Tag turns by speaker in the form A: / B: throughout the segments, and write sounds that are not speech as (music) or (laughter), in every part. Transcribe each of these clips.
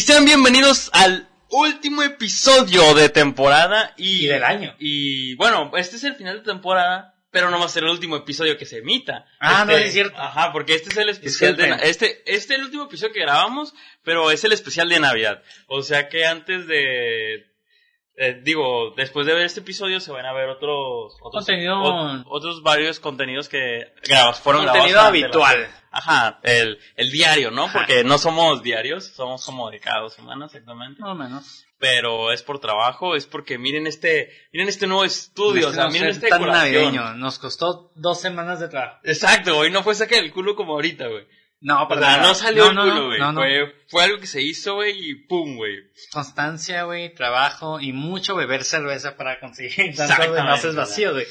A: sean bienvenidos al último episodio de temporada y,
B: Y del año.
A: y, bueno, este es el final de temporada, pero no va a ser el último episodio que se emita.
B: Ah,
A: Este-
B: no, es cierto.
A: Ajá, porque este es el especial de na-
B: Disculpen.
A: este este es el último episodio que grabamos, pero es el especial de Navidad. O sea que antes de eh, digo, después de ver este episodio se van a ver otros otros
B: Contenido-
A: o- otros varios contenidos que grabas fueron grabados
B: Contenido
A: durante la-
B: habitual.
A: Ajá, el, el diario, ¿no?
B: Ajá.
A: Porque no somos diarios, somos como de cada dos semanas exactamente.
B: Más o menos.
A: Pero es por trabajo, es porque miren este, miren este nuevo estudio, o sea, miren este
B: es
A: esta
B: tan
A: decoración.
B: navideño. Nos costó dos semanas de trabajo.
A: Exacto, güey, no fue saque del culo como ahorita, güey.
B: No,
A: O
B: para
A: sea,
B: nada.
A: no salió
B: No, no,
A: el
B: no,
A: culo, güey.
B: no, no.
A: Fue, fue algo que se hizo, güey, y pum, güey.
B: Constancia, güey, trabajo y mucho beber cerveza para conseguir tantos
A: Exactamente,
B: envases
A: ¿verdad?
B: vacíos, güey.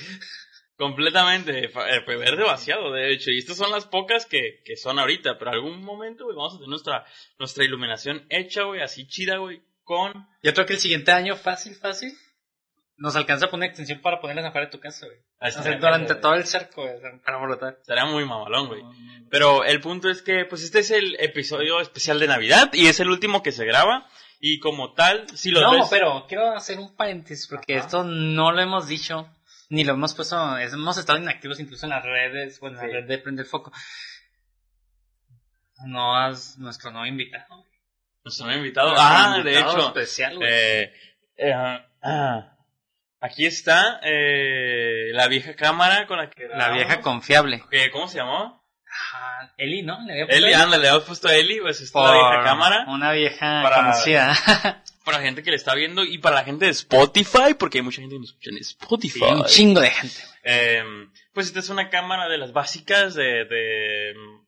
A: Completamente, fa- eh, fue verde vaciado, de hecho. Y estas son las pocas que, que son ahorita, pero algún momento, güey, vamos a tener nuestra, nuestra iluminación hecha, güey, así chida, güey, con...
B: Yo creo que el siguiente año, fácil, fácil, nos alcanza a poner extensión para ponerlas afuera de tu casa, güey. O sea, durante todo el cerco, güey, o sea, para brotar.
A: Estaría muy mamalón, güey. Pero el punto es que, pues este es el episodio especial de Navidad y es el último que se graba. Y como tal, si lo
B: No,
A: ves...
B: pero quiero hacer un paréntesis porque
A: Ajá.
B: esto no lo hemos dicho ni lo hemos puesto, es- hemos estado inactivos incluso en las redes, bueno, en
A: Sí.
B: la red de Prende el Foco. No has nuestro nuevo invitado.
A: Nos han invitado.
B: Nuestro
A: Ah, de
B: invitado
A: hecho.
B: especial, güey.
A: Eh, eh, ah, ah. aquí está eh, la vieja cámara con la que...
B: la vieja
A: grabamos.
B: confiable.
A: Que, ¿Cómo se llamó?
B: Ajá, Eli, ¿no? Le había puesto
A: Eli,
B: Eli.
A: anda, le hemos puesto a Eli, pues está
B: Por
A: la vieja cámara.
B: Una vieja
A: Para-
B: conocida.
A: Para la gente que le está viendo y para la gente de Spotify, porque hay mucha gente que nos escucha en Spotify.
B: Sí, un chingo de gente. güey.
A: Eh, pues esta es una cámara de las básicas de, de, mm,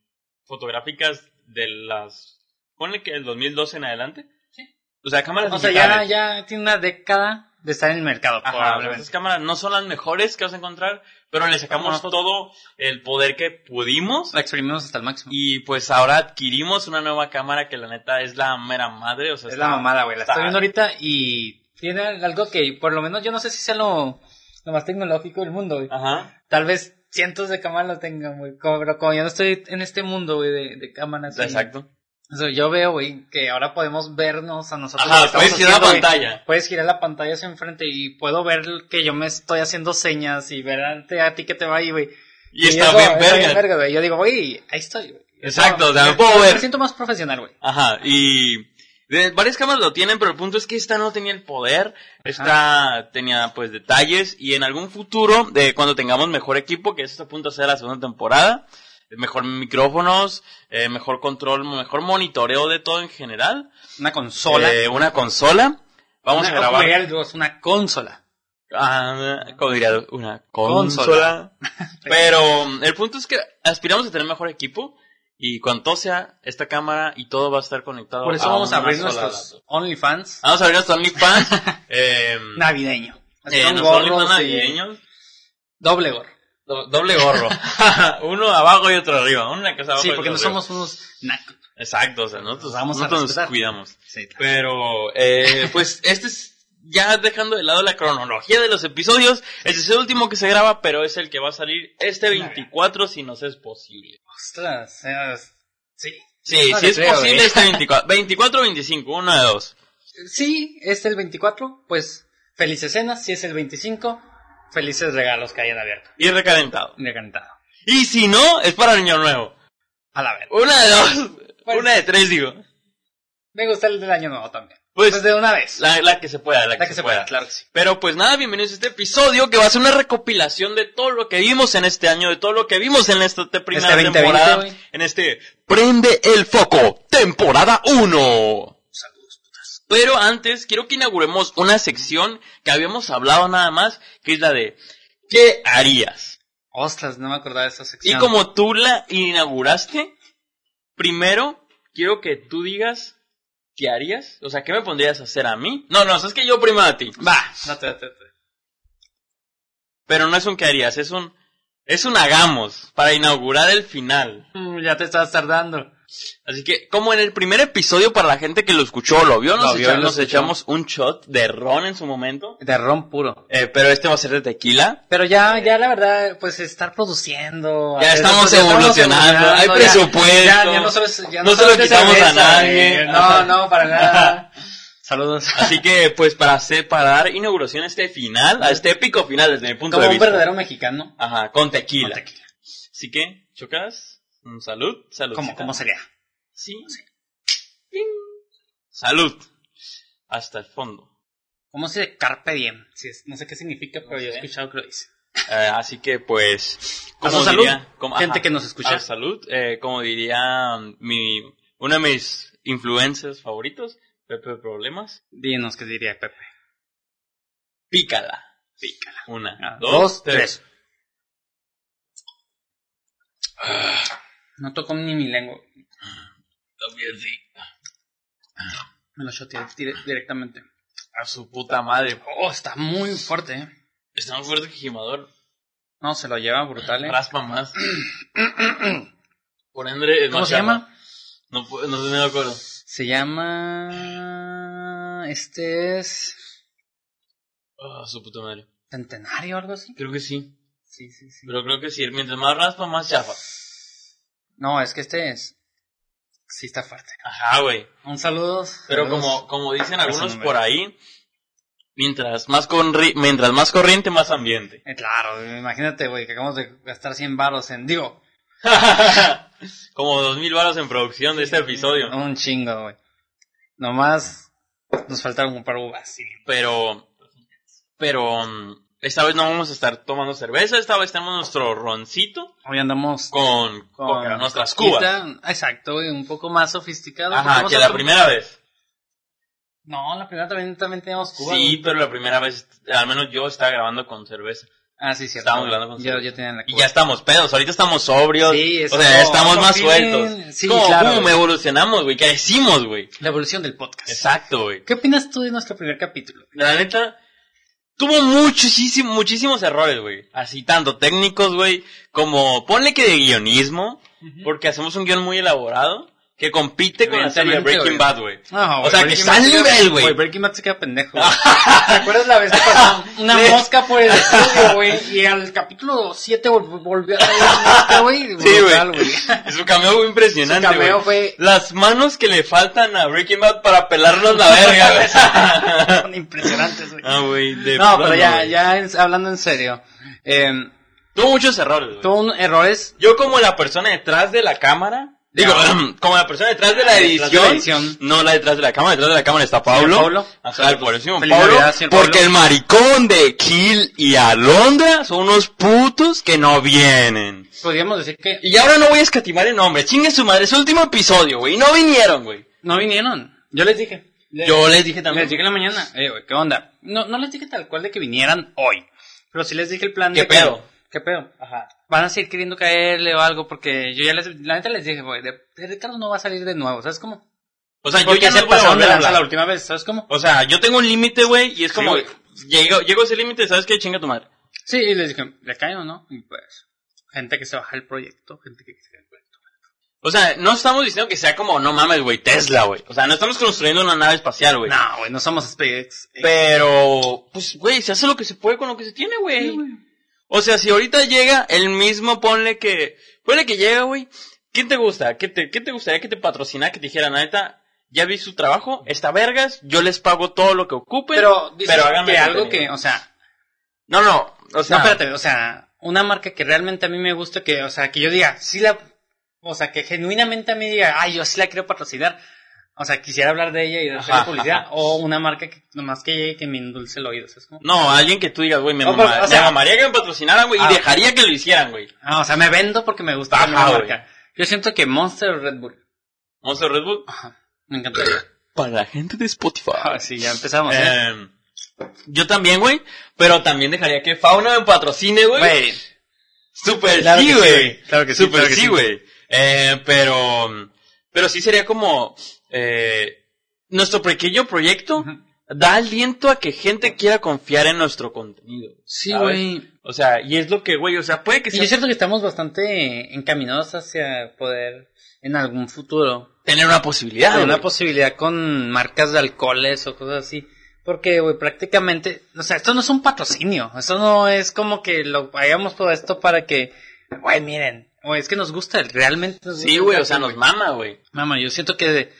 A: fotográficas de las... Ponle que el 2012 en adelante.
B: Sí.
A: O sea, cámaras
B: O sea, ya,
A: digitales.
B: ya tiene una década de estar en el mercado,
A: Ajá,
B: probablemente.
A: esas cámaras no son las mejores que vas a encontrar, pero le sacamos
B: Ajá.
A: todo el poder que pudimos.
B: La exprimimos hasta el máximo.
A: Y pues ahora adquirimos una nueva cámara que la neta es la mera madre. O sea,
B: Es
A: está-
B: la mamada, güey. La
A: está-
B: estoy viendo ahorita y tiene algo que, por lo menos, yo no sé si sea lo, lo más tecnológico del mundo, güey.
A: Ajá.
B: Tal vez cientos de cámaras lo tengan, güey. Como, pero como yo no estoy en este mundo, güey, de, de cámaras. güey.
A: Exacto.
B: O sea, yo veo, güey, que ahora podemos vernos a nosotros. lo que
A: Ajá,
B: estamos
A: puedes ir a la
B: haciendo, güey.
A: pantalla.
B: Puedes girar la pantalla hacia enfrente y puedo ver que yo me estoy haciendo señas y ver a ti- a ti que te va ahí, güey.
A: Y, está
B: eso
A: bien verga.
B: güey. Yo digo, güey, ahí estoy, güey.
A: Exacto, o sea,
B: me-
A: me puedo ver.
B: Me siento más profesional, güey.
A: Ajá, y de- varias cámaras lo tienen, pero el punto es que esta no tenía el poder, esta tenía pues detalles y en algún futuro, de cuando tengamos mejor equipo, que eso está a punto de ser la segunda temporada, eh, mejor micrófonos, eh, mejor control, mejor monitoreo de todo en general,
B: Una consola.
A: eh, una consola, vamos
B: Una-
A: a grabar,
B: como diría el Dross, una consola.
A: ah, como diría, una consola.
B: Consola.
A: Pero el punto es que aspiramos a tener mejor equipo. Y cuanto sea esta cámara y todo va a estar conectado.
B: Por eso vamos a
A: Ah, una
B: abrir
A: sola laptop.
B: nuestros OnlyFans
A: Vamos a abrir nuestro
B: (laughs)
A: OnlyFans. eh,
B: navideño. Así
A: eh,
B: con
A: nuestro
B: gorros
A: OnlyFans
B: y-
A: navideño.
B: Doble gorro.
A: Do- doble gorro. (laughs) Uno abajo y otro arriba. Uno en la casa abajo
B: Sí,
A: y otro
B: porque no
A: arriba.
B: somos unos nacos.
A: Exacto, o sea, nosotros,
B: Vamos a
A: nosotros nos
B: respetar.
A: cuidamos.
B: Sí, claro.
A: Pero, eh, pues, (laughs) este es. Ya dejando de lado la cronología de los episodios, este es el último que se graba, pero es el que va a salir este 24 si nos es posible.
B: Ostras, eh, sí.
A: Sí,
B: No
A: si
B: le
A: es
B: creo,
A: posible
B: güey.
A: este
B: (laughs)
A: 24. 24 o 25, uno de dos.
B: Sí, es el 24, pues felices cenas. Si es el 25, felices regalos que hayan abierto.
A: Y recalentado.
B: Encantado.
A: Y si no, es para Año Nuevo.
B: A la verga.
A: Una de dos.
B: Pues-
A: una de tres, digo.
B: Me gusta el del año nuevo también.
A: Pues-
B: Pues, de una vez.
A: La, la que se pueda, la,
B: La que se pueda, claro que sí.
A: Pero pues nada, bienvenidos a este episodio que va a ser una recopilación de todo lo que vimos en este año, de todo lo que vimos en esta te- primera
B: Este 2020,
A: temporada.
B: güey.
A: en este Prende el Foco, temporada 1.
B: Saludos.
A: Pero antes quiero que inauguremos una sección que habíamos hablado nada más, que es la de ¿Qué harías?
B: Ostras, no me acordaba de esa
A: Y
B: sección.
A: como tú la inauguraste, primero quiero que tú digas ¿Qué harías? O sea, ¿qué me pondrías a hacer a mí? No, no, sabes que yo primero a ti.
B: Va, date, date, date.
A: Pero no es un que harías, es un. Es un hagamos para inaugurar el final.
B: Mm, Ya te estás tardando.
A: Así que, como en el primer episodio, para la gente que lo escuchó lo vio, nos,
B: Lo vio,
A: echa-
B: lo
A: nos
B: escuchó.
A: echamos un shot de ron en su momento.
C: De ron puro.
A: Eh, pero este va a ser de tequila.
B: Pero ya, ya la verdad, pues estar produciendo.
A: Ya
B: hacer
A: estamos
B: eso, ya
A: evolucionando, hay
B: ya-
A: presupuesto.
B: Ya, ya no sabes, ya no,
A: No se
B: sabes
A: lo
B: de
A: quitamos a
B: cerveza,
A: nadie.
B: güey. No, no, para nada.
A: (laughs)
B: Saludos.
A: Así que, pues, para, hacer, para dar inauguración a este final, a este épico final desde mi punto
B: Como
A: de
B: un
A: vista.
B: verdadero mexicano.
A: Ajá, con tequila.
B: Con tequila.
A: Así que, chocas, un salud, salud.
B: ¿Cómo, cómo sería?
A: Sí. Ping. Salud. Hasta el fondo.
B: ¿Cómo se dice carpe diem? Sí, es- no sé qué significa, pero yo he escuchado que lo dice.
A: Eh, así que, pues,
B: A
A: como
B: su
A: diría,
B: salud,
A: como-
B: gente
A: ajá,
B: que nos escucha.
A: a su salud, eh, como diría mm, mi, uno de mis influencers favoritos, Pepe Problemas,
B: Dinos qué diría Pepe.
A: pícala.
B: Pícala.
A: Una,
B: Ah,
A: dos,
C: Dos,
A: tres.
C: tres.
B: Ah, No tocó ni mi lengua.
A: También sí.
B: Me lo shoteé dire- directamente.
A: A su puta madre.
B: Oh, está muy fuerte, eh.
A: Está más fuerte que Jimador.
B: No, se lo lleva brutal, eh. (clears throat)
A: Raspa más. Por ende, es
B: ¿Cómo
A: más
B: se
A: charla.
B: llama?
A: No, pu- no sé, no me acuerdo.
B: Se llama. Este es.
A: Ah, su puta madre.
B: Centenario o algo así.
A: Creo que sí.
B: Sí, sí, sí.
A: Pero creo que sí. Mientras más raspa, más chafa.
B: No, es que este es. Sí, está fuerte.
A: Ajá, güey.
B: Un saludo.
A: Pero
B: Saludos.
A: como, como dicen algunos
B: número.
A: por ahí, mientras más, conri- mientras más corriente, más ambiente. (laughs)
B: Eh, claro, imagínate, güey, que acabamos de gastar 100 baros en. Digo,
A: como dos mil baros en producción de este episodio.
B: un chingo, güey. Nomás nos faltaron un par de uvas. y-
A: Pero, pero, mm, esta vez no vamos a estar tomando cerveza. Esta vez tenemos nuestro roncito
B: Hoy andamos
A: con, con nuestras cubas.
B: coquita, Exacto, güey, un poco más sofisticado. porque
A: Ajá,
B: vamos
A: que
B: a
A: la
B: tom-
A: primera vez.
B: No, la primera también, también teníamos cuba.
A: Sí,
B: güey.
A: pero la primera vez, al menos yo estaba grabando con cerveza.
B: Ah, sí, cierto.
A: Estábamos
B: güey.
A: hablando con
B: yo,
A: cerveza.
B: yo tenía la
A: Y
B: cuba.
A: ya estamos pedos, ahorita estamos sobrios.
B: Sí, es
A: o sea,
B: otro-
A: estamos
B: otro
A: más
B: feeling.
A: sueltos.
B: Sí,
A: como,
B: claro,
A: boom,
B: güey.
A: evolucionamos, güey, crecimos, güey.
B: La evolución del podcast.
A: Exacto, güey.
B: ¿Qué opinas tú de nuestro primer capítulo?
A: La neta, tuvo muchísimos, muchísimos errores, güey. Así, tanto técnicos, güey, como, ponle que de guionismo, porque hacemos un guión muy elaborado, que compite con la serie
B: Evidentemente,
A: Breaking
B: güey.
A: Bad, güey.
B: No,
A: O sea, que está al nivel, güey.
B: Breaking Bad se queda pendejo.
A: (laughs)
B: güey. ¿Te acuerdas la vez que pasó una
A: Sí.
B: mosca (laughs) por el estudio, güey? (laughs) Y al capítulo 7 volvió a salir una mosca, güey.
A: Sí,
B: brutal,
A: güey. Es un cameo muy (laughs) impresionante,
B: Su
A: güey.
B: cameo fue-
A: Las manos que le faltan a Breaking Bad para pelarnos la verga,
B: (laughs)
A: güey.
B: Son impresionantes, güey.
A: ah, güey, de
B: No,
A: plano,
B: pero ya,
A: güey.
B: ya en- hablando en serio. Eh,
A: Tuvo muchos errores, güey.
B: tuvo un- errores.
A: Yo como la persona detrás de la cámara, digo, (clears throat) como la persona detrás de la edición,
B: Ah, Detrás de la edición.
A: no la detrás de la cámara, detrás de la cámara está Pablo.
B: Pablo.
A: Ajá, el pobrecito
B: Feliz
A: Pablo,
B: Navidad, señor
A: porque
B: Pablo.
A: el maricón de Kill y Alondra son unos putos que no vienen.
B: Podríamos decir que
A: Y ahora no voy a escatimar el nombre, chingue su madre, es su último episodio, güey, y no vinieron, güey.
B: no vinieron. Yo les dije.
A: Yo les dije también
B: Les dije en la mañana, eh, güey, ¿qué onda? No, no les dije tal cual de que vinieran hoy, pero sí les dije el plan
A: ¿Qué
B: de
A: pedo?
B: que- ¿Qué pedo? Ajá. Van a seguir queriendo caerle o algo porque yo ya les, la neta les dije, güey, de, de Ricardo no va a salir de nuevo, ¿sabes cómo?
A: O sea, yo
B: Porque
A: ya no
B: ya se
A: le voy a
B: pasaron de
A: volver a
B: lanza la
A: hablar.
B: última vez, ¿sabes cómo?
A: O sea, yo tengo un límite, güey, y es como,
B: güey.
A: llego, llego a ese límite, ¿sabes qué? Chinga tu madre.
B: Sí, y les dije, ¿le caen o no? Y pues, gente que se baja el proyecto, gente que se baja el proyecto.
A: O sea, no estamos diciendo que sea como, no mames, güey, Tesla, güey. O sea, no estamos construyendo una nave espacial, güey.
B: No, güey, no somos SpaceX.
A: Pero, pues, güey, se hace lo que se puede con lo que se tiene, güey. o sea, si ahorita llega el mismo, ponle que, ponle que llega, güey. ¿Quién te gusta? ¿Qué te, qué te gustaría que te patrocinara, que te dijera, "La neta, ya vi su trabajo, está vergas, yo les pago todo lo que ocupen,
B: Pero, dices
A: háganme
B: que algo que,
A: contenido".
B: o sea,
A: No, no, o sea...
B: no, espérate, o sea, una marca que realmente a mí me gusta, que, o sea, que yo diga, sí la, o sea, que genuinamente a mí diga, ay, yo sí la quiero patrocinar. O sea, quisiera hablar de ella y hacerle
A: Ajá,
B: publicidad.
A: ajá.
B: O una marca que nomás que llegue y que me endulce el oído, ¿sabes? cómo?
A: No, alguien que tú digas, güey, me,
B: No,
A: mama-
B: pero, o
A: me
B: sea-
A: mamaría que me patrocinaran, güey,
B: Ah.
A: y dejaría que lo hicieran, güey.
B: Ah, o sea, me vendo porque me gusta
A: Ajá,
B: la nueva
A: güey.
B: marca. Yo siento que Monster o Red Bull.
A: Monster Red Bull.
B: Ajá, me encantaría.
A: Para la gente de Spotify.
B: (laughs) Ah, sí, ya (laughs) empezamos, ¿eh?
A: Eh, yo también, güey, pero también dejaría que Fauna me patrocine, güey.
B: Güey,
A: Super
B: Claro
A: sí,
B: que sí,
A: güey.
B: güey. Claro que sí,
A: Super
B: claro que
A: sí,
B: sí.
A: güey. Eh, pero, pero sí sería como, eh, nuestro pequeño proyecto
B: Ujú.
A: da aliento a que gente quiera confiar en nuestro contenido.
B: sí,
A: ¿sabes?
B: güey.
A: O sea, y es lo que, güey, o sea, puede que
B: Y es
A: sea...
B: cierto que estamos bastante encaminados hacia poder en algún futuro.
A: Tener una posibilidad.
B: una
A: güey.
B: posibilidad con marcas de alcoholes o cosas así. Porque, güey, prácticamente, o sea, esto no es un patrocinio. Esto no es como que lo hagamos todo esto para que, güey, miren, güey, es que nos gusta, realmente nos
A: sí,
B: gusta
A: güey,
B: el
A: o sea,
B: café,
A: nos mama, güey.
B: Mamá, yo siento que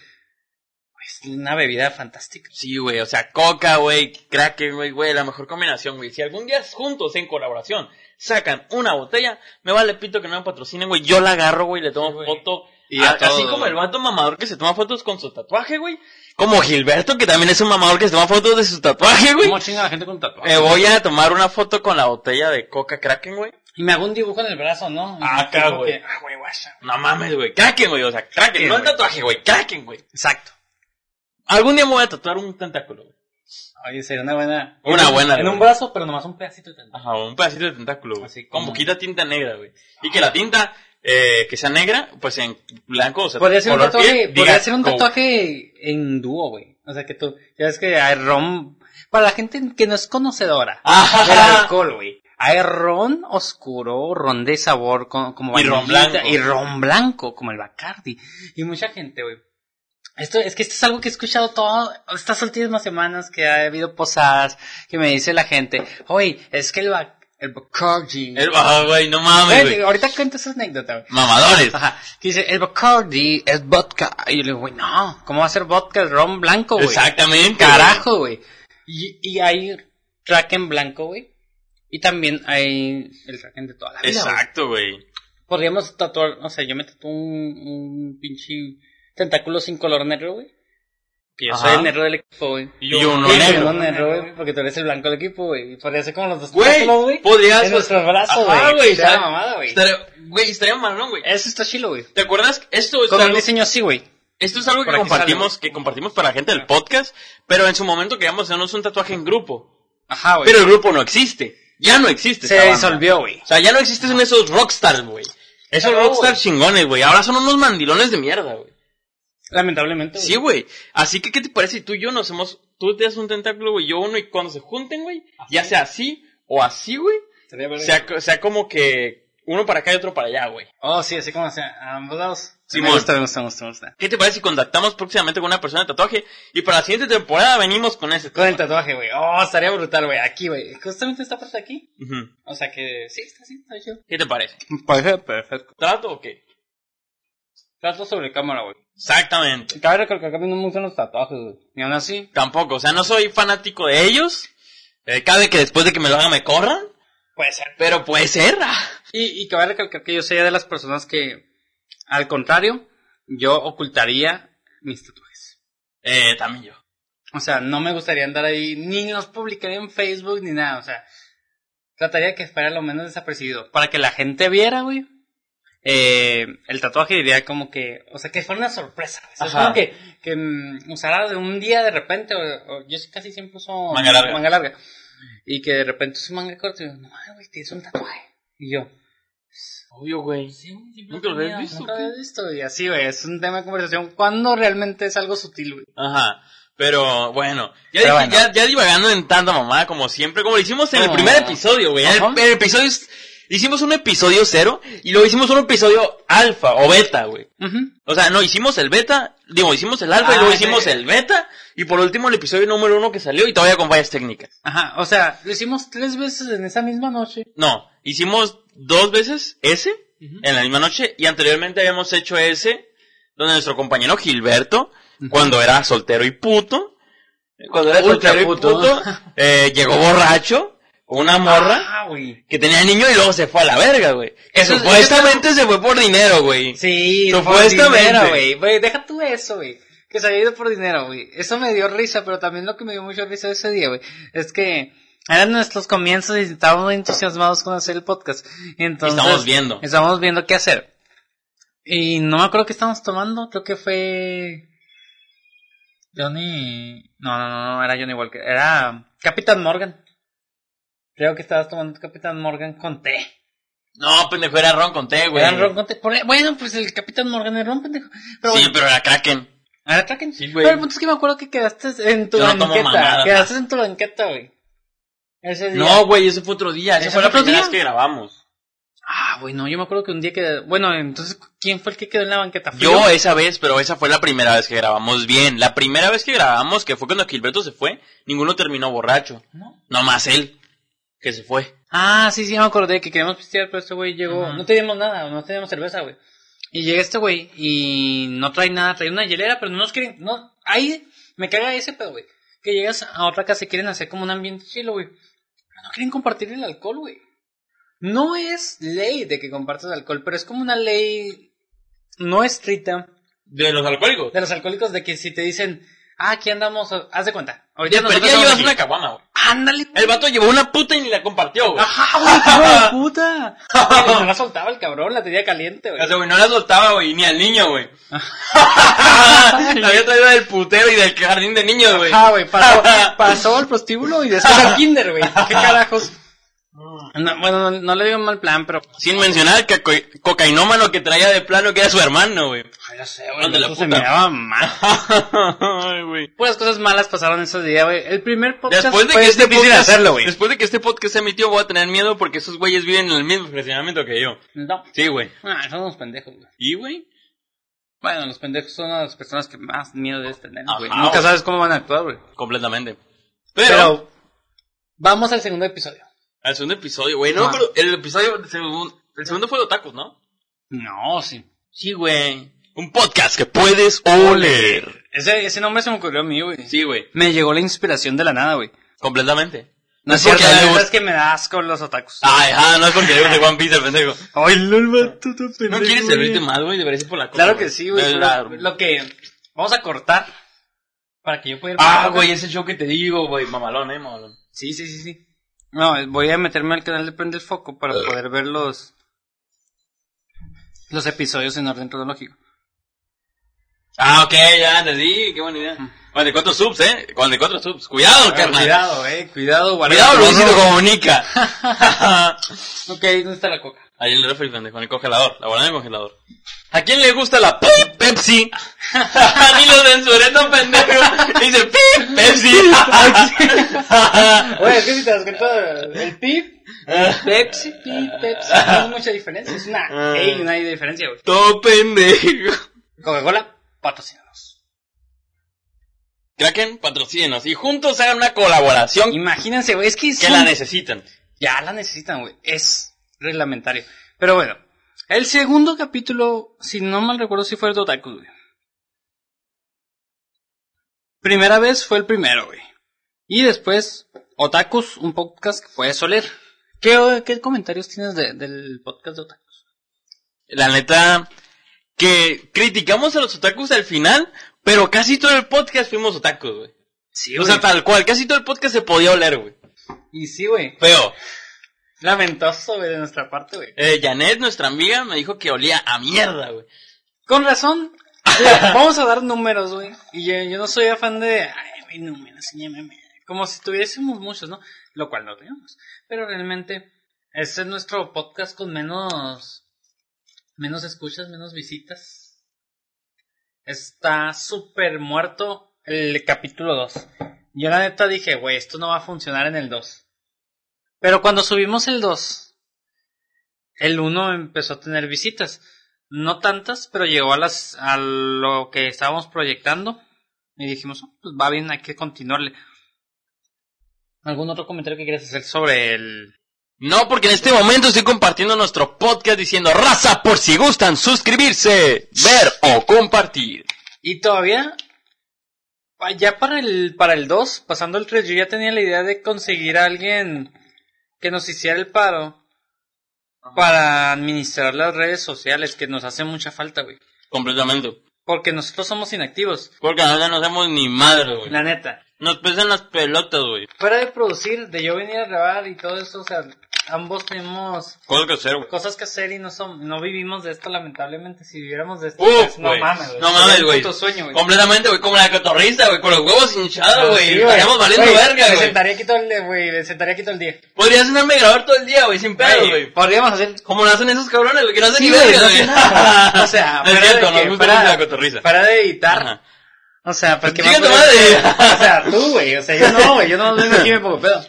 B: es una bebida fantástica.
A: Sí, güey, o sea, coca, güey, kraken, güey, güey, la mejor combinación, güey. Si algún día juntos, en colaboración, sacan una botella, me vale pito que no me patrocinen, güey. Yo la agarro, güey, le tomo
B: Sí, güey.
A: foto.
B: Y a
A: A- así
B: todo,
A: como
B: güey.
A: el vato mamador que se toma fotos con su tatuaje, güey. Como Gilberto, que también es un mamador que se toma fotos de su tatuaje, güey. Eh,
B: ¿Cómo chinga la gente con
A: Me
B: tatuajes?
A: voy a tomar una foto con la botella de coca kraken, güey.
B: Y me hago un dibujo en el brazo, ¿no?
A: Ah,
B: Y
A: acá,
B: como
A: güey.
B: que, Ah, güey, guacha.
A: No mames, güey, kraken, güey, o sea, kraken,
B: Sí,
A: no el
B: güey.
A: tatuaje, güey, kraken, güey.
B: Exacto.
A: Algún día me voy a tatuar un tentáculo, güey.
B: Oye, sería una buena.
A: Una buena,
B: En un
A: güey.
B: brazo, pero nomás un pedacito de tatuaje.
A: Ajá, un pedacito de tentáculo, güey.
B: Así
A: con
B: como-
A: poquita tinta negra, güey. Y que la tinta eh, que sea negra, pues en blanco, o sea,
B: Podría ser un
A: color
B: tatuaje,
A: piel,
B: podría
A: diga
B: ser un
A: Coke.
B: tatuaje en dúo, güey. O sea que tú, ya ves que hay ron, para la gente que no es conocedora
A: Ajá.
B: del alcohol, güey. Hay ron oscuro, ron de sabor co- como
A: Y ron
B: vainillita,
A: blanco.
B: y ron blanco como el Bacardi. Y mucha gente, güey. Esto es que esto es algo que he escuchado todo estas últimas semanas que ha habido posadas que me dice la gente, "Oye, es que el Bac- el Bacardi."
A: El- ah, güey, no mames,
B: Güey,
A: güey.
B: ahorita cuento esa anécdota, güey.
A: Mamadores.
B: (laughs) Ajá. Que dice, el Bacardi es vodka. Y yo le digo, güey, no, ¿cómo va a ser vodka el ron blanco, güey?
A: Exactamente.
B: Carajo, güey. Y, y hay Kraken blanco, güey. Y también hay el Kraken de toda la
A: güey.
B: vida. güey.
A: Exacto, güey.
B: Podríamos tatuar, o sea, yo me tatué un, un pinche tentáculo sin color negro, güey. Que yo soy
A: Ajá.
B: el negro del equipo, güey.
A: Y uno
B: Sí,
A: negro.
B: uno negro, güey, porque tú eres el blanco del equipo, güey. Y podría ser como los dos tentáculos,
A: Güey, podrías... pues,
B: En nuestros brazos,
A: Ajá,
B: güey.
A: güey,
B: Está
A: estaría-
B: mamada, güey.
A: Estaría, güey, estaría malón, güey.
B: Eso está chilo, güey.
A: ¿Te acuerdas? Esto es
B: Con un
A: algo,
B: diseño así, güey.
A: esto es algo que
B: por aquí
A: compartimos,
B: sale,
A: que compartimos para la gente del podcast, pero en su momento queríamos hacernos un tatuaje en grupo.
B: Ajá, güey.
A: Pero el grupo no existe. Ya no existe.
B: se
A: esa banda.
B: disolvió, güey.
A: O sea, ya no existen esos rockstars, güey. Esos
B: No,
A: rockstars
B: güey.
A: chingones, güey. Ahora son unos mandilones de mierda, güey.
B: Lamentablemente, güey.
A: Sí, güey. Así que, ¿qué te parece si tú y yo nos hemos... Tú te das un tentáculo, güey, yo uno, y cuando se junten, güey, ya sea así o así, güey,
B: Sería verga.
A: sea, co- sea como que uno para acá y otro para allá, güey.
B: Oh, sí, así como sea, a ambos lados.
A: Simón.
B: Me gusta, me gusta, me gusta, me gusta.
A: ¿Qué te parece si contactamos próximamente con una persona de tatuaje? Y para la siguiente temporada venimos con ese.
B: Con el tatuaje, güey. Oh, estaría brutal, güey. Aquí, güey. Justamente esta parte de aquí.
A: Ujú.
B: O sea que, sí, está así, está chido.
A: ¿Qué te parece?
B: Perfecto, perfecto.
A: ¿Trato o qué?
B: Trato sobre cámara, güey.
A: Exactamente.
B: Cabe recalcar que a mí no me gustan los tatuajes, güey. Ni aún así.
A: Tampoco, o sea, no soy fanático de ellos. Eh, cabe que después de que me lo haga me corran.
B: Puede ser.
A: Pero puede ser. ah.
B: Y, y cabe recalcar que yo sería de las personas que, al contrario, yo ocultaría mis tatuajes.
A: Eh, también yo.
B: O sea, no me gustaría andar ahí, ni los publicaría en Facebook ni nada. O sea, trataría de que fuera lo menos desapercibido. Para que la gente viera, güey. eh, el tatuaje diría como que, o sea, que fuera una sorpresa. güey. O sea, es
A: Ajá.
B: como que, que mm, usara de un día de repente, o, o yo sí casi siempre uso
A: Manga larga.
B: larga. Y que de repente uso manga corta y digo, no, ay, güey, te hizo un tatuaje. Y yo,
A: Obvio, güey. ¿Nunca lo habías visto?
B: nunca
A: o qué?
B: había visto. Y así, güey, es un tema de conversación cuando realmente es algo sutil, güey.
A: Ajá. Pero bueno, ya,
B: Pero
A: dije-
B: bueno.
A: Ya, ya divagando en tanta mamada como siempre, como lo hicimos en el
B: Como-
A: primer episodio, güey. En el,
B: Ajá.
A: en el episodio es- hicimos un episodio cero y luego hicimos un episodio alfa o beta, güey.
B: Ujú.
A: O sea, no, hicimos el beta, digo, hicimos el alfa y
B: Ah,
A: luego
B: sí.
A: hicimos el beta y por último el episodio número uno que salió y todavía con fallas técnicas.
B: Ajá, o sea, lo hicimos tres veces en esa misma noche.
A: No, hicimos dos veces ese
B: Ujú.
A: en la misma noche y anteriormente habíamos hecho ese donde nuestro compañero Gilberto, cuando era soltero y puto, cuando era
B: Ultra
A: soltero y
B: puto.
A: puto, eh, llegó borracho, una morra
B: Ah, güey.
A: que tenía niño y luego se fue a la verga, güey. Que
B: Eso-
A: supuestamente se fue por dinero, güey.
B: Sí,
A: Supuestamente.
B: por dinero, güey. Güey, deja tú eso, güey. Que se había ido por dinero, güey. Eso me dio risa, pero también lo que me dio mucha risa ese día, güey, es que eran nuestros comienzos y estábamos muy entusiasmados con hacer el podcast. Entonces,
A: Estamos viendo.
B: Estábamos viendo qué hacer. Y no me acuerdo qué estábamos tomando, creo que fue Johnny... No, no, no, no, era Johnny Walker. Era Capitán Morgan. Creo que estabas tomando Capitán Morgan con té.
A: No, pendejo, era Ron con té, güey.
B: Era ron con té. Por- Bueno, pues el Capitán Morgan era ron, pendejo. Pero
A: Sí,
B: bueno,
A: pero era Kraken.
B: ahora Kraken.
A: Sí, güey.
B: pero el punto es que me acuerdo que quedaste en tu
A: Yo no tomo
B: banqueta.
A: mamadas.
B: quedaste en tu banqueta, güey. Ese día.
A: No, güey, ese fue otro día. Ese
B: ¿Ese
A: fue la
B: fue otro
A: primera vez
B: día?
A: que grabamos.
B: Ah, Ah, güey, no, yo me acuerdo que un día que... Bueno, entonces, ¿quién fue el que quedó en la banqueta? ¿Fui
A: Yo esa vez, pero esa fue la primera vez que grabamos bien. La primera vez que grabamos, que fue cuando Gilberto se fue, ninguno terminó borracho.
B: ¿No?
A: Nomás él, que se fue.
B: Ah, sí, sí, ya me acordé que queríamos pistear, pero este güey llegó...
A: Ajá.
B: No teníamos nada, no teníamos cerveza, güey. Y llega este güey y no trae nada, trae una hielera, pero no nos quieren... No, ahí me caga ese pedo, güey. Que llegas a otra casa y quieren hacer como un ambiente chilo, güey. Pero no quieren compartir el alcohol, güey. No es ley de que compartas alcohol, pero es como una ley no estricta
A: ¿De los alcohólicos?
B: de los alcohólicos de que si te dicen, ah, aquí andamos, haz de cuenta. Ahorita
A: Ya, pero
B: nosotros
A: ya
B: estamos
A: llevas
B: aquí.
A: una caguama, güey.
B: Ándale,
A: El vato llevó una puta y ni la compartió, güey.
B: Ajá, (laughs) güey, hijo de puta. Güey, no la soltaba el cabrón, la tenía caliente, güey.
A: O sea, güey, no la soltaba, güey, ni al niño, (laughs) güey. la había traído del putero y del jardín de niños, güey.
B: Ajá, ah, güey, (laughs) pasó, pasó al prostíbulo y después al kinder, güey. (laughs) ¿Qué carajos? No, bueno, no, no le digo mal plan, pero...
A: Sin mencionar que co- cocainómano que traía de plano que era su hermano, güey. (laughs)
B: Ay, ya sé,
A: Ande la
B: eso se
A: puta.
B: me daba mal.
A: Ay, güey.
B: Puras cosas malas pasaron esos días, güey. El primer podcast
A: Después de
B: fue
A: que este
B: difícil
A: podcast,
B: hacerlo, güey.
A: después de que este podcast se emitió, voy a tener miedo porque esos güeyes viven en el mismo fraccionamiento que yo.
B: No,
A: Sí, güey.
B: ah, son unos pendejos, güey.
A: ¿Y, güey?
B: Bueno, los pendejos son las personas que más miedo debes tener, güey.
A: Ajá,
B: Nunca
A: güey.
B: sabes cómo van a actuar, güey.
A: Completamente.
B: Pero,
A: Pero,
B: vamos al segundo episodio.
A: al segundo episodio, güey. No,
B: Ah.
A: pero el episodio, el segundo, el segundo fue de tacos, ¿no?
B: No, sí.
A: Sí, güey. Un podcast que puedes oler.
B: Ese, ese nombre se me ocurrió a mí, güey.
A: Sí, güey.
B: Me llegó la inspiración de la nada, güey.
A: Completamente.
B: No es
A: es porque
B: cierto, Ah.
A: a él le
B: la verdad
A: gusta-
B: es que me da asco los otakus.
A: Ay, ajá, no es porque le guste One Piece el pendejo.
B: Ay, lol, vato, tu
A: ¿No
B: pendejo,
A: quieres
B: güey.
A: servirte más, güey? Deberías ir por la coca,
B: Claro que sí, güey.
A: Es
B: Lo,
A: la-
B: lo que... Vamos a cortar. Para que yo pueda ir...
A: Ah, güey, es el show que te digo, güey. Mamalón, eh, mamalón.
B: Sí, sí, sí, sí. No, eh, voy a meterme al canal de Prende el Foco para poder ver los... Los episodios en orden cronológico.
A: Ah, ok, ya entendí, qué buena idea. 44 subs, eh. 44 subs. Cuidado, carnal. Cuidado,
B: Cuidado, eh. Cuidado,
A: cuidado
B: guardado.
A: Luisito comunica.
B: Ok, ¿dónde está la coca?
A: Ahí en el refri, pendejo, en el congelador. La guardé en el congelador. ¿A quién le gusta la pi Pepsi? (laughs) Ni lo censuré, no pendejo. Dice pi Pepsi. (laughs)
B: Oye, es que si te das cuenta, el PIB, (laughs) Pepsi, Ah. PIB, Pepsi, no hay mucha diferencia. Es una, ey, no hay diferencia, güey.
A: Todo pendejo.
B: Coca-Cola, patrocínanos.
A: Kraken, patrocínenos y juntos hagan una colaboración
B: Imagínense, güey, es que,
A: que
B: son-
A: la necesitan.
B: ya la necesitan, güey. Es reglamentario. Pero bueno, el segundo capítulo, si no mal recuerdo, si fue el de Otaku, güey. Primera vez fue el primero, güey. Y después, Otakus, un podcast que puedes oler. ¿Qué, qué comentarios tienes de- del podcast de Otakus?
A: La neta, que criticamos a los otakus al final, pero casi todo el podcast fuimos otakus, güey.
B: Sí,
A: O sea, tal cual, casi todo el podcast se podía oler, güey.
B: Y sí, güey.
A: Feo.
B: Lamentoso, güey, de nuestra parte, güey.
A: Eh, Janet, nuestra amiga, me dijo que olía a mierda, güey.
B: Con razón. Mira, (laughs) Vamos a dar números, güey. Y yo, yo no soy afán de. Ay, güey, números, ñameme. Como si tuviésemos muchos, ¿no? Lo cual no tenemos. Pero realmente, este es nuestro podcast con menos. Menos escuchas, menos visitas. Está súper muerto el capítulo 2. Yo la neta dije, güey, esto no va a funcionar en el 2. Pero cuando subimos el 2, el 1 empezó a tener visitas. No tantas, pero llegó a las a lo que estábamos proyectando y dijimos, "Oh, pues va bien, hay que continuarle. ¿Algún otro comentario que quieras hacer sobre el
A: No, porque en este momento estoy compartiendo nuestro podcast diciendo, raza, por si gustan suscribirse, ver o compartir.
B: Y todavía, pa- ya para el, para el 2, pasando el 3, yo ya tenía la idea de conseguir a alguien que nos hiciera el paro para administrar las redes sociales, que nos hace mucha falta, güey.
A: Completamente.
B: Porque nosotros somos inactivos,
A: Porque ahora no hacemos ni madre, güey.
B: la neta.
A: Nos pesan las pelotas, güey.
B: Fuera de producir, de yo venir a grabar y todo eso, o sea, ambos tenemos
A: Cosas que hacer, güey.
B: cosas que hacer y no son, no vivimos de esto, lamentablemente. Si viviéramos de esto,
A: Uf,
B: pues, no
A: güey.
B: mames, güey.
A: No
B: Sería
A: mames,
B: un
A: güey.
B: puto sueño, güey.
A: Completamente, güey, como la cotorrista, güey, con los huevos hinchados, güey.
B: Sí,
A: Estaríamos valiendo
B: Güey,
A: verga,
B: Me
A: güey.
B: sentaría aquí todo el, güey, me sentaría aquí todo el día.
A: Podrías hacerme grabar todo el día, güey, sin pedo,
B: Güey,
A: güey.
B: Podríamos hacer.
A: Como lo hacen esos cabrones, güey, que no hacen ni
B: Sí, güey,
A: verga,
B: no
A: güey.
B: hacen
A: (laughs)
B: nada. O sea,
A: es
B: fuera
A: cierto,
B: de
A: nos
B: que-
A: gusta
B: fuera-
A: mucho la cotorrista.
B: Para de editar.
A: Ajá.
B: O sea, pues, porque
A: Chinga tu madre.
B: O sea, tú, güey. O sea, yo no, güey. Yo no vengo aquí y me pongo pedo.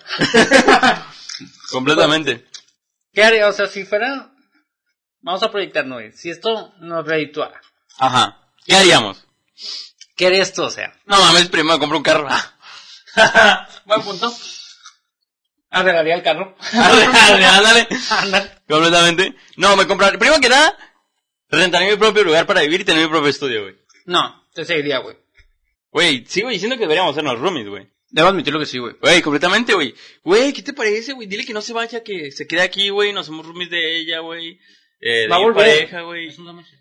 A: Completamente.
B: ¿Qué haría? O sea, si fuera Vamos a proyectarnos, güey. Si esto nos redituara,
A: Ajá. ¿Qué haríamos?
B: ¿qué haría esto? O sea,
A: No mames, primero compro un carro.
B: Ah.
A: (laughs)
B: buen punto. Arreglaría el carro.
A: Ándale, ándale, ándale.
B: Ándale.
A: Completamente. No, me compraría. Primero que nada, rentaré mi propio lugar para vivir y tener mi propio estudio, güey.
B: (laughs) No, te seguiría, güey.
A: Güey, sigo diciendo que deberíamos hacernos roomies, güey.
B: Debo admitirlo que sí, güey.
A: Güey, completamente, güey. Güey, ¿qué te parece, güey? Dile que no se vaya, que se quede aquí, güey. Nos somos roomies de ella, güey. Eh, de
B: Va a
A: mi
B: volver.
A: pareja, güey.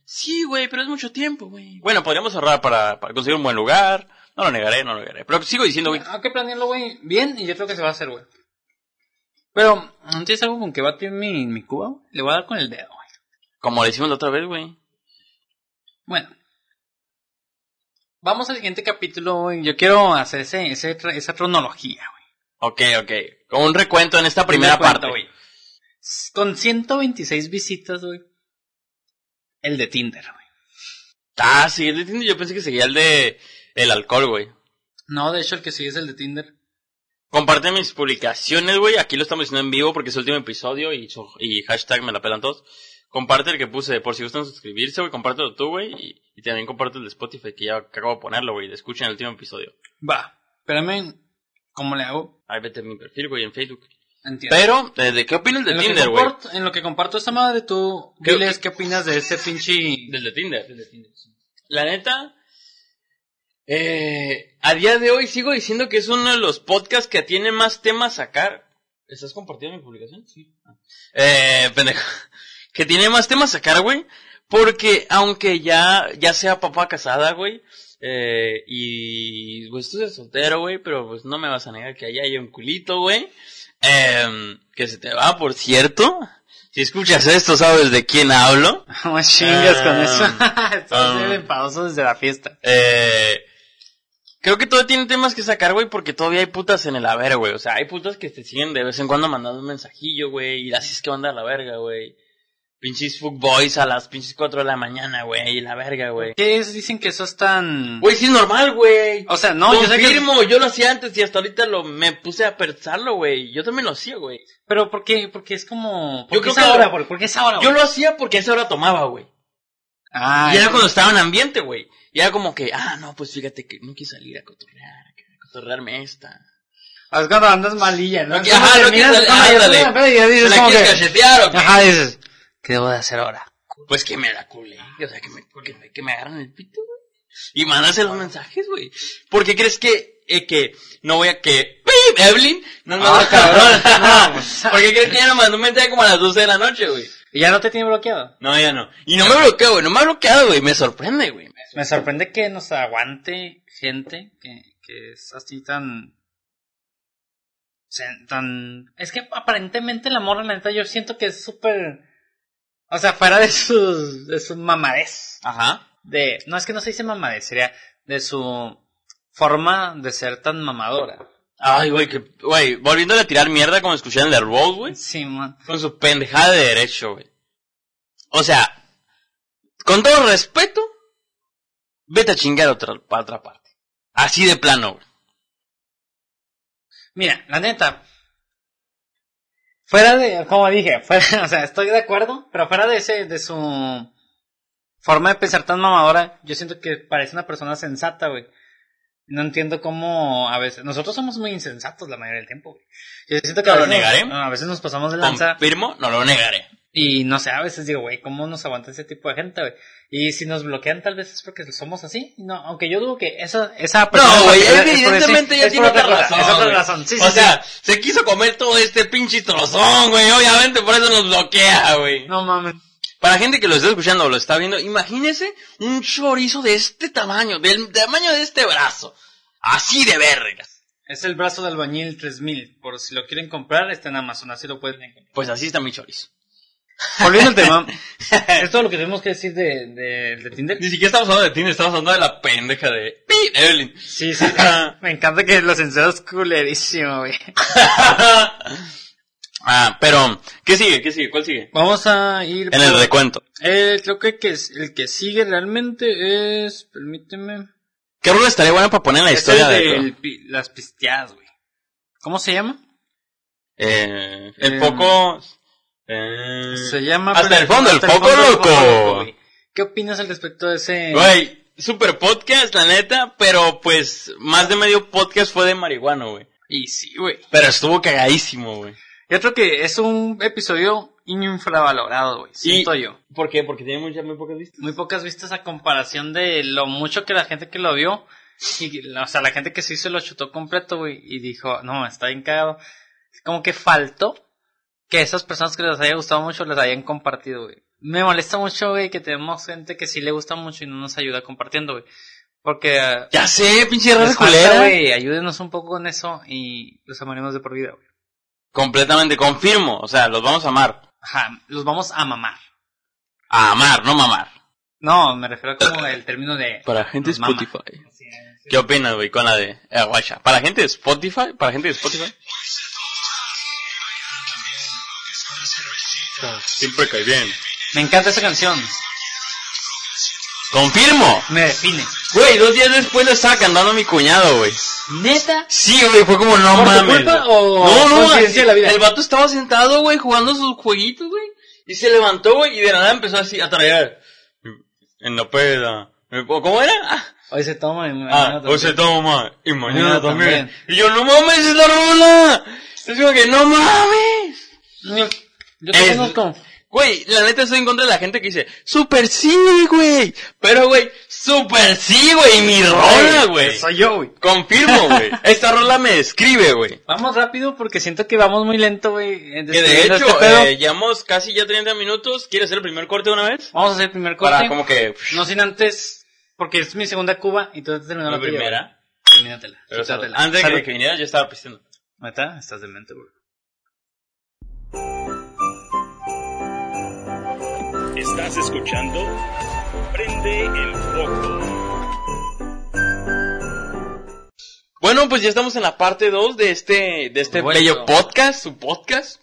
A: Sí, güey, pero es mucho tiempo, güey. Bueno, podríamos ahorrar para, para conseguir un buen lugar. No lo negaré, no lo negaré. Pero sigo diciendo, güey.
B: Hay que planearlo, Ah, güey, bien y yo creo que se va a hacer, güey. Pero, ¿no tienes algo con que bate en mi, mi cuba? güey? Le voy a dar con el dedo, güey.
A: Como le hicimos la otra vez, güey.
B: Bueno. Vamos al siguiente capítulo, güey. Yo quiero hacer ese, ese tra- esa cronología, güey.
A: Ok, ok. Con un recuento en esta primera
B: Me cuento,
A: parte.
B: güey. Con 126 visitas, güey. El de Tinder, güey.
A: Ah, sí, el de Tinder yo pensé que seguía el de el alcohol, güey.
B: No, de hecho, el que sigue es el de Tinder.
A: Comparte mis publicaciones, güey. Aquí lo estamos haciendo en vivo porque es el último episodio y, so- y hashtag me la pelan todos. Comparte el que puse, por si gustan suscribirse, güey. Compártelo tú, güey. Y, y también comparte el de Spotify que ya acabo de ponerlo, güey. Escuchen el último episodio.
B: Va. Espérame, ¿cómo le hago?
A: Ahí vete a mi perfil, güey, en Facebook.
B: Entiendo.
A: Pero, eh, ¿de qué opinas del
B: en, lo que
A: Tinder, güey?
B: comparto- en lo que comparto esta madre, tú
A: ¿Qué-
B: diles qué opinas de este pinche...
A: (laughs) Del de Tinder. La neta, eh, a día de hoy sigo diciendo que es uno de los podcasts que tiene más temas a sacar. ¿Estás compartiendo mi publicación? Sí. Ah. Eh, pendejo. (laughs) Que tiene más temas a sacar, güey. Porque aunque ya, ya sea papá casada, güey. Eh, y pues tú eres soltero, güey, pero pues no me vas a negar que ahí hay un culito, güey. Em, que se te va, por cierto. Si escuchas esto, sabes de quién hablo.
B: ¿Cómo Ah, chingas con eso? (laughs)
A: Ah,
B: Estás
A: ah.
B: bien enfadoso desde la fiesta.
A: Eh, creo que todavía tienen temas que sacar, güey, porque todavía hay putas en el haber, güey. O sea, hay putas que te siguen de vez en cuando mandando un mensajillo, güey, y así es que onda a la verga, güey. Pinches fuckboys a las pinches 4 de la mañana, güey, y la verga, güey.
B: ¿Qué es? Dicen que eso es tan...
A: Güey, sí es normal, güey.
B: O sea, no, yo sé que...
A: Confirmo, yo, lo hacía antes y hasta ahorita lo me puse a pensarlo, güey. Yo también lo hacía, güey.
B: Pero ¿por qué? Porque es como... ¿Por
A: Yo
B: qué
A: creo
B: es
A: que-
B: ahora? güey? ¿Por qué es ahora?
A: Yo
B: güey?
A: lo hacía porque a esa hora tomaba, güey.
B: Ah,
A: Y
B: es-
A: era cuando estaba en ambiente, güey. Y era como que, ah, no, pues fíjate que no quise salir a cotorrear, a cotorrearme esta.
B: es cuando andas malilla, ¿no?
A: Lo que- ajá, lo que- ándale.
B: Y ya
A: ¿Se
B: dices
A: la
B: como
A: quieres
B: que...
A: cachetear o qué?
B: Ajá, dices... ¿Qué debo de hacer ahora?
A: Pues que me la culé. O sea, que me, que, me- que me agarran el pito, güey. Y mandarse los mensajes, güey. ¿Por qué crees que, eh, que no voy a que... ¡Pip! Evelyn nos mandó
B: Ah,
A: (laughs)
B: cabrón. No, pues.
A: cabrón. ¿Por qué crees que ella nos mandó un mensaje como a las 12 de la noche, güey?
B: ¿Y ya no te tiene bloqueado?
A: No, ya no. Y no me bloqueó, güey. No me ha bloqueado, güey. Me sorprende, güey.
B: Me sorprende que nos aguante gente que, que es así tan... sen- tan... Es que aparentemente la morra, la neta, yo siento que es súper... O sea, fuera de sus, de sus mamadez.
A: Ajá.
B: De, no, es que no se dice mamadez, sería de su forma de ser tan mamadora.
A: Ay, güey, que... Güey, volviéndole a tirar mierda como escuché en The Road, güey.
B: Sí, man.
A: Con su pendejada de derecho, güey. O sea, con todo respeto, vete a chingar a otra, para otra parte. Así de plano, güey.
B: Mira, la neta. Fuera de, como dije, fuera, (laughs) o sea, estoy de acuerdo, pero fuera de ese, de su forma de pensar tan mamadora, yo siento que parece una persona sensata, güey. No entiendo cómo a veces, nosotros somos muy insensatos la mayoría del tiempo, güey. Yo siento que a
A: No lo
B: veces,
A: negaré.
B: a veces nos pasamos de lanza
A: Confirmo, no lo negaré.
B: y no sé, a veces digo, güey, ¿cómo nos aguanta ese tipo de gente, güey? Y si nos bloquean tal vez es porque somos así, no, aunque yo dudo que esa, esa persona en
A: No, güey,
B: particular es por
A: evidentemente
B: decir-
A: ya
B: es por
A: tiene otra
B: cosa,
A: razón.
B: Es otra
A: güey.
B: razón, sí, sí,
A: o
B: sí.
A: sea, se quiso comer todo este pinche trozón, güey. Obviamente por eso nos bloquea, güey.
B: No mames.
A: Para gente que lo está escuchando o lo está viendo, imagínese un chorizo de este tamaño, del tamaño de este brazo. Así de vergas.
B: Es el brazo de albañil 3000. Por si lo quieren comprar, está en Amazon. Así lo pueden encontrar.
A: Pues así está mi chorizo.
B: Volviendo al tema. (laughs) es todo lo que tenemos que decir de, de, de Tinder.
A: Ni siquiera estamos hablando de Tinder, estamos hablando de la pendeja de ¡Pi! Evelyn.
B: Sí, (laughs) sí. Me encanta que lo censuras culerísimo, güey.
A: (laughs) ah, pero, ¿qué sigue? ¿Qué sigue? ¿Cuál sigue?
B: Vamos a ir...
A: En el
B: por-
A: recuento.
B: Eh, creo que, que es- el que sigue realmente es... Permíteme.
A: ¿Qué rola estaría buena para poner en la
B: Es el
A: historia de...
B: del pi- las pisteadas, güey. ¿Cómo se llama?
A: Eh, el
B: Em,
A: poco... Eh,
B: Se llama...
A: Hasta
B: pero-
A: el fondo, el foco
B: del
A: loco.
B: güey. ¿Qué opinas al respecto de ese...?
A: Güey, super podcast, la neta, pero pues más de medio podcast fue de marihuana, güey.
B: Y sí, güey.
A: Pero estuvo cagadísimo, güey.
B: Yo creo que es un episodio infravalorado, güey. Siento yo.
A: ¿Por qué? Porque tiene muchas, muy pocas vistas.
B: Muy pocas vistas a comparación de lo mucho que la gente que lo vio. Y, o sea, la gente que sí se lo chutó completo, güey. Y dijo, no, está bien cagado. Como que faltó que esas personas que les haya gustado mucho les hayan compartido, güey. Me molesta mucho, güey, que tenemos gente que sí le gusta mucho y no nos ayuda compartiendo, güey. Porque... eh,
A: Ya sé, pinche raza
B: les falta,
A: culera.
B: güey, ayúdenos un poco con eso y los amaremos de por vida, güey.
A: Completamente, confirmo. O sea, los vamos a amar.
B: Ajá, los vamos a mamar.
A: A amar, no mamar.
B: No, me refiero como el término de...
A: Para gente
B: Nos mama.
A: Spotify. ¿Qué opinas, güey, con la de eh, guacha? ¿Para gente de Spotify? ¿Para gente de Spotify? Ah, Siempre cae bien.
B: Me encanta esa canción.
A: ¡Confirmo!
B: Me define.
A: Güey, dos días después lo estaba cantando mi cuñado, güey.
B: ¿Neta?
A: Sí, güey, fue como no
B: ¿Por tu
A: mames.
B: culpa
A: güey.
B: o
A: no, no,
B: coincidencia de la vida?
A: El vato estaba sentado, güey, jugando sus jueguitos, güey. Y se levantó, güey, y de la nada empezó así a traer. En la peda. ¿O ¿Cómo era? Ah,
B: Hoy se toma y mañana
A: Ah,
B: también.
A: hoy se toma y mañana
B: Mañana
A: también.
B: también.
A: Y yo, no mames, es la rola. Es como que, no mames.
B: Yo yo
A: Es-
B: te conozco.
A: Güey, la neta estoy en contra de la gente que dice, super sí, güey. Pero, güey, super sí, güey, mi rola, güey.
B: Soy yo, güey.
A: Confirmo, güey. (laughs) Esta rola me describe, güey.
B: Vamos rápido porque siento que vamos muy lento, güey. en
A: Que de
B: describiendo
A: hecho,
B: este pedo.
A: eh, llevamos casi ya 30 minutos. ¿Quieres hacer el primer corte de una vez?
B: Vamos a hacer el primer corte.
A: Para como que...
B: No sin antes, porque es mi segunda cuba y tú ya te terminó
A: la
B: la tuya, güey.
A: primera.
B: Termínatela.
A: Pero salud.
B: chútatela.
A: antes de
B: Salud.
A: que, que vinieras yo estaba pisteando.
B: ¿Neta? Estás demente, güey.
C: ¿Estás escuchando? Prende el foco.
A: Bueno, pues ya estamos en la parte 2 de este, de este
B: Bueno.
A: bello podcast, su podcast.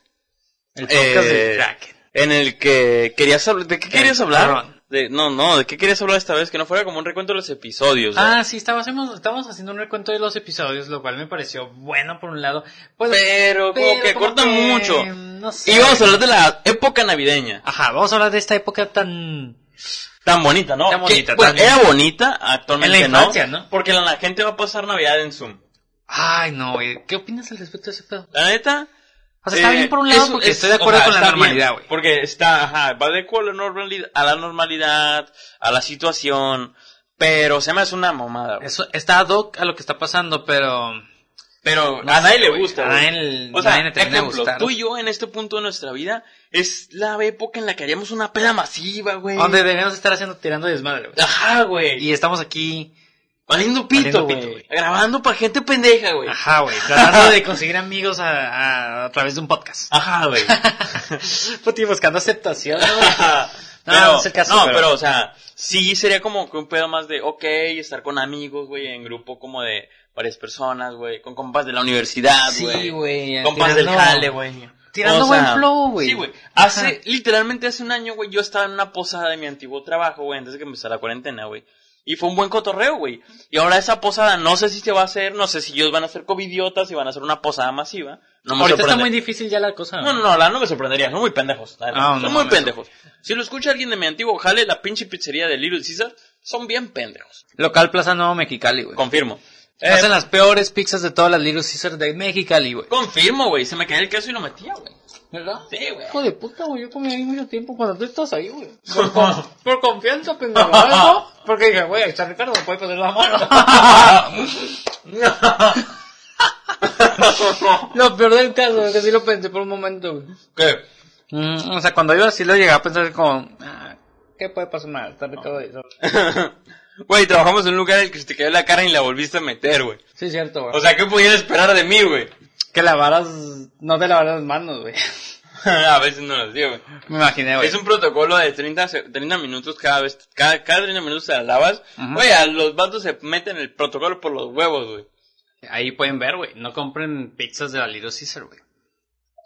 B: El podcast
A: Eh,
B: del Kraken.
A: En el que querías hablar. ¿De qué
B: Ah,
A: querías hablar?
B: cabrón.
A: De, no, no, ¿de qué querías hablar esta vez? Que no fuera como un recuento de los episodios. ¿no?
B: Ah, sí, estábamos, estábamos haciendo un recuento de los episodios, lo cual me pareció bueno por un lado. Pues,
A: Pero como que corta mucho.
B: No sé.
A: y vamos a hablar de la época navideña.
B: Ajá, vamos a hablar de esta época tan...
A: Tan bonita, ¿no?
B: Tan
A: Que,
B: bonita,
A: bueno,
B: tan
A: era
B: bonita.
A: bonita, actualmente
B: En la infancia, ¿no?
A: Porque la, la gente va a pasar Navidad en Zoom.
B: Ay, no, güey. ¿Qué opinas al respecto de ese pedo?
A: La neta.
B: O sea, está
A: eh,
B: bien por un lado
A: es-
B: porque
A: es-
B: estoy de acuerdo
A: o sea,
B: con la
A: está bien,
B: normalidad, güey.
A: Porque está, ajá, va de acuerdo a la normalidad, a la, normalidad, a la situación. Pero se me hace una mamada, güey.
B: Eso está ad hoc a lo que está pasando, pero...
A: Pero
B: No
A: a
B: sé,
A: nadie le
B: güey.
A: gusta.
B: A
A: güey.
B: nadie-
A: o sea,
B: nadie le termina de
A: ejemplo,
B: gustar.
A: tú y yo en este punto de nuestra vida es la época en la que haríamos una peda masiva, güey.
B: Donde debemos estar haciendo tirando desmadre, güey.
A: Ajá, güey.
B: Y estamos aquí...
A: Valiendo pito,
B: Valiendo pito,
A: güey. Grabando para gente pendeja, güey.
B: Ajá, güey. Tratando de conseguir amigos a, a- a través de
A: (laughs)
B: un podcast.
A: Ajá,
B: (laughs)
A: güey.
B: Puti, buscando aceptación, No,
A: pero,
B: no es el caso,
A: no, pero...
B: pero-
A: o sea, sí sería como que un pedo más de, ok, estar con amigos, güey, en grupo como de varias personas, güey, con compas de la universidad, güey.
B: güey.
A: Compas del
B: tirando-
A: jale, güey.
B: Tirando buen flow, güey.
A: Sí, güey.
B: Ajá.
A: Hace, literalmente hace un año, güey, yo estaba en una posada de mi antiguo trabajo, güey, antes de que empezara la cuarentena, güey. Y fue un buen cotorreo, güey. Y ahora esa posada no sé si se va a hacer, no sé si ellos van a ser covidiotas y van a hacer una posada masiva. No me
B: Ahorita está
A: sorprende.
B: muy difícil ya la cosa.
A: No, no, no, la no me sorprendería, son muy pendejos. la neta,
B: Ah,
A: son
B: no
A: muy
B: mames.
A: pendejos. Si lo escucha alguien de mi antiguo jale, la pinche pizzería de Little Caesar, son bien pendejos.
B: Local Plaza Nuevo Mexicali, güey.
A: Confirmo. Eh,
B: Hacen las peores pizzas de todas las Little Caesar de Mexicali, güey.
A: confirmo, güey. Se me caía el queso y lo metía, güey.
B: ¿Verdad?
A: Sí, güey.
B: Hijo de puta, güey. Yo comí ahí mucho tiempo cuando tú estás ahí, (laughs) güey.
A: Por con-
B: confianza,
A: pendejo, ¿no?
B: (laughs) ¿no? Porque dije, güey, ahí está Ricardo, me puede poner la mano. (laughs) lo peor del caso es que sí lo pensé por un momento, güey.
A: ¿Qué?
B: Mm, o sea, cuando yo así lo llegaba a pensar como, ah, ¿qué puede pasar mal? Está Ricardo ahí. ¿sabes?
A: Güey, trabajamos en un lugar en el que se te cayó la cara y la volviste a meter, güey.
B: Sí, es cierto, güey.
A: O sea, ¿qué podías esperar de mí, güey? (laughs)
B: que lavaras, no te lavaras las manos, güey. (laughs)
A: a veces no lo digo, güey.
B: Me imaginé, güey.
A: Es un protocolo de 30, se- 30 minutos cada vez, cada, cada 30 minutos te la lavas.
B: Ajá.
A: Güey, a los vatos se meten el protocolo por los huevos, güey.
B: Ahí pueden ver, güey. No compren pizzas de la Little Caesar, güey.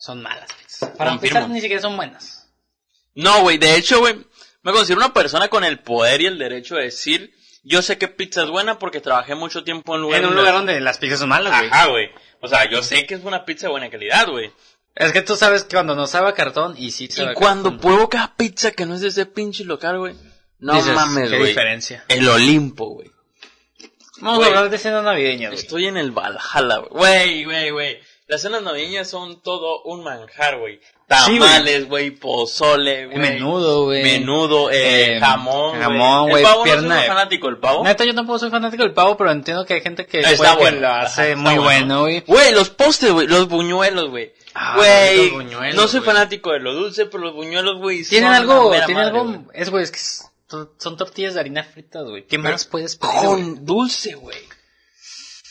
B: Son malas pizzas.
A: Para
B: Para
A: Confirmo.
B: empezar,
A: empezar, ni
B: ni siquiera son buenas.
A: No, güey, de hecho, güey, me considero una persona con el poder y el derecho de decir, yo sé que pizza es buena porque trabajé mucho tiempo en,
B: En un
A: donde-
B: lugar donde las pizzas son malas, güey.
A: Ajá, güey. O sea, yo sé que es una pizza de buena calidad, güey.
B: Es que tú sabes que cuando no sabe a cartón y sí
A: Y
B: sabe a
A: cuando
B: cartón.
A: pruebo cada pizza que no es de ese pinche local, güey. No
B: Dices,
A: mames,
B: qué
A: güey.
B: diferencia.
A: El Olimpo, güey.
B: Vamos
A: Güey.
B: a hablar de cenas navideñas, güey.
A: Estoy en el Valhalla, güey. Güey, güey, güey. Las cenas navideñas son todo un manjar, güey.
B: Sí, güey.
A: Tamales, güey, pozole, güey.
B: Menudo, güey.
A: Menudo, eh,
B: Eh,
A: jamón,
B: jamón, güey,
A: El pavo
B: pierna
A: no soy
B: de-
A: muy fanático, el pavo.
B: Neta, yo tampoco soy fanático del pavo, pero entiendo que hay gente que, puede
A: Está
B: que
A: bueno.
B: lo hace
A: Ajá,
B: muy
A: está
B: bueno, güey.
A: Güey, los postres, güey, los buñuelos, güey.
B: Ah,
A: Güey,
B: los buñuelos,
A: no soy
B: güey.
A: fanático de lo dulce, pero los buñuelos, güey,
B: Tienen
A: son la
B: algo,
A: mera
B: tienen
A: madre,
B: algo,
A: güey.
B: es güey, es que es- to- son tortillas de harina fritas, güey. ¿Qué más puedes pedir? güey?
A: Con dulce, güey.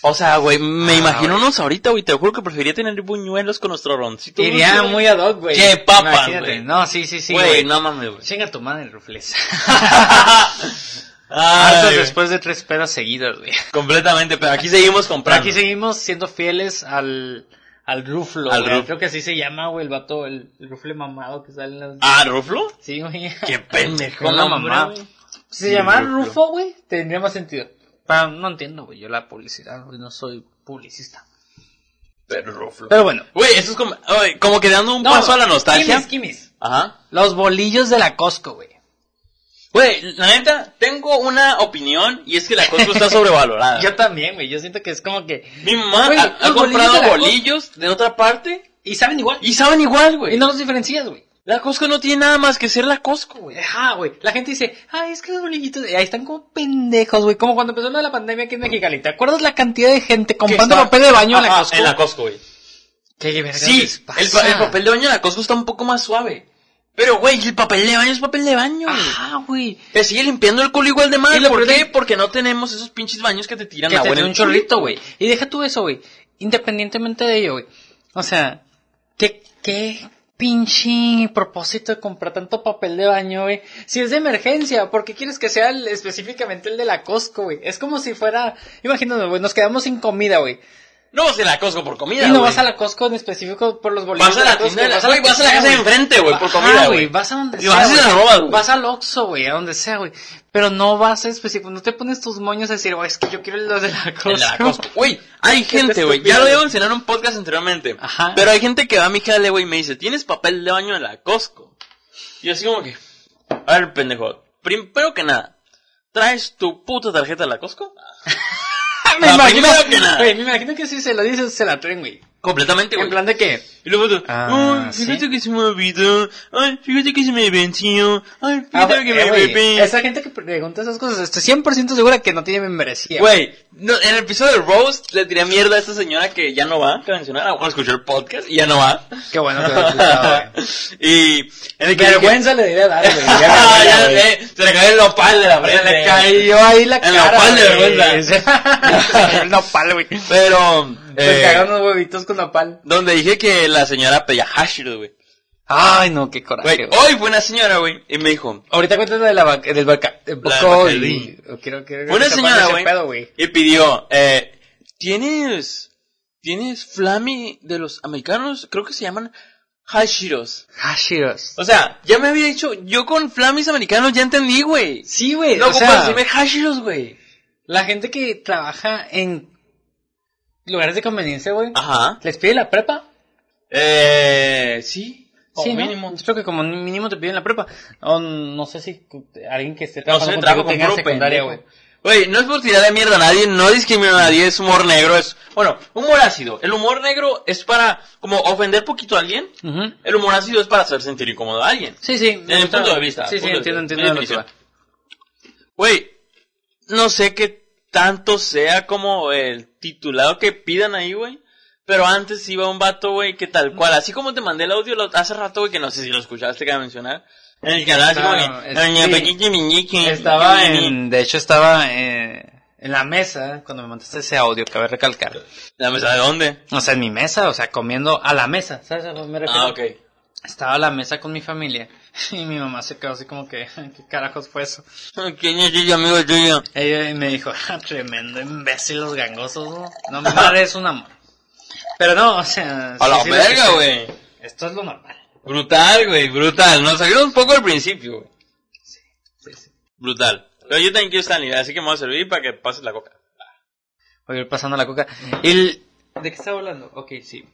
A: O sea, güey, me
B: Ah,
A: imagino
B: güey.
A: unos ahorita, güey, te juro que preferiría tener buñuelos con nuestro roncito. dulce,
B: Iría
A: güey.
B: muy ad hoc, güey.
A: Che, papas,
B: Imagínate.
A: güey.
B: No, sí, sí, sí,
A: Güey,
B: güey.
A: no mames, (laughs) güey.
B: Chinga tu madre, Rufles. (laughs)
A: Ay,
B: Hartos
A: Ah, güey.
B: después de tres pedas seguidas, güey.
A: completamente, pero aquí seguimos
B: Pero
A: comprando.
B: aquí seguimos siendo fieles al, al Ruflo,
A: Al
B: güey.
A: Ruf-
B: Creo que así se llama, güey, el vato, el, el Rufle mamado que sale en las...
A: Ah, ¿Ruflo?
B: Sí, güey.
A: Qué pendejo,
B: Con la
A: hombre,
B: mamá.
A: güey.
B: Si se
A: Sí,
B: llamara
A: Ruflo.
B: Rufo, güey, tendría más sentido. Pero no entiendo, güey, yo la publicidad, güey, no soy publicista.
A: Pero Ruflo.
B: Pero bueno.
A: Güey, eso es como, ay, como que dando un
B: No,
A: paso a la nostalgia.
B: Kimis, Kimis.
A: Ajá.
B: Los bolillos de la Costco, güey.
A: Güey, la neta, tengo una opinión y es que la Costco está
B: (laughs)
A: sobrevalorada.
B: Yo también, güey, yo siento que es como que...
A: Mi mamá
B: Güey,
A: ha,
B: los
A: ha
B: bolillos
A: comprado
B: de la
A: bolillos de otra parte
B: Y saben igual.
A: y saben igual,
B: Y
A: güey.
B: no los diferencias, güey.
A: La Costco no tiene nada más que ser la Costco, güey.
B: Ajá, güey. La gente dice, ay, es que los bolillitos, ahí están como pendejos, güey. Como cuando empezó lo de la pandemia aquí en Mexicali. ¿Te acuerdas la cantidad de gente comprando
A: está-
B: papel de baño en la
A: Ajá,
B: Costco?
A: En la Costco, güey.
B: ¿Qué verga
A: Sí,
B: les
A: el,
B: pasa?
A: pa- el papel de baño de la Costco está un poco más suave. Pero, güey, el papel de baño es papel de baño, güey.
B: Ajá, güey.
A: Te sigue limpiando el culo igual de mal.
B: Y lo
A: ¿Por
B: peor
A: qué?
B: de-
A: Porque no tenemos esos pinches baños que te tiran
B: Que
A: agua
B: te
A: en
B: dé
A: el
B: un
A: culo,
B: chorrito, güey. Y deja tú eso, güey. Independientemente de ello, güey. O sea, ¿qué, qué pinche propósito de comprar tanto papel de baño, güey? Si es de emergencia, ¿por qué quieres que sea el- específicamente el de la Costco, güey? Es como si fuera... Imagínate, güey, nos quedamos sin comida, güey.
A: No vas a la Costco por comida,
B: Y no
A: güey.
B: vas a la Costco en específico por los bolillos.
A: Vas a la
B: Costco,
A: tienda de la- güey, vas a la
B: tienda,
A: casa de
B: güey.
A: enfrente, güey, por
B: Ajá,
A: comida, güey.
B: Vas a donde
A: Y
B: sea.
A: vas y
B: güey.
A: la robas, güey.
B: Vas al Oxxo, güey, a donde sea, güey. Pero no vas a específico, no te pones tus moños a decir, "Oh, es que yo quiero los de la Costco.
A: En la Costco. Güey, hay
B: Qué
A: gente, güey. Ya
B: estupidez.
A: lo había mencionado en un podcast anteriormente.
B: Ajá.
A: Pero hay gente que va a mi jale, güey, y me dice, ¿tienes papel de baño en la Costco? Y así como que, a ver, pendejo. Primero que nada, ¿traes tu puta tarjeta de la Costco?
B: (laughs) me
A: La
B: imagino
A: primera que nada.
B: Güey, me imagino que si se lo dices, se la traen, güey.
A: Completamente,
B: En
A: güey.
B: plan de que,
A: Y luego tú,
B: Ah,
A: ay, fíjate
B: ¿sí?
A: que se me olvidó. Ay, fíjate que se me venció. Ay,
B: ah,
A: fíjate que
B: eh,
A: me
B: güey,
A: bebé.
B: esa gente que pregunta esas cosas, estoy 100% segura que no tiene membresía.
A: Güey, no, en el episodio de Roast le tiré mierda a esta señora que ya no va, que mencionaba, bueno, escuchó el podcast y ya no va.
B: Qué bueno que
A: (laughs)
B: lo escuchaba, güey.
A: y en el que (laughs)
B: Vergüenza le diría dar, güey. Ya me
A: Ah,
B: duele,
A: ya
B: güey.
A: sé, se le cayó el nopal de la
B: Se
A: frente.
B: le cayó ahí la
A: En
B: cara.
A: la pal de
B: güey.
A: vergüenza.
B: Se le cayó (laughs) el nopal, güey. Se
A: Pero, eh,
B: cagaron unos huevitos con nopal.
A: donde dije que la señora pedía hashiru, güey.
B: Ay, no, Ah, qué
A: Güey,
B: coraje, güey. oh,
A: hoy fue una señora, güey, y me dijo,
B: Ahorita cuéntanos de la vaca, del vaca, del
A: La
B: bocó
A: vaca
B: y- o Quiero, quiero,
A: fue una
B: sepan
A: señora,
B: ese
A: güey,
B: pedo, güey.
A: y pidió, eh, ¿tienes, tienes flammy de los americanos? Creo que se llaman hashiros.
B: Hashiros.
A: O sea, ya me había dicho, yo con flammies americanos ya entendí, güey.
B: Sí, güey.
A: No
B: o sea,
A: ocupas decirme hashiros, güey.
B: la gente que trabaja en lugares de conveniencia, güey,
A: Ajá.
B: les pide la prepa.
A: Eh, sí. como
B: sí, ¿no?
A: mínimo.
B: Yo creo que como mínimo te piden la prepa. O no sé si cu- alguien que esté
A: No sé,
B: trabajando
A: trabajo
B: contigo
A: con
B: tenga
A: puro
B: secundaria,
A: pendejo.
B: güey.
A: Güey, no es por tirar de mierda a nadie, no discrimino a nadie, es humor negro, es... Bueno, humor ácido. El humor negro es para, como, ofender poquito a alguien.
B: Ujú.
A: El humor ácido es para hacer sentir incómodo a alguien.
B: Sí, sí.
A: Desde
B: me
A: mi
B: gusta.
A: Eh, punto de vista.
B: Sí, sí,
A: punto de vista,
B: entiendo, entiendo
A: mi
B: lo que va.
A: definición. Güey, no sé qué tanto sea como el titulado que pidan ahí, güey. Pero antes iba un vato, güey, que tal cual. Así como te mandé el audio lo- hace rato, güey, que no sé si lo escuchaste que iba a mencionar. En el canal, así como
B: No,
A: que,
B: es-
A: "Doña
B: sí.
A: Pequiña Miñique".
B: Estaba en, de hecho estaba eh, en la mesa cuando me mandaste ese audio, cabe recalcar.
A: La mesa de dónde?
B: O sea, en mi mesa, o sea, comiendo a la mesa, ¿sabes? A lo que me refiero?
A: Ah, ok.
B: Estaba a la mesa con mi familia (laughs) y mi mamá se quedó así como que, ¿qué carajos fue eso?
A: (laughs) ¿Quién es ese amigo tuyo?
B: Ella me dijo, "Ja, tremendo imbécil los gangosos, ¿no? No, mi madre es un amor. Pero no, o sea...
A: A
B: sí,
A: la
B: sí, lo que
A: verga,
B: sea.
A: güey.
B: Esto es lo normal.
A: Brutal, güey, brutal. Nos salió un poco al principio, güey. Brutal. Pero yo también quiero estar libre, así que me voy a servir para que pases la coca.
B: Voy a ir pasando la coca. El... ¿De qué estaba hablando? Ok, sí.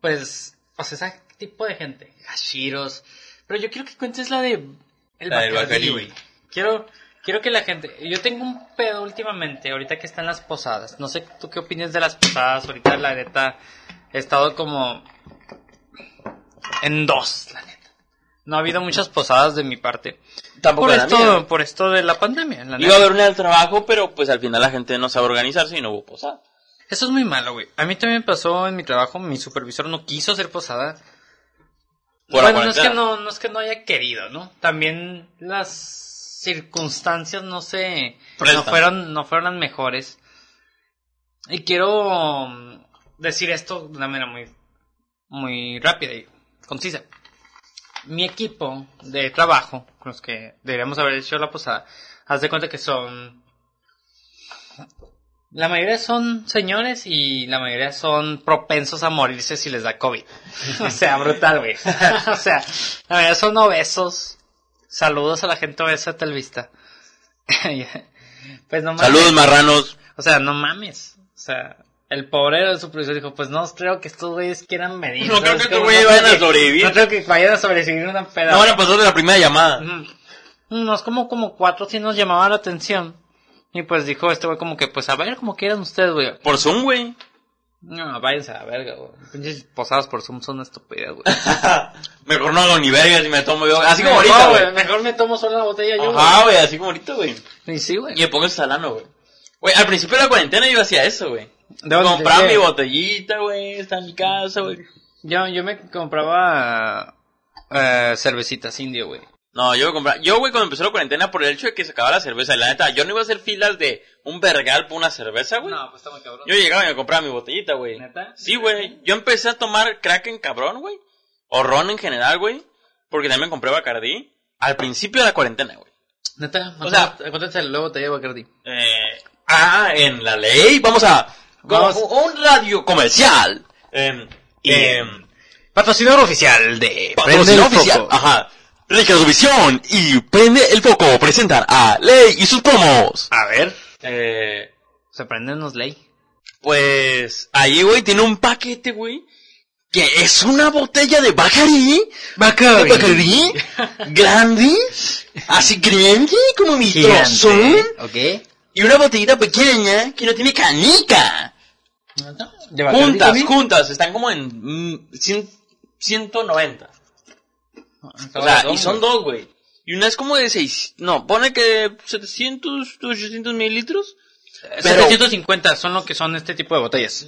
B: Pues O sea, ese tipo de gente. Hashiros. Pero yo quiero que cuentes la de. El
A: La del
B: Bacardí,
A: Bacardí.
B: güey. Quiero, quiero que la gente. Yo tengo un pedo últimamente, ahorita que están las posadas. No sé tú qué opinas de las posadas. Ahorita, la neta, he estado como. En dos, la neta. No ha habido muchas posadas de mi parte.
A: Tampoco
B: Por
A: era
B: esto,
A: mía.
B: por esto de la pandemia,
A: Iba
B: la
A: a
B: neta.
A: haber una del trabajo, pero pues al final la gente no sabe organizarse y no hubo posada.
B: Eso es muy malo, güey. A mí también me pasó en mi trabajo, mi supervisor no quiso hacer posada.
A: Por la
B: bueno, no es, que
A: cuarentena.
B: no, no es que no haya querido, ¿no? También las circunstancias no se... No
A: Prestan.
B: fueron, no fueron las mejores. Y quiero mm, decir esto de una manera muy, muy rápida y concisa. Mi equipo de trabajo, con los que deberíamos haber hecho la posada, haz de cuenta que son... La mayoría son señores y la mayoría son propensos a morirse si les da COVID. (laughs) O sea, brutal, güey. (laughs) o sea, la mayoría son obesos. Saludos a la gente obesa de Telvista. (laughs) pues no mames.
A: Saludos, marranos.
B: O sea, no mames. O sea, el pobre de su producción dijo, pues no creo que estos güeyes quieran venir.
A: No creo
B: ¿sabes
A: que
B: cómo?
A: estos güeyes
B: No
A: vayan
B: creo
A: a
B: que-
A: sobrevivir.
B: No creo que vayan a sobrevivir una peda.
A: No van a pasar de la primera llamada.
B: Ujú. No, es como, como cuatro sí nos llamaba la atención. Y pues dijo este güey como que, pues a ver como quieran ustedes, güey.
A: Por Zoom, güey.
B: No, váyanse a la verga, güey. Pinches posadas por Zoom son una estupidez, (laughs) güey.
A: Mejor no hago ni vergas y me tomo yo. Así como ahorita,
B: Mejor,
A: güey.
B: Mejor me tomo solo la botella yo,
A: Ajá, güey, así como ahorita, güey.
B: güey. Y sí, güey.
A: Y me pongo el salano, güey. Güey, al principio de la cuarentena yo hacía eso, güey.
B: ¿De dónde?
A: Compraba
B: ¿De qué?
A: mi botellita, güey, está en mi casa, güey.
B: Yo, yo me compraba eh, cervecitas indio, güey.
A: No, yo compraba. Yo, güey, cuando empezó la cuarentena, por el hecho de que se acababa la cerveza, la neta, yo no iba a hacer filas de un vergal por una cerveza, güey.
B: pues está muy cabrón.
A: Yo llegaba y me compraba mi botellita, güey.
B: ¿Neta?
A: Sí, güey. Yo empecé a tomar Kraken cabrón, güey. O ron en general, güey. Porque también compré Bacardí. Al principio de la cuarentena, güey.
B: ¿Neta?
A: O sea-
B: ¿cuánto te la botella de Bacardi?
A: Eh, ah, en la ley. Vamos a.
B: Vamos.
A: con Un radio comercial. Em,
B: Y-
A: em,
B: Patrocinador oficial de
A: Patrocinador oficial. Ajá. Radiovisión y Prende el Foco presentan a Ley y sus promos.
B: A ver.
A: Eh,
B: Se nos ley.
A: pues ahí, güey, tiene un paquete, güey. Que es una botella de Bacardi. (laughs)
B: Bacardi.
A: De Bacardi. grande. Así grande como mi trozón.
B: ¿Ok?
A: Y una botellita pequeña que no tiene canica.
B: ¿De
A: Juntas, juntas. Están como en mm, cien- 190. O sea, y son dos, güey. Y una es como de seis... No, pone que 700, 800 mililitros. pero-
B: 750 Eh, son lo que son este tipo de botellas.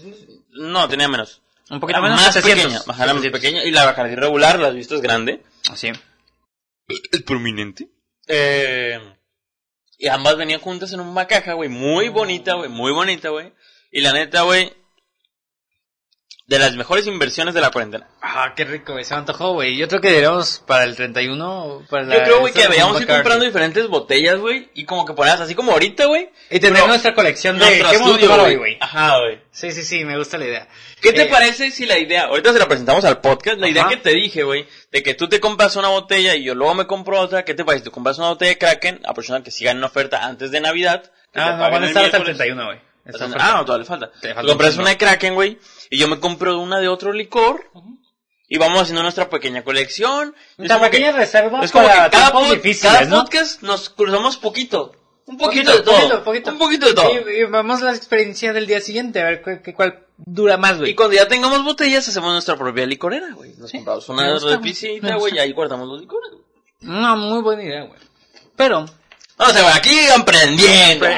A: No, tenía menos.
B: Un
A: Era
B: poquito menos.
A: Ah, más
B: 700.
A: pequeña. Ajá, era más pequeña. Y la Bacardi regular, la has visto, es grande.
B: Así.
A: El prominente. Eh, y ambas venían juntas en una caja, güey.
B: Ah.
A: Muy bonita, güey. Muy bonita, güey. Y la neta, güey. De las mejores inversiones de la cuarentena.
B: Ah, qué rico, güey. Se me antojó, güey. Yo creo que deberíamos para el 31. o Para la-
A: Yo creo, güey,
B: esa
A: que deberíamos ir
B: Bacardi.
A: comprando diferentes botellas, güey. Y como que ponerlas así como ahorita, güey.
B: Y tener
A: Pero-
B: nuestra colección de.
A: Nuestro
B: ¿Qué hemos
A: estudio,
B: llevado hoy, güey?
A: Ajá, güey.
B: Sí, sí, sí, me gusta la idea.
A: ¿Qué te
B: Eh,
A: parece si la idea, ahorita se la presentamos al podcast, la idea
B: Ajá.
A: que te dije, güey, de que tú te compras una botella y yo luego me compro otra, ¿qué te parece? Tú compras una botella de Kraken, a personas que sigan en oferta antes de Navidad. que te
B: Ah, no,
A: paguen
B: van a
A: el
B: estar hasta el
A: miércoles.
B: 31, güey. Esta
A: Hasta-
B: oferta.
A: Ah, no, todavía le falta.
B: Te falta
A: Tú compras
B: un
A: una de Kraken, güey, y yo me compro una de otro licor, y vamos haciendo nuestra pequeña colección. Y es
B: Esta
A: como que-
B: pequeña reserva
A: es como que cada,
B: para tiempos
A: pod- cada
B: difíciles, ¿no?
A: podcast nos cruzamos poquito. Un poquito,
B: Poquito,
A: de todo.
B: poquito, poquito.
A: Un poquito de todo.
B: Y, y vamos a la experiencia del día siguiente, a ver cu- cu- cuál dura más,
A: Y
B: güey.
A: cuando ya tengamos botellas, hacemos nuestra propia licorera, güey. Nos
B: Sí.
A: compramos
B: Me
A: una
B: gusta, güey. Me
A: repisita,
B: gusta.
A: güey, y ahí guardamos los licores, güey.
B: No, muy buena idea, güey. Pero,
A: O sea, güey, aquí emprendiendo,
B: Empre-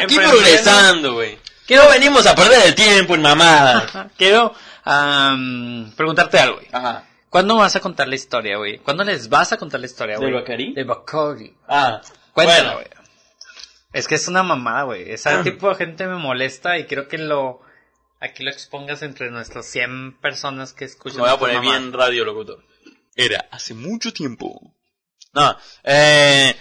A: aquí
B: emprendiendo.
A: progresando, güey. Que no venimos a perder el tiempo en mamadas.
B: quiero am, preguntarte algo, güey.
A: Ajá.
B: ¿Cuándo vas a contar la historia, güey? ¿Cuándo les vas a contar la historia,
A: ¿Del
B: güey?
A: Bacardí?
B: De Bacardi.
A: Ah,
B: Cuéntala,
A: bueno,
B: güey. Es que es una mamada,
A: (clears throat)
B: güey. Ese tipo de gente me molesta y quiero que lo... Aquí lo expongas entre nuestros 100 personas que escuchan.
A: me voy a
B: esta
A: poner
B: mamada.
A: bien radiolocutor. Era hace mucho tiempo. No, eh,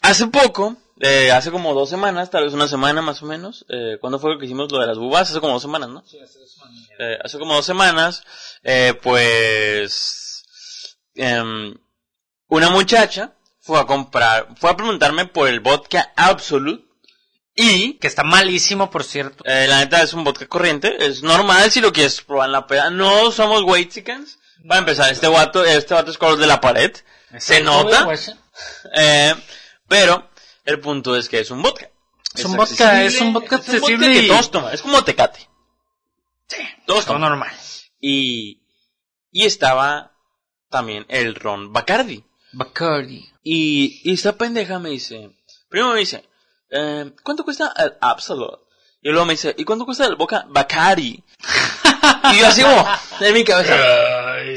A: hace poco, eh, hace como dos semanas, tal vez una semana más o menos, eh, ¿cuándo fue que hicimos lo de las bubas? Hace como dos semanas, ¿no? eh, hace como dos semanas, eh, pues em, una muchacha fue a comprar, fue a preguntarme por el vodka Absolute y
B: Que está malísimo, por cierto.
A: eh, la neta es un vodka corriente, es normal si lo quieres probar en la peda, no somos Weitzicans, Para empezar, este vato, este vato es color de la pared. Se nota.
B: pues.
A: Eh, pero el punto es que es un vodka.
B: Es un vodka, es un
A: Es un vodka
B: vodka accesible
A: que
B: y-
A: todos toman. Es como tecate. Sí, todos
B: Todo
A: toman.
B: normal.
A: Y, y estaba también el ron Bacardi.
B: Bacardi.
A: Y, y esta pendeja me dice, primero me dice, eh, ¿cuánto cuesta el Absolut? Y luego me dice, ¿y cuánto cuesta el Boca Bacari? y yo así como, en mi cabeza,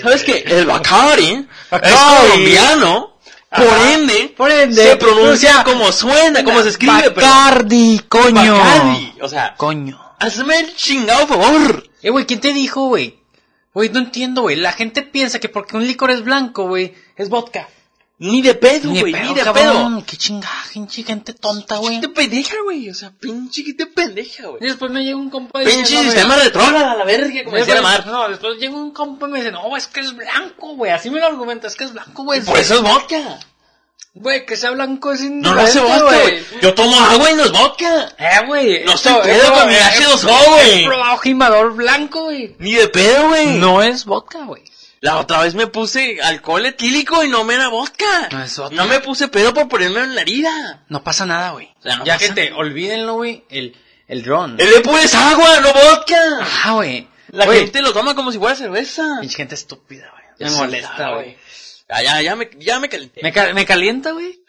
A: ¿sabes qué? El Bacari es
B: Bacari.
A: colombiano, por
B: Ajá.
A: ende,
B: Por ende,
A: se pronuncia
B: pronuncia
A: como suena, como se escribe, pero-
B: Bacardi, coño.
A: Bacardi, o sea,
B: Coño.
A: hazme el chingado favor.
B: Eh, güey, ¿quién te dijo, güey? Güey, no entiendo, güey. La gente piensa que porque un licor es blanco, güey, es vodka.
A: Ni de pedo,
B: Ni
A: güey,
B: pedo,
A: ni de
B: cabrón.
A: pedo.
B: Qué chingada, gente, gente tonta, güey.
A: Chiquita pendeja, güey, o sea, pinche chiquita pendeja,
B: Y
A: güey.
B: después me llega un compa y
A: Pinche
B: dice, no,
A: sistema
B: mira,
A: retrógrado a la verga, como decía la Mar.
B: después- No, después llega un compa y me dice, no, es que es blanco, güey. Así me lo argumenta, es que es blanco, güey.
A: Por eso es vodka.
B: Güey, que sea blanco es
A: No lo hace
B: indiferente,
A: vodka, güey. Yo tomo agua y no es vodka.
B: Eh, güey.
A: No
B: esto-
A: estoy pedo
B: esto
A: con mi
B: es-
A: H2O, güey.
B: He probado jimador blanco, güey.
A: Ni de pedo, güey.
B: No es vodka, güey.
A: La otra vez me puse alcohol etílico y no me era vodka.
B: No es vodka.
A: No me puse pedo por ponerme en la herida.
B: No pasa nada, güey.
A: O sea, no
B: ya
A: pasa
B: gente, olvídenlo, güey. El, el ron.
A: El Epo es agua, no vodka.
B: Ajá, güey.
A: La
B: Güey,
A: gente lo toma como si fuera cerveza.
B: Pinche gente estúpida, güey.
A: Ya
B: Me
A: sé,
B: molesta, güey.
A: Ya, ya, ya me, ya me calenté.
B: Me, ca- me calienta, güey.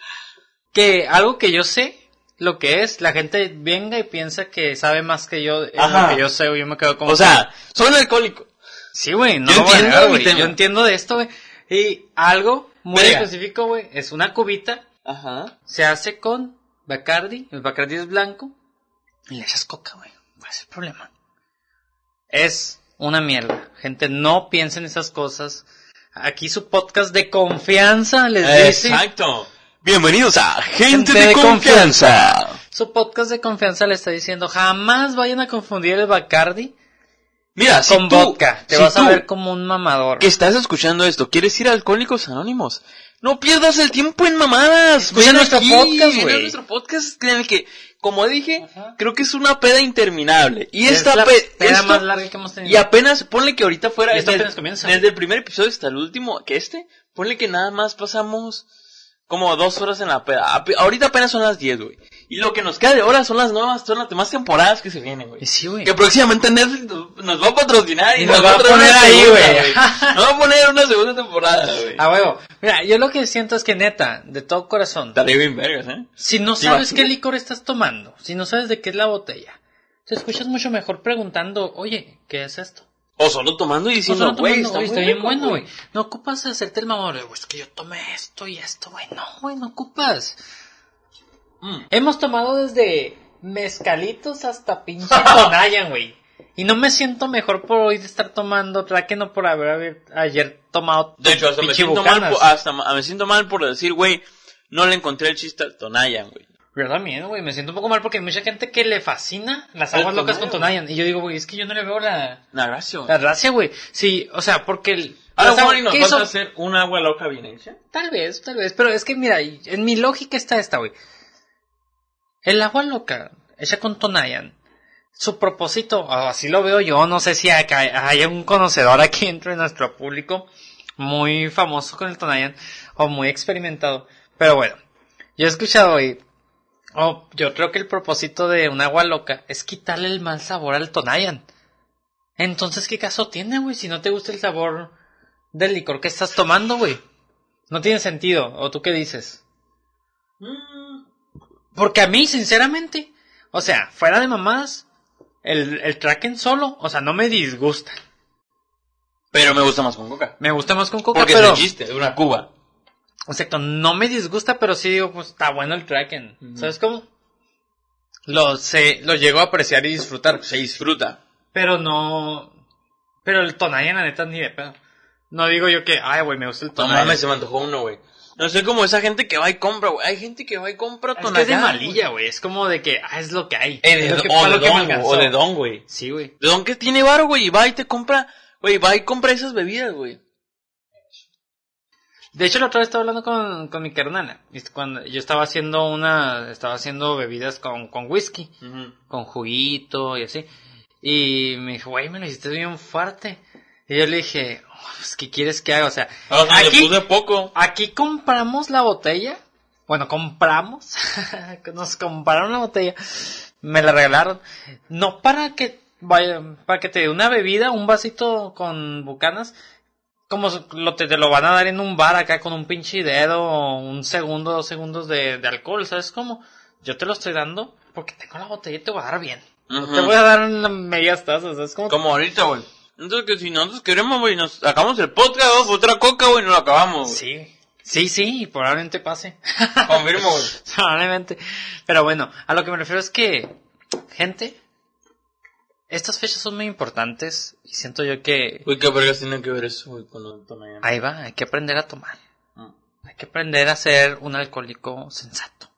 B: Que algo que yo sé, lo que es, la gente venga y piensa que sabe más que yo, es
A: Ajá.
B: lo que yo sé, güey. Yo me quedo como...
A: O sea, soy un alcohólico.
B: Sí, güey, no
A: Yo
B: lo voy a
A: entiendo
B: negar,
A: mi
B: güey.
A: tema.
B: Yo entiendo de esto, güey. Y algo muy
A: Venga.
B: específico, güey, es una cubita.
A: Ajá.
B: Se hace con Bacardi. El Bacardi es blanco. Y le echas coca, güey. ¿Cuál es el problema? Es una mierda. Gente, no piensen esas cosas. Aquí su podcast de confianza les dice.
A: Eh, Exacto. Bienvenidos a Gente,
B: Gente
A: de,
B: de
A: confianza.
B: Su podcast de confianza le está diciendo, jamás vayan a confundir el Bacardi
A: Mira, si
B: con
A: tú-
B: vodka. Te
A: si
B: vas a
A: tú
B: ver como un mamador.
A: que estás escuchando esto, ¿quieres ir a Alcohólicos Anónimos? No pierdas el tiempo en mamadas.
B: Escucha
A: Ven
B: nuestro
A: aquí,
B: podcast,
A: ven a
B: güey.
A: nuestro podcast en el que, como dije,
B: Ajá.
A: creo que es una peda interminable. Y
B: Es
A: esta
B: la
A: pe-
B: peda
A: esto-
B: más larga que hemos tenido.
A: Y apenas, ponle que ahorita fuera...
B: Y esto
A: desde-
B: apenas comienza.
A: Desde el primer episodio hasta el último, que este, ponle que nada más pasamos como dos horas en la peda. Ape- Ahorita apenas son las 10, güey. Y lo que nos queda de horas son las nuevas, son las demás temporadas que se vienen, güey.
B: Y sí, güey.
A: Que próximamente Netflix nos- nos va a patrocinar y
B: Y
A: nos,
B: nos
A: va a
B: va a
A: traer
B: poner
A: una
B: ahí,
A: segunda,
B: güey. Ah.
A: Nos va a poner una segunda temporada, güey.
B: A huevo. Mira, yo lo que siento es que neta, de todo corazón,
A: Estaría bien vergas, ¿eh?
B: si no
A: ¿Te
B: sabes
A: imaginas?
B: qué licor estás tomando, si no sabes de qué es la botella, te escuchas mucho mejor preguntando, oye, ¿qué es esto?
A: O solo tomando y
B: No,
A: diciendo,
B: no,
A: güey,
B: tomando,
A: está, muy
B: oye, está bien
A: rico,
B: bueno, güey. No ocupas hacerte el mamador, güey, es que yo tomé esto y esto, güey. No, güey, no ocupas.
A: Mm.
B: Hemos tomado desde mezcalitos hasta pinche (laughs) Tonayan, güey. Y no me siento mejor por hoy de estar tomando otra que no por haber, haber- ayer tomado
A: De hecho, hasta me,
B: pinche
A: siento mal
B: Bucanas.
A: por, hasta ma- me siento mal por decir, güey, no le encontré el chiste al Tonayan, güey.
B: Yo también, güey, me siento un poco mal porque hay mucha gente que le fascina las
A: El
B: aguas locas
A: Tonayan,
B: con Tonayan. Y yo digo, güey, es que yo no le veo la,
A: Nah, gracias,
B: la
A: güey.
B: gracia, güey. Sí, o sea, porque el...
A: Ahora,
B: las aguas-
A: Juan, ¿y nos
B: ¿qué
A: vas
B: hizo?
A: a hacer una agua loca bien hecha?
B: Tal vez, tal vez, pero es que mira, y- en mi lógica está esta, güey. El agua loca, hecha con Tonayan, su propósito, o así lo veo yo, no sé si acá hay un conocedor aquí dentro de nuestro público muy famoso con el Tonayan o muy experimentado, pero bueno, yo he escuchado, güey, o yo creo que el propósito de un agua loca es quitarle el mal sabor al Tonayan. Entonces, ¿qué caso tiene, güey? Si no te gusta el sabor del licor que estás tomando, güey. No tiene sentido. ¿O tú qué dices? Porque a mí, sinceramente, o sea, fuera de mamadas, el, el Kraken solo, o sea, no me disgusta.
A: Pero me gusta más con coca.
B: Me gusta más con coca,
A: Porque
B: pero...
A: es el chiste de una cuba.
B: Exacto, no me disgusta, pero sí digo, pues está bueno el Kraken. ¿Sabes cómo? Lo, sé, lo llego a apreciar y disfrutar.
A: Se disfruta.
B: Pero no... Pero el Tonayan, la neta, ni de pedo. No digo yo que, ay, güey, me gusta el
A: No
B: Tonayan.
A: mames, se me antojó uno, güey. No sé cómo esa gente que va y compra, güey. Hay gente que va y compra
B: es que es de
A: Tonayán,
B: malilla, güey. Es como de que, ah, es lo que hay.
A: güey. Eh,
B: Es
A: de-
B: lo que-
A: o,
B: fue
A: de
B: lo que me
A: don,
B: alcanzó.
A: o de don, güey.
B: Sí, güey.
A: ¿De don que tiene varo, güey? Y va y te compra, güey, va y compra esas bebidas, güey.
B: De hecho, la otra vez estaba hablando con, con mi carnala. y Cuando yo estaba haciendo una, estaba haciendo bebidas con, con whisky, con juguito y así. Y me dijo, güey, me lo hiciste bien fuerte. Y yo le dije, pues, ¿qué quieres que haga? O sea,
A: Ah, O sea,
B: Aquí-
A: le puse poco.
B: Aquí compramos la botella. Bueno, compramos. (laughs) Nos compraron la botella. Me la regalaron. No para que vaya, para que te dé una bebida, un vasito con bucanas. Como s- lo te, te lo van a dar en un bar acá con un pinche dedo, un segundo, dos segundos de, de alcohol, ¿sabes cómo? Yo te lo estoy dando porque tengo la botella y te voy a dar bien. No te
A: Ujú.
B: voy a dar una medias tazas, ¿sabes cómo?
A: Como ahorita, güey. Entonces, que si nosotros queremos, güey, nos sacamos el podcast, güey, otra coca, güey, y nos lo acabamos. güey.
B: Sí, sí, sí, probablemente pase.
A: Confirmo, güey.
B: (laughs) Probablemente. Pero bueno, a lo que me refiero es que, gente, estas fechas son muy importantes y siento yo que
A: (laughs) Uy, qué vergas tiene que ver eso, güey, con lo de Tonayán.
B: ahí va, hay que aprender a tomar.
A: Mm.
B: Hay que aprender a ser un alcohólico sensato.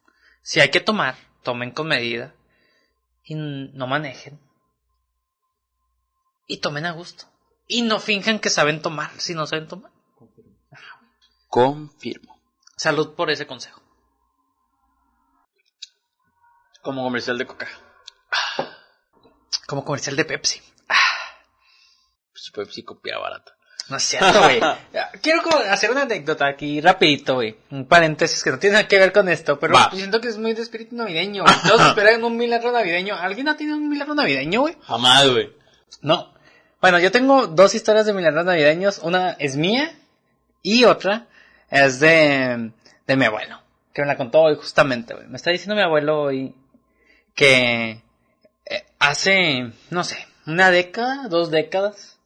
B: Si hay que tomar, tomen con medida y n- no manejen. Y tomen a gusto. Y no finjan que saben tomar si no saben tomar.
A: Confirmo.
B: Salud por ese consejo.
A: Como comercial de coca.
B: Como comercial de Pepsi.
A: Pues Pepsi copia barata.
B: No es cierto, güey. Eh, Quiero como hacer una anécdota aquí rapidito, güey. Un paréntesis que no tiene nada que ver con esto, pero pues
A: Va.
B: siento que es muy de espíritu navideño. güey. Todos esperan un milagro navideño. ¿Alguien ha tenido un milagro navideño, güey?
A: Jamás, güey.
B: No. Bueno, yo tengo dos historias de milagros navideños. Una es mía y otra es de, de mi abuelo, que me la contó hoy justamente. güey. Me está diciendo mi abuelo hoy que eh, hace, no sé, una década, dos décadas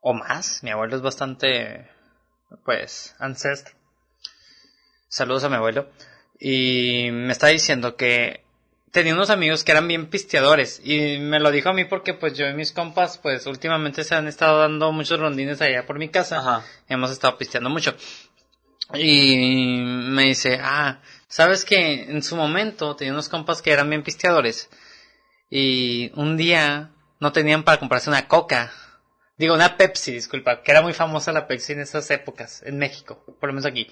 B: o más. Mi abuelo es bastante, pues, ancestro. Saludos a mi abuelo. Y me está diciendo que tenía unos amigos que eran bien pisteadores y me lo dijo a mí porque pues yo y mis compas pues últimamente se han estado dando muchos rondines allá por mi casa.
A: Ajá.
B: Hemos estado pisteando mucho. Y me dice, ah, sabes que en su momento tenía unos compas que eran bien pisteadores y un día no tenían para comprarse una coca. Digo, una Pepsi, disculpa, que era muy famosa la Pepsi en esas épocas, en México, por lo menos aquí.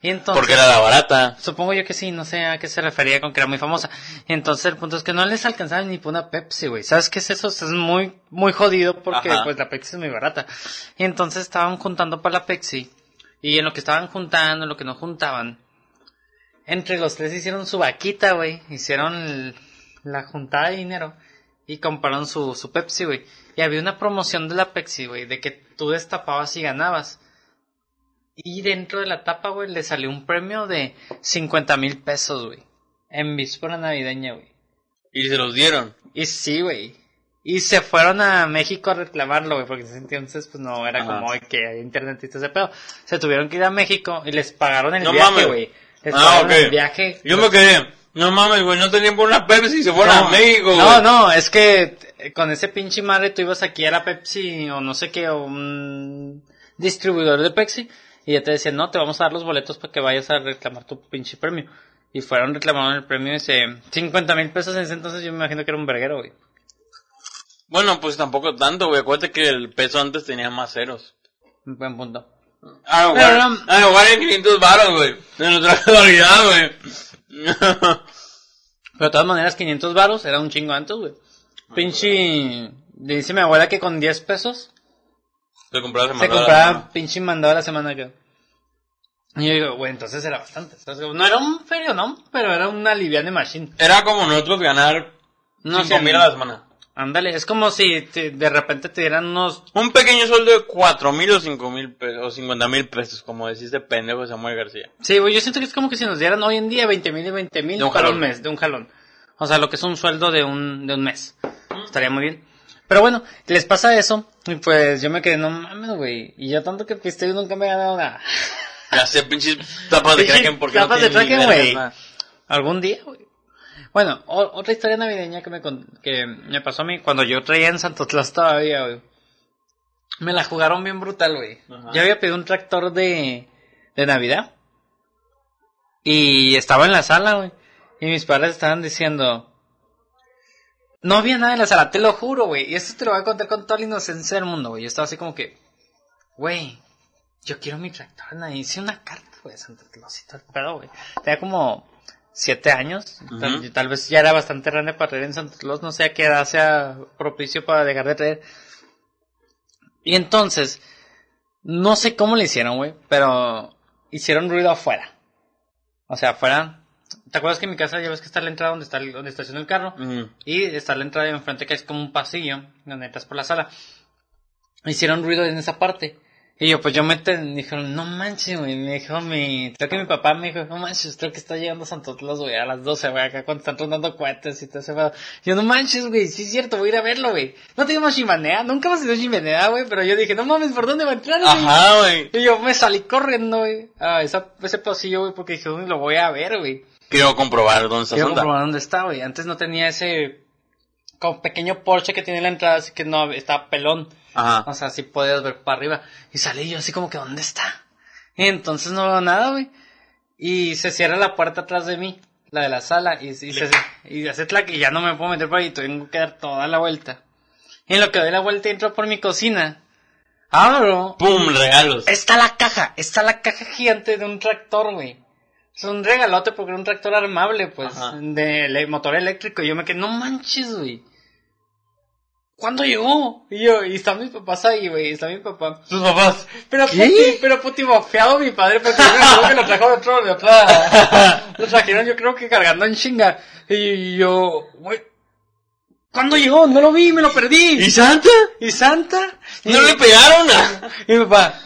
B: Y entonces...
A: Porque era la barata.
B: Supongo yo que sí, no sé a qué se refería con que era muy famosa. Entonces el punto es que no les alcanzaban ni por una Pepsi, güey. ¿Sabes qué es eso? Es muy, muy jodido porque
A: Ajá.
B: pues la Pepsi es muy barata. Y entonces estaban juntando para la Pepsi. Y en lo que estaban juntando, en lo que no juntaban. Entre los tres hicieron su vaquita, güey. Hicieron el- la juntada de dinero. Y compraron su, su Pepsi, güey. Y había una promoción de la Pepsi, güey. De que tú destapabas y ganabas. Y dentro de la tapa, güey, le salió un premio de 50 mil pesos, güey. En víspera navideña, güey.
A: Y se los dieron.
B: Y sí, güey. Y se fueron a México a reclamarlo, güey, porque en ese entonces, pues no era
A: Ajá.
B: como hoy que hay internet y todo ese pedo. Se tuvieron que ir a México y les pagaron el
A: No
B: viaje,
A: mames.
B: güey. Les
A: Ah,
B: pagaron
A: ok.
B: el viaje.
A: Yo me quedé. No mames, güey, no tenían por una Pepsi y se fueron a México, güey.
B: No, no, es que eh, con ese pinche madre tú ibas aquí a la Pepsi o no sé qué, o un distribuidor de Pepsi, y ya te decían, no, te vamos a dar los boletos para que vayas a reclamar tu pinche premio. Y fueron, reclamaron el premio y dice, 50 mil pesos en ese entonces, yo me imagino que era un verguero, güey.
A: Bueno, pues tampoco tanto, güey. Acuérdate que el peso antes tenía más ceros.
B: Un buen punto.
A: Ah, güey.
B: Pero no-
A: Ah, güey, eran 500 baros, güey. De nuestra (laughs) actualidad, güey.
B: Pero de todas maneras, 500 varos era un chingo antes, güey.
A: Ah,
B: Pinche... Le dice mi abuela que con 10 pesos
A: Se compraba
B: Se compraba pinche mandado a la semana acá. Y yo digo, güey, entonces era bastante. Entonces, no era un ferio, ¿no? Pero era una liviana machine.
A: Era como nosotros ganar
B: No
A: 5
B: sé.
A: mil a la semana.
B: Ándale, es como si te- de repente te dieran unos...
A: Un pequeño sueldo de 4 mil o 5 mil pesos, o 50 mil pesos, como decís este pendejo Samuel García.
B: Sí, güey, yo siento que es como que si nos dieran hoy en día 20 mil y 20 mil
A: De un
B: para
A: jalón.
B: un mes, de un jalón. O sea, lo que es un sueldo de un, de un mes. Estaría muy bien. Pero bueno, les pasa eso. Y pues yo me quedé, no mames, güey. Y yo tanto que piste, yo nunca me he ganado nada. (laughs)
A: Ya sé, pinches tapas de
B: Pinches
A: Kraken porque no
B: tapas de
A: tienen ni
B: Kraken, güey.
A: vergas,
B: Algún día, güey. Bueno, o- otra historia navideña que me, con- que me pasó a mí cuando yo traía en Santo Claus todavía, güey. Me la jugaron bien brutal, güey.
A: Ajá.
B: Yo había pedido un tractor de, de Navidad. Y estaba en la sala, güey. Y mis padres estaban diciendo... No había nada en la sala, te lo juro, güey. Y esto te lo voy a contar con toda la inocencia del mundo, güey. Yo estaba así como que... Güey, yo quiero mi tractor. ¿no? Hice una carta, güey, a Santa Claus y todo el pedo, güey. Tenía como siete años. tal,
A: Ujú.
B: tal vez ya era bastante grande para traer en Santa Claus. No sé a qué edad sea propicio para dejar de traer. Y entonces, No sé cómo le hicieron, güey, pero hicieron ruido afuera. O sea, afuera. ¿Te acuerdas que en mi casa ya ves que está la entrada donde está el- donde estaciona el carro?
A: Ujú.
B: Y está la entrada de enfrente que es como un pasillo donde entras por la sala. Hicieron ruido en esa parte. Y yo, pues yo me te- me dijeron, no manches, güey. Me dijo mi, creo que mi papá me dijo, no manches, creo que está llegando Santo Claus, güey, a las 12, güey, acá cuando están rondando cohetes y todo ese pedo. Yo, no manches, güey, sí es cierto, voy a ir a verlo, güey. No teníamos chimenea, nunca hemos tenido chimenea, güey, pero yo dije, no mames, ¿por dónde va a entrar, güey?
A: Ajá, güey.
B: Y yo me salí corriendo, güey, a esa- ese pasillo, güey, porque dije, "Uy, lo voy a ver, güey.
A: Quiero comprobar dónde está
B: Quiero
A: Santa.
B: comprobar dónde está, güey. Antes no tenía ese como pequeño porche que tiene la entrada, así que no, estaba pelón.
A: Ajá.
B: O sea, sí podías ver para arriba. Y salí yo así como que, ¿dónde está? Y entonces no veo nada, güey. Y se cierra la puerta atrás de mí, la de la sala, y, y, se, y hace tlac, y ya no me puedo meter por ahí, tengo que dar toda la vuelta. Y en lo que doy la vuelta entro por mi cocina. Abro
A: ¡Pum! Regalos.
B: Está la caja, está la caja gigante de un tractor, güey. Es un regalote porque era un tractor armable, pues,
A: Ajá.
B: de ele- motor eléctrico. Y yo me quedé, no manches, güey. ¿Cuándo llegó? Y yo, y están mis papás ahí, güey, está mi papá.
A: Sus papás.
B: Pero
A: ¿Qué?
B: puti, pero putimofeado mi padre, porque yo creo que lo trajo de otro, de otra, lo trajeron yo creo que cargando en chinga. Y yo, güey, ¿cuándo llegó? No lo vi, me lo perdí.
A: ¿Y Santa?
B: ¿Y, Santa?
A: ¿No
B: Y-
A: le pegaron? a-
B: y mi papá,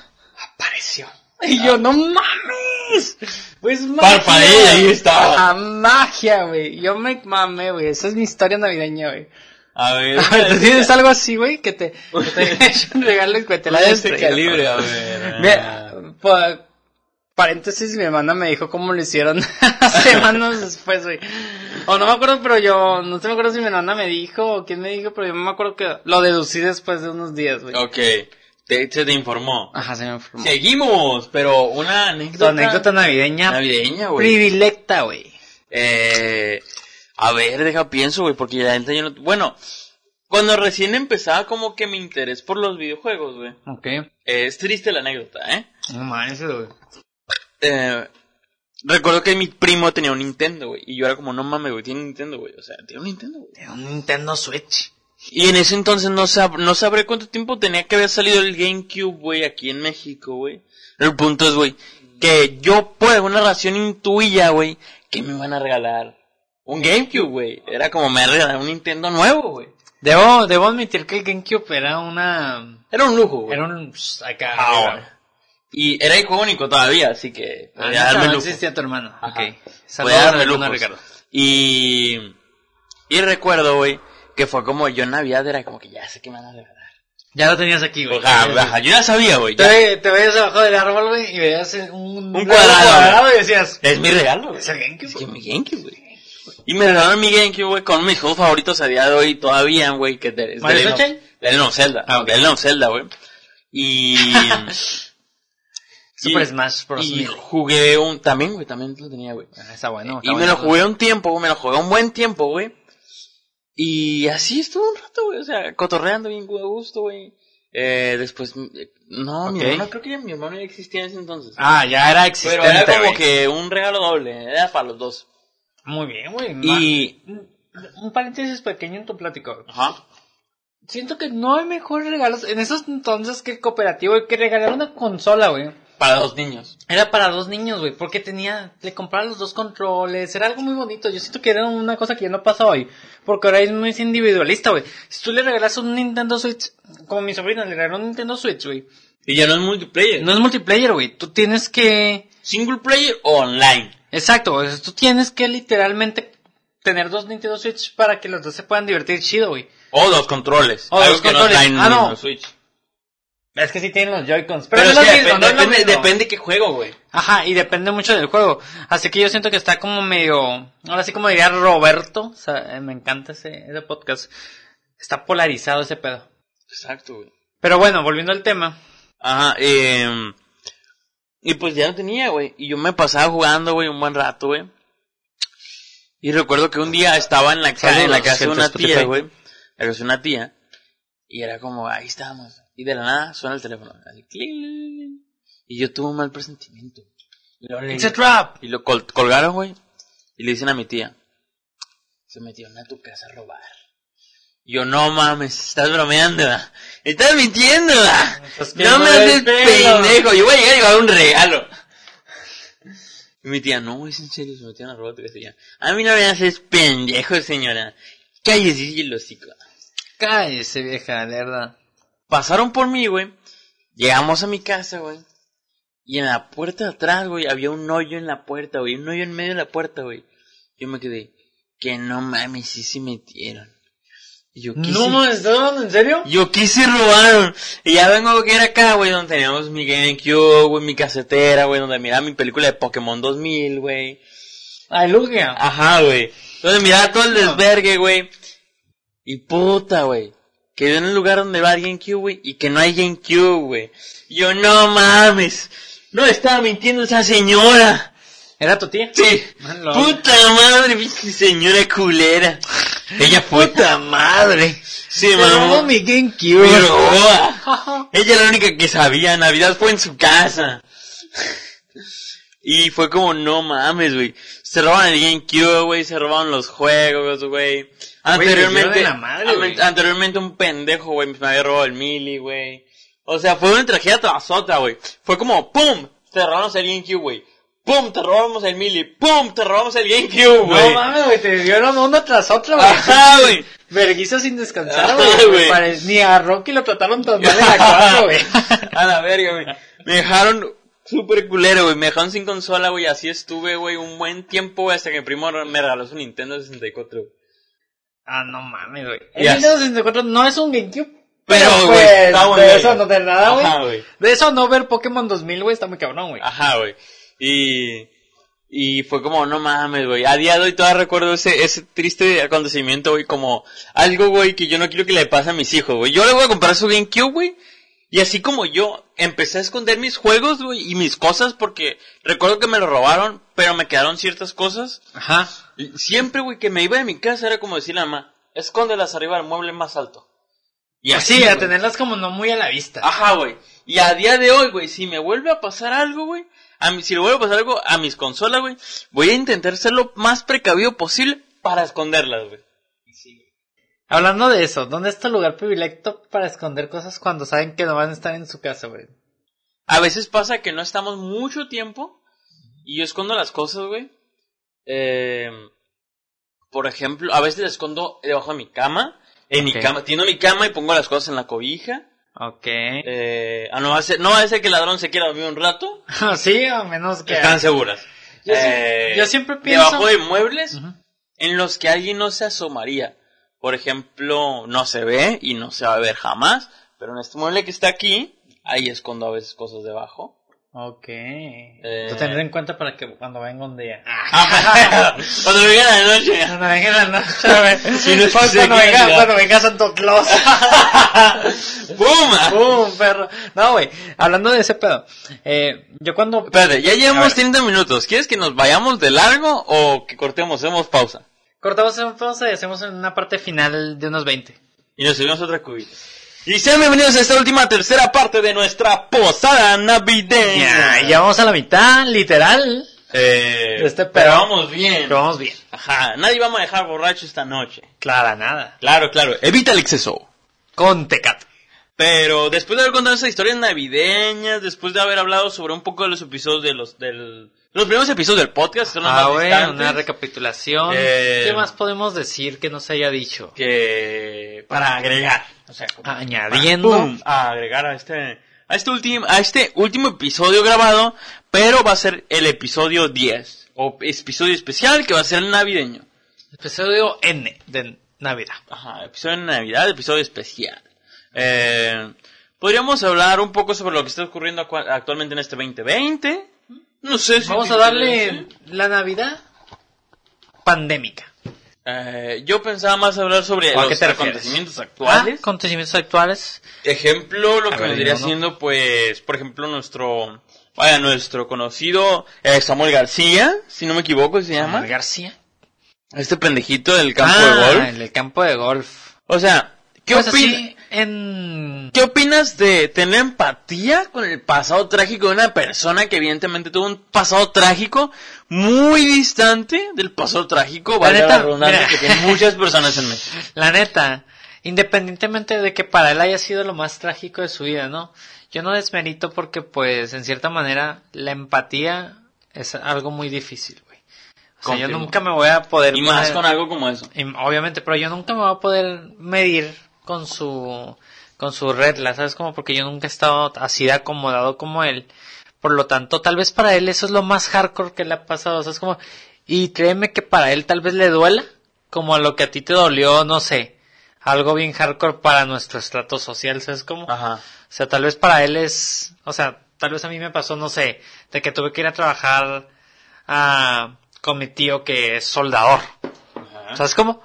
B: apareció. Y yo, no mames. Pues magia.
A: Parpadeé y ahí estaba.
B: Ajá, magia, güey. Yo me mamé, güey. Esa es mi historia
A: (laughs)
B: navideña, güey.
A: A ver.
B: (laughs) A ver, ¿tú tienes algo así, güey? Que te, que te eche un regalo y que te
A: (laughs)
B: la
A: de
B: des (laughs)
A: este calibre, a ver. ah.
B: Mira, pa- paréntesis, mi hermana me dijo cómo lo hicieron (laughs)
A: (laughs)
B: semanas después, güey. O no me acuerdo, pero yo, no sé me acuerdo si mi hermana me dijo o quién me dijo, pero yo me acuerdo que lo deducí después de unos días, güey.
A: Ok. Te- se te informó.
B: Ajá, se me informó.
A: Seguimos, pero una
B: Tu
A: anécdota.
B: anécdota navideña
A: navideña, güey.
B: privilecta, güey.
A: Eh, a ver, deja pienso, güey, porque la gente ya no. Bueno, cuando recién empezaba como que mi interés por los videojuegos, güey.
B: Ok.
A: Eh, es triste la anécdota, ¿eh?
B: No mames, güey.
A: Eh, recuerdo que mi primo tenía un Nintendo, güey. Y yo era como, no mames, güey, tiene un Nintendo, güey. O sea, tiene un Nintendo, güey.
B: Era un Nintendo Switch.
A: Y en ese entonces no, sab- no sabré cuánto tiempo tenía que haber salido el GameCube, güey, aquí en México, güey. El punto es, güey, que yo por alguna razón intuía, güey, que me iban a regalar un GameCube, güey. Era como me regalaron un Nintendo nuevo, güey.
B: Debo, debo admitir que el GameCube era una...
A: Era un lujo, güey. Ah,
B: Era un... pss, Acá.
A: Ahora. Y era icónico todavía, así que
B: Ah,
A: podía
B: no,
A: darme
B: no
A: lujo.
B: existía tu hermano.
A: Ajá.
B: Ok.
A: Voy
B: Saludos
A: a
B: a
A: darme
B: mi hermano
A: lujos.
B: Ricardo.
A: Y, y recuerdo, güey, que fue como yo en Navidad era como que ya sé que me van a regalar.
B: Ya lo tenías aquí, güey.
A: Ajá, ajá, yo ya sabía, güey. ya.
B: Te, te veías abajo del árbol, güey, y veías un...
A: Un cuadrado.
B: y decías...
A: Es mi regalo, güey.
B: Es el GameCube,
A: Es que mi GameCube, güey. Y me regalaron mi GameCube, güey, con mis juegos favoritos a día de hoy todavía, güey, que de, es
B: ¿Mario
A: de Legend of-
B: Sunshine?
A: de Legend of Zelda.
B: Ah, ok.
A: De Legend of Zelda, güey. Y...
B: (laughs) Super
A: y-
B: Smash Bros.
A: Y
B: 1000.
A: jugué un... También, güey, también lo tenía, güey.
B: Ah, Está bueno.
A: Y me lo jugué un tiempo, güey, me lo jugué un buen tiempo, güey. Y así estuvo un rato, güey, o sea, cotorreando bien a gusto, güey. Eh, después, eh, no, mi
B: Ok.
A: hermano, creo que ya- mi hermano ya existía en ese entonces.
B: Ah, ya era existente,
A: pero era como
B: güey.
A: que un regalo doble, era para los dos.
B: Muy bien, güey.
A: Y,
B: Un paréntesis pequeño en tu plático.
A: ajá,
B: Siento que no hay mejores regalos en esos entonces que el cooperativo, güey, que regalar una consola, güey.
A: para dos niños.
B: Era para dos niños, güey, porque tenía, le compraban los dos controles, era algo muy bonito. Yo siento que era una cosa que ya no pasa hoy, porque ahora es muy individualista, güey. Si tú le regalas un Nintendo Switch, como mi sobrina le regaló un Nintendo Switch, güey.
A: Y ya no es multiplayer.
B: No es multiplayer, güey, tú tienes que...
A: Single player o online.
B: Exacto, o sea, tú tienes que literalmente tener dos Nintendo Switch para que los dos se puedan divertir chido, güey.
A: O dos controles.
B: O
A: algo
B: dos
A: que
B: controles.
A: no está en
B: Ah, no.
A: en Switch.
B: Es que sí tienen los Joy-Cons,
A: Pero,
B: pero,
A: es
B: no es
A: que
B: lo mismo, no
A: depende,
B: es lo
A: depende,
B: mismo.
A: depende qué juego, güey.
B: Ajá, y depende mucho del juego. Así que yo siento que está como medio. Ahora sí, como diría Roberto. O sea, eh, me encanta ese, ese podcast. Está polarizado ese pedo.
A: Exacto, güey.
B: Pero bueno, volviendo al tema.
A: Ajá, eh, y pues ya no tenía, güey. Y yo me pasaba jugando, güey, un buen rato, güey. Y recuerdo que un día estaba en la casa, en la
B: Saludos,
A: casa de
B: gente
A: una
B: Spotify.
A: tía, güey. en La casa de una tía. Y era como, ahí estábamos. Y de la nada suena el teléfono. Así, cling. Y yo tuve un mal presentimiento. Y luego le-
B: It's a trap.
A: y lo col- colgaron, güey. Y le dicen a mi tía, se metieron a tu casa a robar. Y Yo, no mames, estás bromeando, ¿verdad? estás mintiendo, ¿verdad?
D: Estás
A: no
D: quemando
A: me
D: el
A: haces
D: pelo.
A: pendejo, yo voy a llegar y voy a dar un regalo. (laughs) Y mi tía, no, es en serio, se metieron a robar tu casilla. este A mí no me haces pendejo, señora. Cállese y el hocico.
B: Cállese, vieja de mierda.
A: Pasaron por mí, güey. Llegamos a mi casa, güey. Y en la puerta de atrás, güey, había un hoyo en la puerta, güey. Un hoyo en medio de la puerta, güey. Yo me quedé, que no mames, sí se metieron. Y yo, ¿qué se-
B: No mames, ¿estás hablando en serio?
A: Yo quise robaron. Y ya vengo que era acá, güey, donde teníamos mi GameCube, güey, mi casetera, güey, donde miraba mi película de Pokémon 2000, güey.
D: Ay, Lugia.
A: Ajá, güey. Donde miraba todo el desvergue, güey. Y puta, güey. Quedé en el lugar donde va el GameCube, güey, y que no hay GameCube, güey. Yo, no mames. No estaba mintiendo esa señora.
D: ¿Era tu tía?
B: (laughs)
A: Sí.
D: Malo.
A: Puta madre, pinche señora culera. Ella fue.
B: Puta madre.
A: Sí,
B: Me robó
A: mamá. Me
B: mi GameCube. (laughs)
A: robó. Ella era la única que sabía, Navidad fue en su casa. Y fue como, no mames, güey. Se robaron el GameCube, güey, se robaron los juegos, güey.
B: le dieron
A: Anteriormente,
B: la madre,
A: an-
B: güey.
A: anteriormente un pendejo, güey, me había robado el mili, güey. O sea, fue una tragedia tras otra, güey. Fue como, pum, te robamos el GameCube, güey. Pum, te robamos el mili. Pum, te robamos el GameCube,
B: No
A: güey.
B: mames, güey, te dieron una tras otra, güey.
A: Ajá, güey.
B: Verguiza sin descansar,
A: Ajá,
B: güey.
A: güey.
B: Pare- Ni a Rocky lo trataron tan mal en
A: (laughs)
B: la cuatro, güey.
A: A la verga, güey. Me dejaron súper culero, güey. Me dejaron sin consola, güey. Así estuve, güey, un buen tiempo, güey, hasta que mi primo me regaló su Nintendo 64. güey.
B: Ah, no mames, güey. El
A: Ya.
B: Nintendo 64 no es un GameCube. pues,
A: Pero, güey, está muy
B: de
A: bien.
B: eso no tener nada, güey.
A: Ajá, güey.
B: De eso no ver Pokémon 2000, güey, está muy cabrón, güey.
A: Ajá, güey. Y, y fue como, no mames, güey. A día de hoy todavía recuerdo ese, ese triste acontecimiento, güey, como algo, güey, que yo no quiero que le pase a mis hijos, güey. Yo le voy a comprar su GameCube, güey. Y así como yo empecé a esconder mis juegos, güey, y mis cosas, porque recuerdo que me lo robaron, pero me quedaron ciertas cosas.
B: Ajá.
A: Y Siempre, güey, que me iba de mi casa era como decirle a mamá, escóndelas arriba del mueble más alto. Y
B: Pues Sí, a
A: güey. Ah.
B: tenerlas como no muy a la vista.
A: Ajá, güey. Y a día de hoy, güey, si me vuelve a pasar algo, güey, a mi, si le vuelve a pasar algo a mis consolas, güey, voy a intentar ser lo más precavido posible para esconderlas, güey.
B: Hablando de eso, ¿dónde es tu lugar privilegio para esconder cosas cuando saben que no van a estar en su casa, güey?
A: A veces pasa que no estamos mucho tiempo y yo escondo las cosas, güey. Eh, por ejemplo, a veces las escondo debajo de mi cama, en mi
B: Ok.
A: cama, tiendo mi cama y pongo las cosas en la cobija.
B: Ok.
A: Eh, ah, no va a ser, no va a ser que el ladrón se quiera dormir un rato.
B: (laughs) sí, a menos que...
A: Están seguras.
B: Yo sí-
A: Eh,
B: yo siempre pienso-
A: Debajo de muebles
B: Ujú.
A: en los que alguien no se asomaría. Por ejemplo, no se ve y no se va a ver jamás. Pero en este mueble que está aquí, ahí escondo a veces cosas (laughs) debajo.
B: Ok.
A: Eh,
B: Tú tener en cuenta para que cuando venga un día.
A: Ah.
B: Ah,
A: Cuando me vengan a la noche.
B: Cuando
A: (laughs)
B: venga la noche, (laughs) güey.
A: Si no es que
B: Cuando
A: se
B: venga-
A: queda.
B: cuando venga Santo
A: (laughs)
B: Claus. (laughs)
A: ¡Pum!
B: ¡Pum, perro! No, güey, hablando de ese pedo. Eh, yo cuando...
A: Espérate, ya
B: A
A: llevamos
B: ver.
A: 30 minutos. ¿Quieres que nos vayamos de largo o que cortemos? Hacemos pausa.
B: Cortamos en pausa y hacemos una parte final de unos 20.
A: Y nos subimos otra cubita. Y sean bienvenidos a esta última tercera parte de nuestra posada navideña.
B: Ya, ya vamos a la mitad, literal.
A: Eh,
B: Este
A: pero
B: pedo.
A: vamos bien.
B: Pero vamos bien.
A: Ajá, nadie va a manejar borracho esta noche.
B: Clara, nada.
A: Claro, claro, evita el exceso.
B: Con Tecato.
A: Pero después de haber contado esas historias navideñas, después de haber hablado sobre un poco de los episodios de los del los primeros episodios del podcast, son los
B: Ah,
A: más
B: güey,
A: distantes,
B: una recapitulación.
A: Eh,
B: ¿Qué más podemos decir que no se haya dicho?
A: que para agregar, o sea, como-
B: Ah, Añadiendo.
A: Ah, pum, a agregar a este a este último a este último episodio grabado, pero va a ser el episodio 10 o episodio especial que va a ser navideño.
B: Episodio N de Navidad.
A: Ajá, episodio de Navidad, episodio especial. Eh, podríamos hablar un poco sobre lo que está ocurriendo acua- actualmente en este 2020. No sé si.
B: Vamos
A: te
B: a darle
A: interesa.
B: la Navidad pandémica.
A: Eh, yo pensaba más hablar sobre
B: ¿O a qué
A: los
B: te refieres?
A: acontecimientos
B: ¿Cuáles?
A: actuales.
B: Acontecimientos actuales.
A: Ejemplo, lo
B: A
A: que
B: ver,
A: vendría
B: dime uno.
A: siendo, pues, por ejemplo, nuestro. Vaya, nuestro conocido eh, Samuel García, si no me equivoco, se llama.
B: Omar García.
A: Este pendejito del campo
B: Ah,
A: de golf.
B: en el campo de golf.
A: O sea, ¿qué
B: Pues
A: opina-
B: así, en...
A: ¿Qué opinas de tener empatía con el pasado trágico de una persona que evidentemente tuvo un pasado trágico muy distante del pasado trágico, valga
B: neta,
A: la redundancia,
B: mira. (laughs)
A: que tienen muchas personas en México?
B: La neta, Independientemente de que para él haya sido lo más trágico de su vida, ¿no? Yo no desmerito porque, pues, en cierta manera, la empatía es algo muy difícil, güey. O sea, yo
A: Confirmo.
B: nunca me voy a poder...
A: Y más
B: poner-
A: con algo como eso.
B: y Obviamente, pero yo nunca me voy a poder medir con su con su regla, ¿sabes? Como porque yo nunca he estado así de acomodado como él. Por lo tanto, tal vez para él eso es lo más hardcore que le ha pasado, ¿sabes? Como, y créeme que para él tal vez le duela, como a lo que a ti te dolió, no sé, algo bien hardcore para nuestro estrato social, ¿sabes? Como,
A: Ajá.
B: o sea, tal vez para él es, o sea, tal vez a mí me pasó, no sé, de que tuve que ir a trabajar ah, con mi tío que es soldador. ¿Sabes cómo?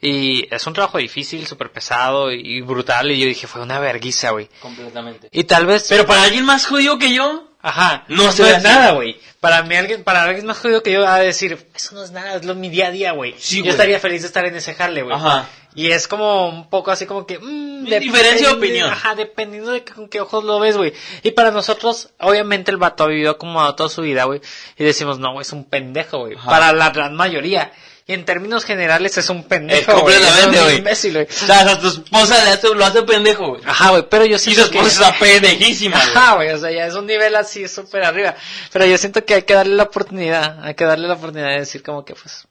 B: Y es un trabajo difícil, súper pesado y brutal. Y yo dije, fue una verguisa, güey.
A: Completamente.
B: Y tal vez...
A: Pero para alguien más jodido que yo,
B: Ajá.
A: No se ve
B: es
A: así.
B: nada, güey. Para mí, alguien, para alguien más jodido que yo va a decir, eso no es nada, es lo mi día a día, güey.
A: Sí,
B: yo
A: güey.
B: estaría feliz de estar en ese jale, güey.
A: Ajá.
B: Y es como un poco así como que... mm, depende-
A: Diferencia de opinión.
B: Ajá, dependiendo de con qué ojos lo ves, güey. Y para nosotros, obviamente el vato ha vivido acomodado toda su vida, güey. Y decimos, no, güey, es un pendejo, güey.
A: Ajá.
B: Para la gran mayoría. Y en términos generales es un pendejo.
A: Es completamente,
B: güey. Es un
A: güey.
B: imbécil, güey.
A: o sea, hasta tu esposa le hace- lo hace pendejo, güey.
B: Ajá, güey, pero yo
A: Y
B: siento
A: su
B: que...
A: esposa
B: (laughs)
A: está pendejísima, güey.
B: Ajá, güey, o sea, ya es un nivel así súper arriba. Pero yo siento que hay que darle la oportunidad, hay que darle la oportunidad de decir como que pues,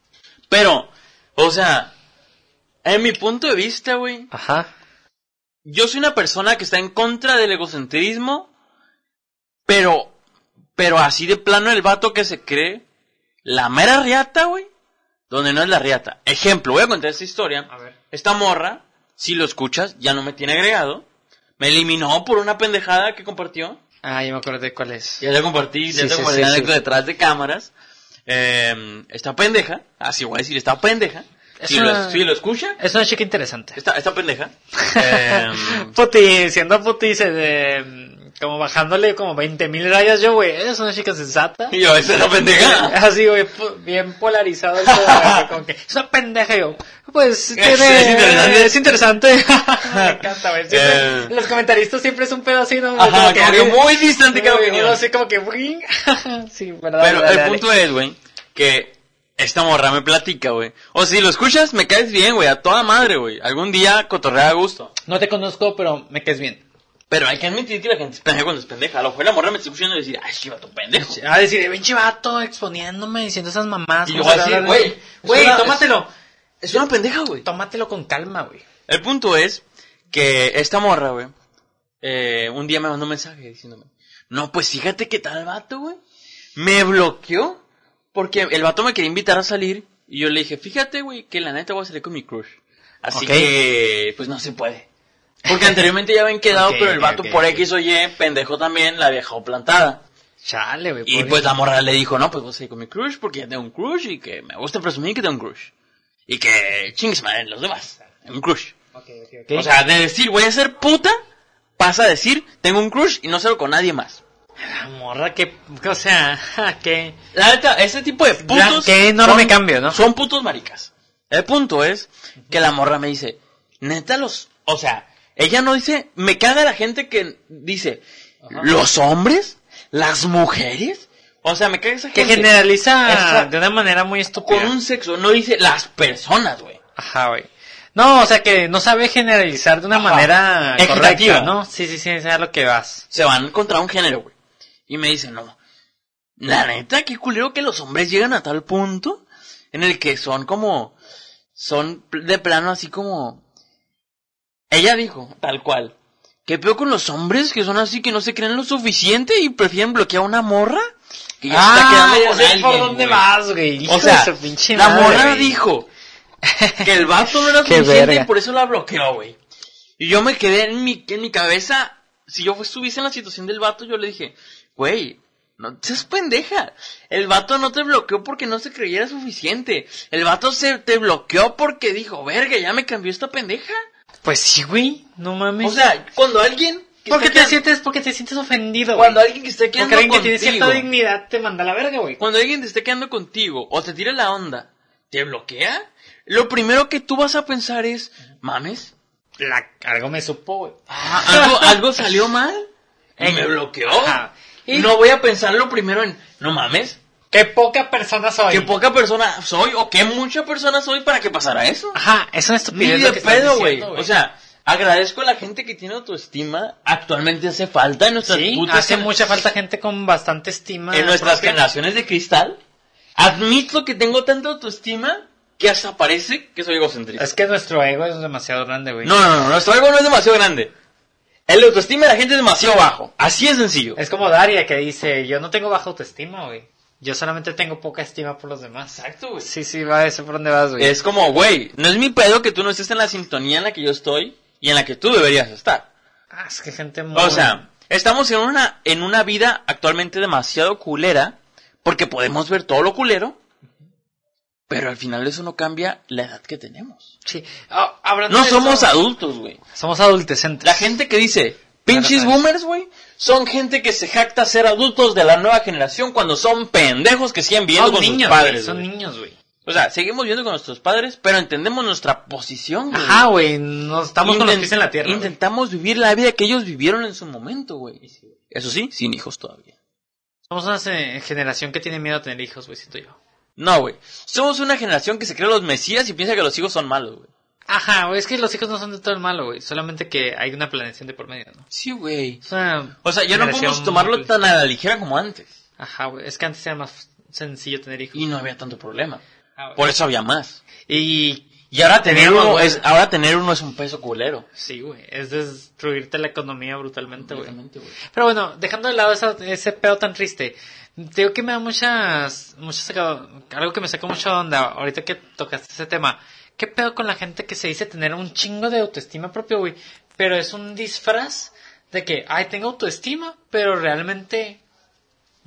A: Pero, o sea, en mi punto de vista, güey,
B: ajá,
A: yo soy una persona que está en contra del egocentrismo, pero, pero así de plano el vato que se cree la mera riata, güey, donde no es la riata. Ejemplo, voy a contar esta historia.
B: ver.
A: Esta morra, si lo escuchas, ya no me tiene agregado. Me eliminó por una pendejada que compartió.
B: Ah, yo me acordé cuál es.
A: Ya te compartí, ya
B: Sí,
A: te
B: sí,
A: compartí
B: sí,
A: la
B: sí.
A: anécdota detrás de cámaras. Eh, esta pendeja, así voy a decir, está pendeja. Si,
B: Es
A: lo,
B: una-
A: si lo escucha,
B: Es una chica interesante.
A: esta, esta
B: (laughs)
A: pendeja. eh,
B: Puti, siendo puti, se de, como bajándole como 20 mil rayas yo, güey, es una chica sensata.
A: y yo, esa es la pendeja.
B: (laughs) Así, güey, pu- bien polarizado
A: (laughs)
B: el pedo, güey, como que es una pendeja, yo. Pues, tiene-
A: es interesante.
B: Es interesante. (laughs) Me encanta, güey. siempre-
A: Eh.
B: Los comentaristas siempre es un pedo así, ¿no?
A: Ajá,
B: Como que
A: como que
B: alguien-
A: muy distante cada
B: Uy,
A: opinión.
B: uno así como que... "Bring". (laughs) sí, verdad.
A: Pero
B: dale,
A: el
B: dale.
A: punto es, güey, que esta morra me platica, güey. O si lo escuchas, me caes bien, güey, a toda madre, güey. Algún día cotorrea a gusto.
B: No te conozco, pero me caes bien.
A: Pero hay que admitir que la gente es pendeja cuando es pendeja. A lo mejor la morra me está escuchando y decir, ay, chiva, tu pendejo.
B: A Ah, decir, pinche vato, exponiéndome, diciendo esas mamás.
A: Y yo voy a decir, güey,
B: güey,
A: es una-
B: tómatelo.
A: Es una pendeja, güey.
B: Tómatelo con calma, güey.
A: El punto es que esta morra, güey, eh, un día me mandó un mensaje diciéndome, no, pues fíjate que tal vato, güey, me bloqueó porque el vato me quería invitar a salir y yo le dije, fíjate, güey, que la neta voy a salir con mi crush. Así
B: Ok.
A: que, pues no se puede. Porque anteriormente ya habían quedado,
B: Ok,
A: pero el
B: ok,
A: vato
B: ok,
A: por
B: ok.
A: X o Y, pendejo también, la dejó plantada.
B: Chale, güey.
A: Y
B: pobre.
A: pues la morra le dijo, no, pues voy a salir con mi crush porque ya tengo un crush y que me gusta presumir que tengo un crush. Y que chingues madre los demás, un crush.
B: ¿Qué?
A: O sea, de decir voy a ser puta, pasa a decir tengo un crush y no salgo con nadie más.
B: La morra, que... que, O sea, (laughs) ja, que...
A: La neta, ese tipo de
B: Ya,
A: putos.
B: qué enorme cambio, ¿no?
A: Son putos maricas. El punto es que la morra me dice, neta los. O sea, ella no dice, me caga la gente que dice, los hombres, las mujeres. O sea, me caga esa
B: Que
A: gente.
B: generaliza
A: Esa-
B: de una manera muy
A: Con
B: estúpida.
A: un sexo, no dice las personas, güey.
B: Ajá, güey. No, o sea, que no sabe generalizar de una
A: Ajá.
B: manera
A: Equitativa.
B: correcta, ¿no? Sí, sí, sí, sea lo que vas.
A: se van contra un género, güey. Y me dicen, no, la neta, qué culero que los hombres llegan a tal punto en el que son como, son pl- de plano así como... Ella dijo, tal cual, ¿qué peor con los hombres que son así que no se creen lo suficiente y prefieren bloquear a una morra? Que ya se está quedando
B: ya
A: con
B: sé
A: alguien,
B: Ah, por dónde
A: güey.
B: vas, güey. Hijo
A: O
B: de
A: sea,
B: su pinche
A: la
B: madre,
A: morra
B: güey. (laughs)
A: dijo que el vato no era
B: Qué
A: suficiente
B: verga.
A: y por eso la bloqueó, güey. Y yo me quedé en mi, en mi cabeza. Si yo estuviese en la situación del vato, yo le dije, güey, no seas pendeja. El vato no te bloqueó porque no se creyera suficiente. El vato se te bloqueó porque dijo, verga, ya me cambió esta pendeja.
B: Pues sí, güey. No mames.
A: O sea, cuando alguien... que
B: porque
A: está
B: te
A: quedan-
B: sientes, porque te sientes ofendido,
A: Cuando
B: güey.
A: alguien que esté
B: Porque
A: quedando
B: alguien que
A: contigo...
B: tiene cierta dignidad te manda a la verga, güey.
A: Cuando alguien te esté quedando contigo o te tira la onda, ¿te bloquea? Lo primero que tú vas a pensar es, mames,
B: La- Algo me supo, güey.
A: ah, (laughs) algo, algo salió mal y
B: Ey.
A: me bloqueó.
B: Ajá. Y-
A: No voy a pensar lo primero en, no mames,
B: Qué poca persona soy.
A: Qué poca persona soy o qué mucha persona soy para que pasara eso.
B: Ajá, es una
A: Ni
B: estupidez. lo
A: de
B: que estás
A: pedo, güey.
B: diciendo,
A: O sea, agradezco a la gente que tiene autoestima. Actualmente hace falta en nuestras
B: sí,
A: putas
B: hace
A: gener-
B: mucha falta gente con bastante estima.
A: en nuestras
B: propia.
A: generaciones de cristal. Admito que tengo tanta autoestima que hasta parece que soy egocentrista.
B: Es que nuestro ego es demasiado grande, güey.
A: No, no, no, nuestro ego no es demasiado grande. El autoestima de la gente es demasiado bajo. Así es sencillo.
B: Es como Daria que dice, yo no tengo baja autoestima, güey. Yo solamente tengo poca estima por los demás.
A: Exacto, güey.
B: Sí, sí, va eso por dónde vas, güey.
A: Es como, güey, no es mi pedo que tú no estés en la sintonía en la que yo estoy y en la que tú deberías estar.
B: Ah, es que gente muy...
A: O sea, estamos en una, en una vida actualmente demasiado culera porque podemos ver todo lo culero, pero al final eso no cambia la edad que tenemos.
B: Sí. Ah, hablando
A: No
B: de
A: somos
B: eso,
A: adultos, güey.
B: Somos adultecentes.
A: La gente que dice, pinches
B: Claro, claro.
A: boomers, güey, son gente que se jacta a ser adultos de la nueva generación cuando son pendejos que siguen viviendo
B: son
A: con
B: Ah, niños,
A: sus padres.
B: güey, Son
A: güey.
B: niños, güey.
A: O sea, seguimos viviendo con nuestros padres, pero entendemos nuestra posición, güey.
B: Ajá, güey. No estamos con los
A: Intent-
B: pies en la tierra. güey.
A: Intentamos vivir la vida que ellos vivieron en su momento, güey. Eso sí, sin hijos todavía.
B: Somos una se- generación que tiene miedo a tener hijos, güey, siento yo.
A: No, güey. Somos una generación que se cree los mesías y piensa que los hijos son malos, güey.
B: Ajá, güey. Es que los hijos no son de todo el malo, güey. Solamente que hay una planeación de por medio, ¿no?
A: Sí, güey.
B: O sea,
A: O sea, ya no
B: generación
A: podemos tomarlo
B: muy-
A: tan a la ligera como antes.
B: Ajá, güey. Es que antes era más sencillo tener hijos.
A: Y no había tanto problema.
B: Ajá, güey.
A: Por eso había más.
B: Y
A: Y ahora tener uno
B: güey.
A: es, ahora tener uno es un peso culero.
B: Sí, güey. Es destruirte la economía brutalmente, güey.
A: Exactamente, güey.
B: Pero bueno, dejando de lado esa- ese pedo tan triste, te digo que me da muchas, muchas saca- algo que me saca mucho de onda ahorita que tocaste ese tema. ¿Qué pedo con la gente que se dice tener un chingo de autoestima propio, güey? Pero es un disfraz de que, ay, tengo autoestima, pero realmente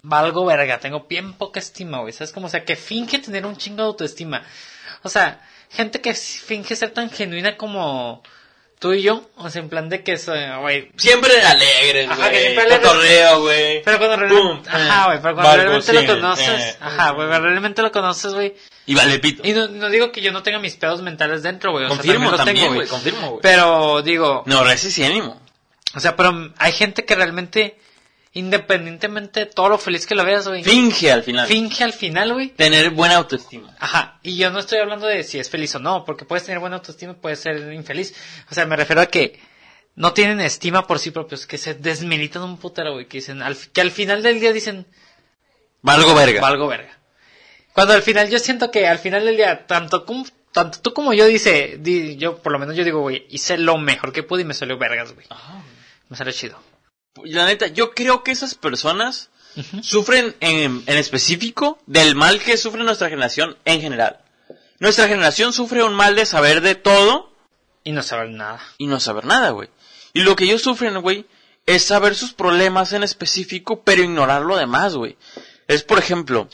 B: valgo verga, tengo bien poca estima, güey. ¿Sabes cómo? O sea, que finge tener un chingo de autoestima. O sea, gente que finge ser tan genuina como tú y yo. O sea, en plan de que, es, eh, güey,
A: Siempre alegres,
B: Ajá, que
A: güey.
B: siempre alegres.
A: Cotorreo, güey.
B: pero cuando realmente,
A: Pum,
B: ajá,
A: eh,
B: güey, pero cuando
A: Balbo,
B: realmente
A: sí,
B: lo conoces,
A: eh.
B: ajá, güey, cuando realmente lo conoces, güey.
A: Y vale pito.
B: Y no, no digo que yo no tenga mis pedos mentales dentro, güey, o sea, también
A: Confirmo
B: los
A: también,
B: tengo,
A: güey.
B: güey.
A: Confirmo, güey.
B: Pero digo,
A: No, ese sí ánimo.
B: o sea, pero hay gente que realmente, independientemente de todo lo feliz que lo veas, güey,
A: Finge al final.
B: finge al final, güey.
A: Tener buena autoestima.
B: Ajá, y yo no estoy hablando de si es feliz o no, porque puedes tener buena autoestima, puedes ser infeliz. O sea, me refiero a que no tienen estima por sí propios, que se desmilitan un putero, güey, que dicen, al- que al final del día dicen,
A: Valgo verga.
B: Valgo verga. Cuando al final yo siento que al final del día, tanto, cum- tanto tú como yo dice, di- yo por lo menos yo digo, güey, hice lo mejor que pude y me salió vergas, güey. Me salió chido.
A: La neta, yo creo que esas personas sufren en, en específico del mal que sufre nuestra generación en general. Nuestra generación sufre un mal de saber de todo
B: Y no se vale nada.
A: y no saber nada, güey. Y lo que ellos sufren, güey, es saber sus problemas en específico, pero ignorar lo demás, güey. Es, por ejemplo,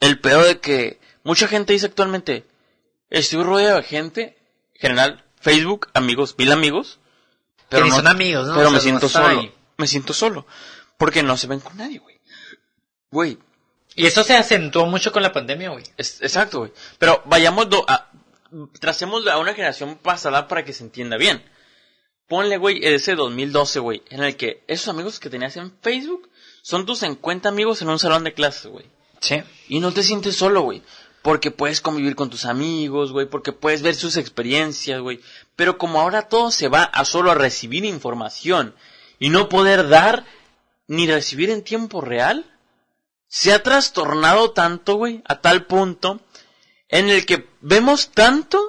A: el pedo de que mucha gente dice actualmente, estoy rodeado de gente, general, Facebook, amigos, mil amigos,
B: Que ni son amigos, ¿no?
A: pero
B: O sea,
A: me siento
B: están
A: solo,
B: ahí.
A: me siento solo, porque no se ven con nadie, güey. Güey,
B: Y eso se acentuó mucho con la pandemia, güey.
A: es- exacto, güey. Pero vayamos do- a, tracemos a una generación pasada para que se entienda bien. Ponle, güey, ese 2012, güey, en el que esos amigos que tenías en Facebook son tus 50 amigos en un salón de clases, güey.
B: Sí.
A: Y no te sientes solo, güey. Porque puedes convivir con tus amigos, güey. Porque puedes ver sus experiencias, güey. Pero como ahora todo se va a solo a recibir información y no poder dar ni recibir en tiempo real, se ha trastornado tanto, güey, a tal punto en el que vemos tanto,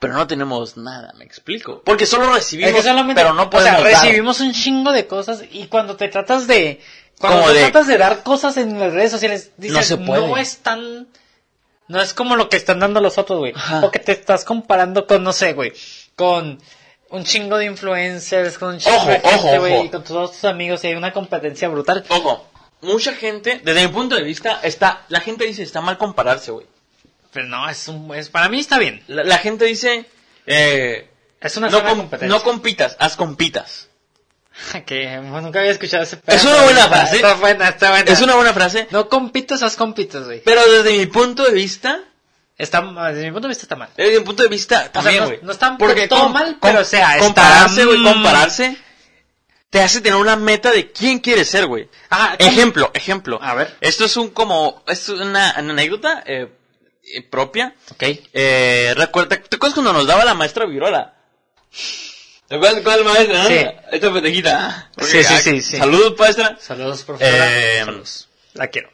A: pero no tenemos nada, me explico. Porque solo recibimos,
B: Es que solamente-
A: pero no
B: o sea,
A: podemos dar.
B: recibimos un chingo de cosas y cuando te tratas de cuando
A: Como
B: te
A: de-
B: tratas de dar cosas en las redes sociales dices,
A: se puede".
B: no es tan no es como lo que están dando los otros, güey,
A: Ajá.
B: porque te estás comparando con no sé, güey, con un chingo de influencers, con un chingo
A: Ojo,
B: de gente,
A: ojo,
B: güey,
A: ojo.
B: y con todos tus amigos y hay una competencia brutal.
A: Ojo, mucha gente, desde mi punto de vista, está, la gente dice está mal compararse, güey.
B: Pero no, es un es para mí está bien.
A: La, la gente dice, eh,
B: Es una
A: no,
B: sana
A: com-
B: competencia.
A: no compitas, haz compitas.
B: (laughs) que bueno, nunca había escuchado ese
A: Es una
B: pero
A: buena
B: (laughs) está-
A: frase.
B: Está buena, está buena.
A: Es una buena frase,
B: Ah, No compitas, haz compitas, güey.
A: pero desde mi punto de vista,
B: Está, desde mi punto de vista está mal.
A: desde mi punto de vista, también,
B: no-
A: güey.
B: no está todo mal, pero, o sea, está-
A: compararse, güey,
B: mm.
A: compararse te hace tener una meta de quién quieres ser, güey.
E: Ah, ¿cómo?
A: Ejemplo, ejemplo.
E: A ver.
A: Esto es un como, esto es una, una anécdota eh, eh, propia.
B: Ok.
A: Eh, recuerda, ¿te acuerdas cuando nos daba la maestra Virola? ¿Te acuerdas cuál maestra, no?
B: Sí.
A: Esta pendejita.
B: Sí, sí, sí, sí.
A: Saludos, maestra.
E: Saludos, profesora.
A: Eh,
E: Saludos. La quiero.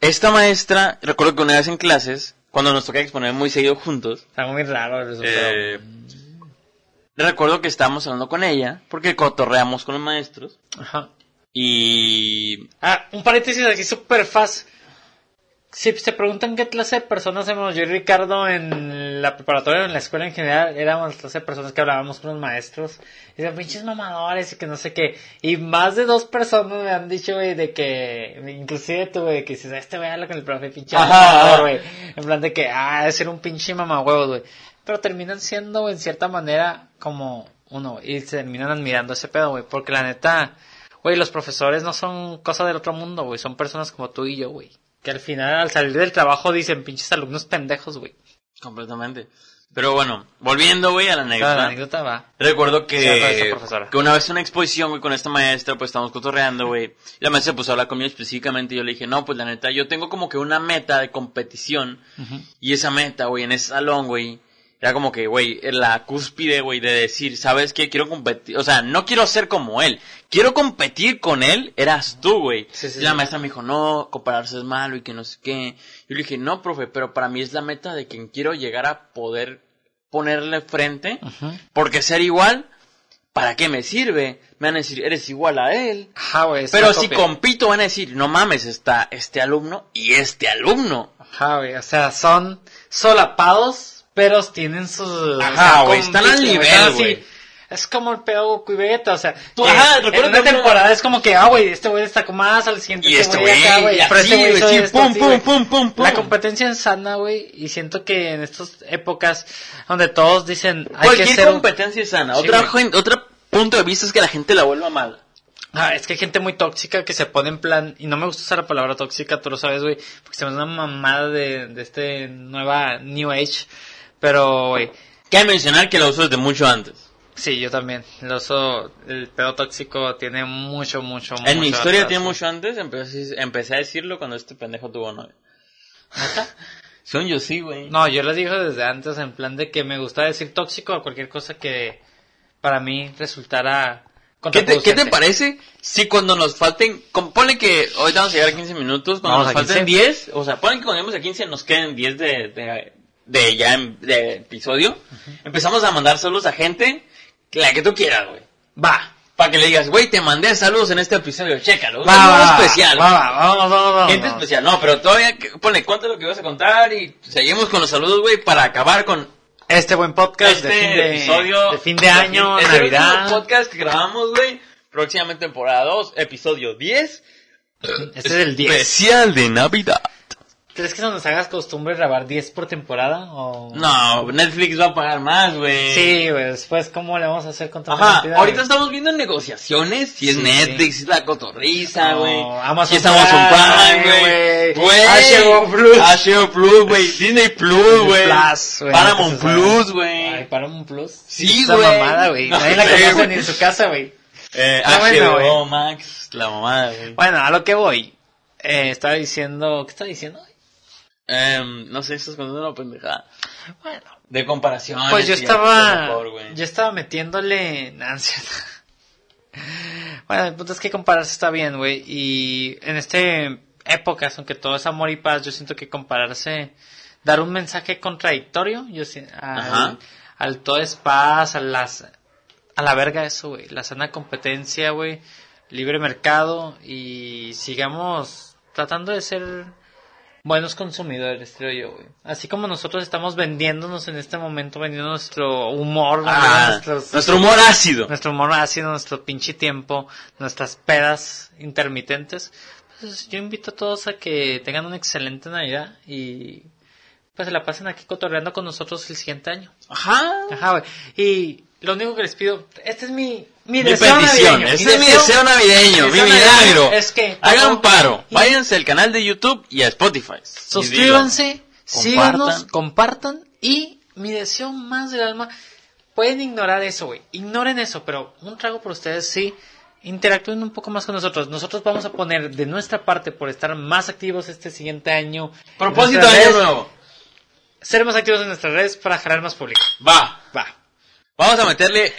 A: Esta maestra, recuerdo que una vez en clases, cuando nos tocaba exponer muy seguido juntos,
B: Está muy raro el resultado.
A: eh, recuerdo que estábamos hablando con ella, porque cotorreamos con los maestros,
B: Ajá.
A: y...
B: Ah, un paréntesis aquí súper fácil. Si se preguntan qué clase de personas éramos yo y Ricardo en la preparatoria, en la escuela en general, éramos la clase de personas que hablábamos con los maestros. Y decían, pinches mamadores y que no sé qué. Y más de dos personas me han dicho, güey, de que, inclusive tú, güey, que dices, "Ah, este güey habla con el profe, pinche
A: Ajá,
B: mamador,
A: ajá.
B: güey. En plan de que, ah, es ser un pinche mamahuevos, güey. Pero terminan siendo, güey, en cierta manera, como uno, güey, y se terminan admirando ese pedo, güey. Porque la neta, güey, los profesores no son cosa del otro mundo, güey. Son personas como tú y yo, güey. Que al final, al salir del trabajo, dicen pinches alumnos pendejos, güey.
A: Completamente. Pero bueno, volviendo, güey, a la
B: Claro, la
A: anécdota.
B: anécdota va.
A: Recuerdo que,
B: Sí, otra vez la profesora.
A: que una vez en una exposición, güey, con esta maestra, pues estábamos cotorreando, güey. Y la maestra se puso a hablar conmigo específicamente y yo le dije, no, pues la neta, yo tengo como que una meta de competición. Y esa meta, güey, en ese salón, güey, era como que, güey, la cúspide, güey, de decir, ¿sabes qué? Quiero competir, o sea, no quiero ser como él. Quiero competir con él, eras tú, güey.
B: Sí, sí,
A: y la
B: sí.
A: maestra me dijo, no, compararse es malo y que no sé qué. Yo le dije, no, profe, pero para mí es la meta de quien quiero llegar a poder ponerle frente. Porque ser igual, ¿para qué me sirve? Me van a decir, eres igual a él.
B: Ajá, güey. es
A: Pero
B: una
A: si
B: copia.
A: compito, van a decir, no mames, está este alumno y este alumno.
B: Ajá, güey. O sea, son solapados, pero tienen sus.
A: Ajá,
B: o sea,
A: güey, están al
B: compiten,
A: nivel,
B: están así.
A: güey.
B: Es como el pedo Goku y Vegeta, o sea,
A: Tú,
B: que
A: ajá,
B: en
A: recuerdo
B: una
A: que-
B: temporada es como que, ah, güey, este güey destacó más, al siguiente
A: Y este
B: güey
A: güey,
B: acá, güey,
A: y
B: pero
A: así,
B: este güey
A: güey,
B: hizo
A: sí,
B: esto,
A: pum,
B: sí,
A: pum,
B: güey.
A: pum, pum, pum.
B: La competencia es sana, güey, y siento que en estas épocas donde todos dicen, hay que
A: Cualquier
B: ser... un-
A: competencia es sana.
B: Sí,
A: otra,
B: güey.
A: gen- otro punto de vista es que la gente la vuelva mala.
B: Ah, es que hay gente muy tóxica que se pone en plan, y no me gusta usar la palabra tóxica, tú lo sabes, güey, porque se me hace una mamada de, de este nueva New Age, pero, güey,
A: Cabe mencionar que la uso desde mucho antes.
B: sí, yo también, el oso, el pedo tóxico tiene mucho, mucho, Ah, mucho.
A: en mi historia
B: atrás,
A: tiene
B: güey.
A: mucho antes, empecé, empecé a decirlo cuando este pendejo tuvo
B: (laughs)
A: novia. Son yo sí, güey.
B: No, yo les digo desde antes, en plan de que me gusta decir tóxico a cualquier cosa que para mí resultara
A: ¿Qué te, qué te
B: contraproducente.
A: parece si cuando nos falten, com- ponle que ahorita vamos a llegar a 15 minutos, cuando
B: Vamos
A: nos
B: a 15.
A: falten 10, o sea, ponle que cuando lleguemos a 15 nos queden 10 de, de, de ya en- de episodio, empezamos a mandar saludos a gente, la que tú quieras, güey.
B: Va,
A: Para que le digas, güey, te mandé saludos en este episodio, chécalo. Un
B: va,
A: saludo
B: va,
A: especial.
B: Va, va, vamos, vamos, vamos.
A: Gente
B: vamos.
A: especial, no, pero todavía, que- ponle, cuánto es lo que vas a contar y seguimos con los saludos, güey, para acabar con
B: Este buen podcast
A: este
B: de, fin de,
A: episodio.
B: de fin de año,
A: Es el último
B: Navidad.
A: podcast que grabamos, güey. Próxima temporada 2, episodio 10.
B: Este es el 10.
A: Especial de Navidad.
B: ¿Crees que se nos hagas costumbre grabar 10 por temporada? O...
A: No, Netflix va a pagar más, güey.
B: Sí, güey, después, ¿cómo le vamos a hacer con tanta
A: Ajá,
B: cantidad,
A: ahorita
B: güey?
A: estamos viendo negociaciones, si es
B: Sí,
A: Netflix, si es la cotorriza,
B: No,
A: güey.
B: Amazon
A: si es Amazon
B: Prime,
A: Prime, güey.
B: güey.
A: Güey.
B: HBO Plus.
A: HBO Plus,
B: (laughs)
A: güey. Disney Plus, güey.
B: Plus, güey,
A: Paramount
B: no te sabes.
A: Plus,
B: Ay,
A: güey.
B: Paramount Plus.
A: Sí,
B: Esa
A: güey.
B: mamada, güey. Nadie la
A: Sí,
B: conoce
A: güey.
B: ni en su casa, güey.
A: Eh,
B: Está bueno,
A: HBO
B: güey.
A: Max, la mamada, güey.
B: Bueno, a lo que voy. Eh, estaba diciendo... ¿Qué estaba diciendo?
A: Em, no sé, estás contando una pendejada. Ah,
B: Bueno,
A: De comparación.
B: Pues yo
A: tío,
B: estaba.
A: por favor, güey.
B: yo estaba metiéndole. (laughs) Nah, no es cierto. bueno, el punto es que compararse está bien, güey. Y en este épocas, aunque todo es amor y paz, yo siento que compararse. Dar un mensaje contradictorio. Yo si-
A: Ajá.
B: al, al todo es paz, a las. A la verga eso, güey. La sana competencia, güey. Libre mercado. Y sigamos tratando de ser buenos consumidores, creo yo, güey. Así como nosotros estamos vendiéndonos en este momento, vendiendo nuestro humor,
A: Ah,
B: vendiendo nuestros-
A: nuestro humor ácido.
B: nuestro humor ácido, nuestro pinche tiempo, nuestras pedas intermitentes, pues yo invito a todos a que tengan una excelente Navidad y pues se la pasen aquí cotorreando con nosotros el siguiente año.
A: Ajá.
B: Ajá, güey. Y lo único que les pido, este es mi, mi,
A: Mi
B: deseo
A: petición.
B: navideño.
A: Ese es mi deseo navideño,
B: mi
A: mi
B: deseo navideño
A: milagro.
B: es que-
A: Hagan paro.
B: Y-
A: Váyanse al canal de YouTube y a Spotify. Y
B: Suscríbanse, síganos,
A: compartan.
B: compartan y mi deseo más del alma, pueden ignorar eso, güey, ignoren eso, pero un trago por ustedes sí, interactúen un poco más con nosotros. Nosotros vamos a poner de nuestra parte por estar más activos este siguiente año.
A: Propósito
B: Nuestras
A: de año
B: redes-
A: nuevo.
B: Ser más activos en nuestras redes para jalar más público.
A: Va, va. Vamos a meterle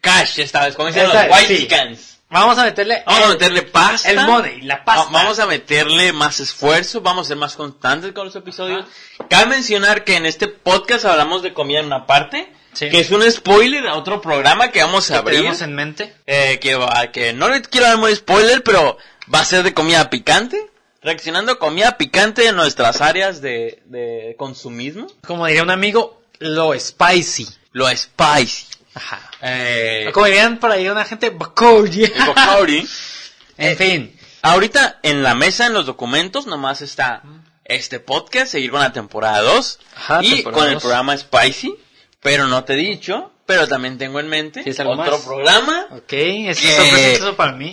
A: cash esta vez, como dicen los
B: Esta-
A: white
B: sí.
A: chickens.
B: Vamos a meterle
A: Vamos a
B: el-
A: meterle pasta.
B: el money, la pasta.
A: Va- Vamos a meterle más esfuerzo, vamos a ser más constantes con los episodios. Cabe mencionar que en este podcast hablamos de comida en una parte,
B: Sí.
A: que es un spoiler a otro programa que vamos a
B: que
A: abrir.
B: tenemos en mente.
A: Eh, que, va- que no le quiero dar muy spoiler, pero va a ser de comida picante. Reaccionando a comida picante en nuestras áreas de, de consumismo.
B: Como diría un amigo, lo spicy.
A: Lo spicy.
B: Ajá.
A: Eh,
B: Como dirían por ahí una gente, Bacardi.
A: el Bacardi.
B: (laughs) en fin.
A: Ahorita en la mesa, en los documentos, nomás está este podcast, seguir con la temporada 2
B: Ajá,
A: y
B: temporada
A: con el
B: dos.
A: programa Spicy, pero no te he dicho, pero también tengo en mente
B: ¿Tienes algo
A: otro
B: más?
A: programa
B: Ok, esto
A: que-
B: es sorpresivo para mí.
A: Eh,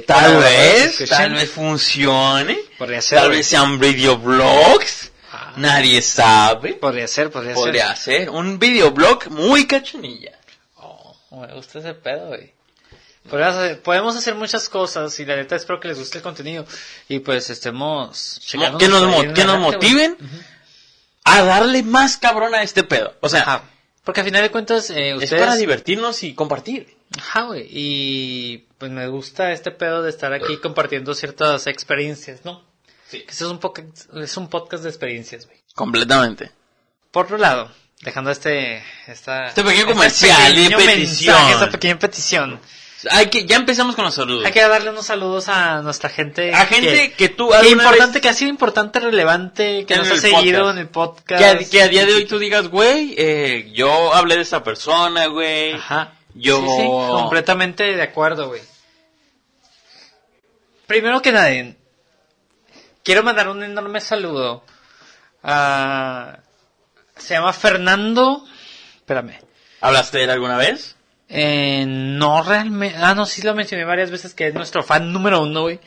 A: que tal
B: Para
A: vez,
B: los
A: tal
B: escuchantes.
A: vez funcione,
B: Podría ser,
A: tal
B: güey.
A: vez sean videoblogs,
B: Ah.
A: nadie sabe,
B: Podría ser, podría, ser.
A: podría ser un videoblog muy cachonilla.
B: Oh, me gusta ese pedo, güey. Podrías hacer- Podemos hacer muchas cosas y la neta espero que les guste el contenido y pues estemos checándonos
A: que nos,
B: por ahí
A: mo-
B: en
A: que nos
B: adelante, güey.
A: motiven a darle más cabrón a este pedo. O sea,
B: Ajá. Porque al final de cuentas, eh,
A: es
B: ustedes...
A: para divertirnos y compartir.
B: Ajá, güey. Y pues me gusta este pedo de estar aquí compartiendo ciertas experiencias, ¿no?
A: Sí.
B: Que esto es un, poca- es un podcast de experiencias, güey.
A: Completamente.
B: Por otro lado, dejando este... Esta,
A: Este pequeño comercial y
B: pequeño
A: petición.
B: mensaje, Esta pequeña petición.
A: Hay que, ya empezamos con los saludos.
B: Hay que darle unos saludos a nuestra gente.
A: a gente que, tú
B: que
A: alguna
B: importante,
A: vez-
B: que ha sido importante, relevante, que
A: En
B: nos ha
A: el
B: seguido
A: podcast.
B: en el
A: que,
B: podcast.
A: a, que a día de hoy tú digas, güey, eh, yo hablé de esta persona, güey.
B: Ajá.
A: Yo-
B: Sí, sí, completamente de acuerdo, güey. Primero que nada, quiero mandar un enorme saludo a... Se llama Fernando... Espérame.
A: ¿Hablaste de él alguna vez?
B: Eh, no realmente... Ah, no, sí lo mencioné varias veces que es nuestro fan número uno, güey.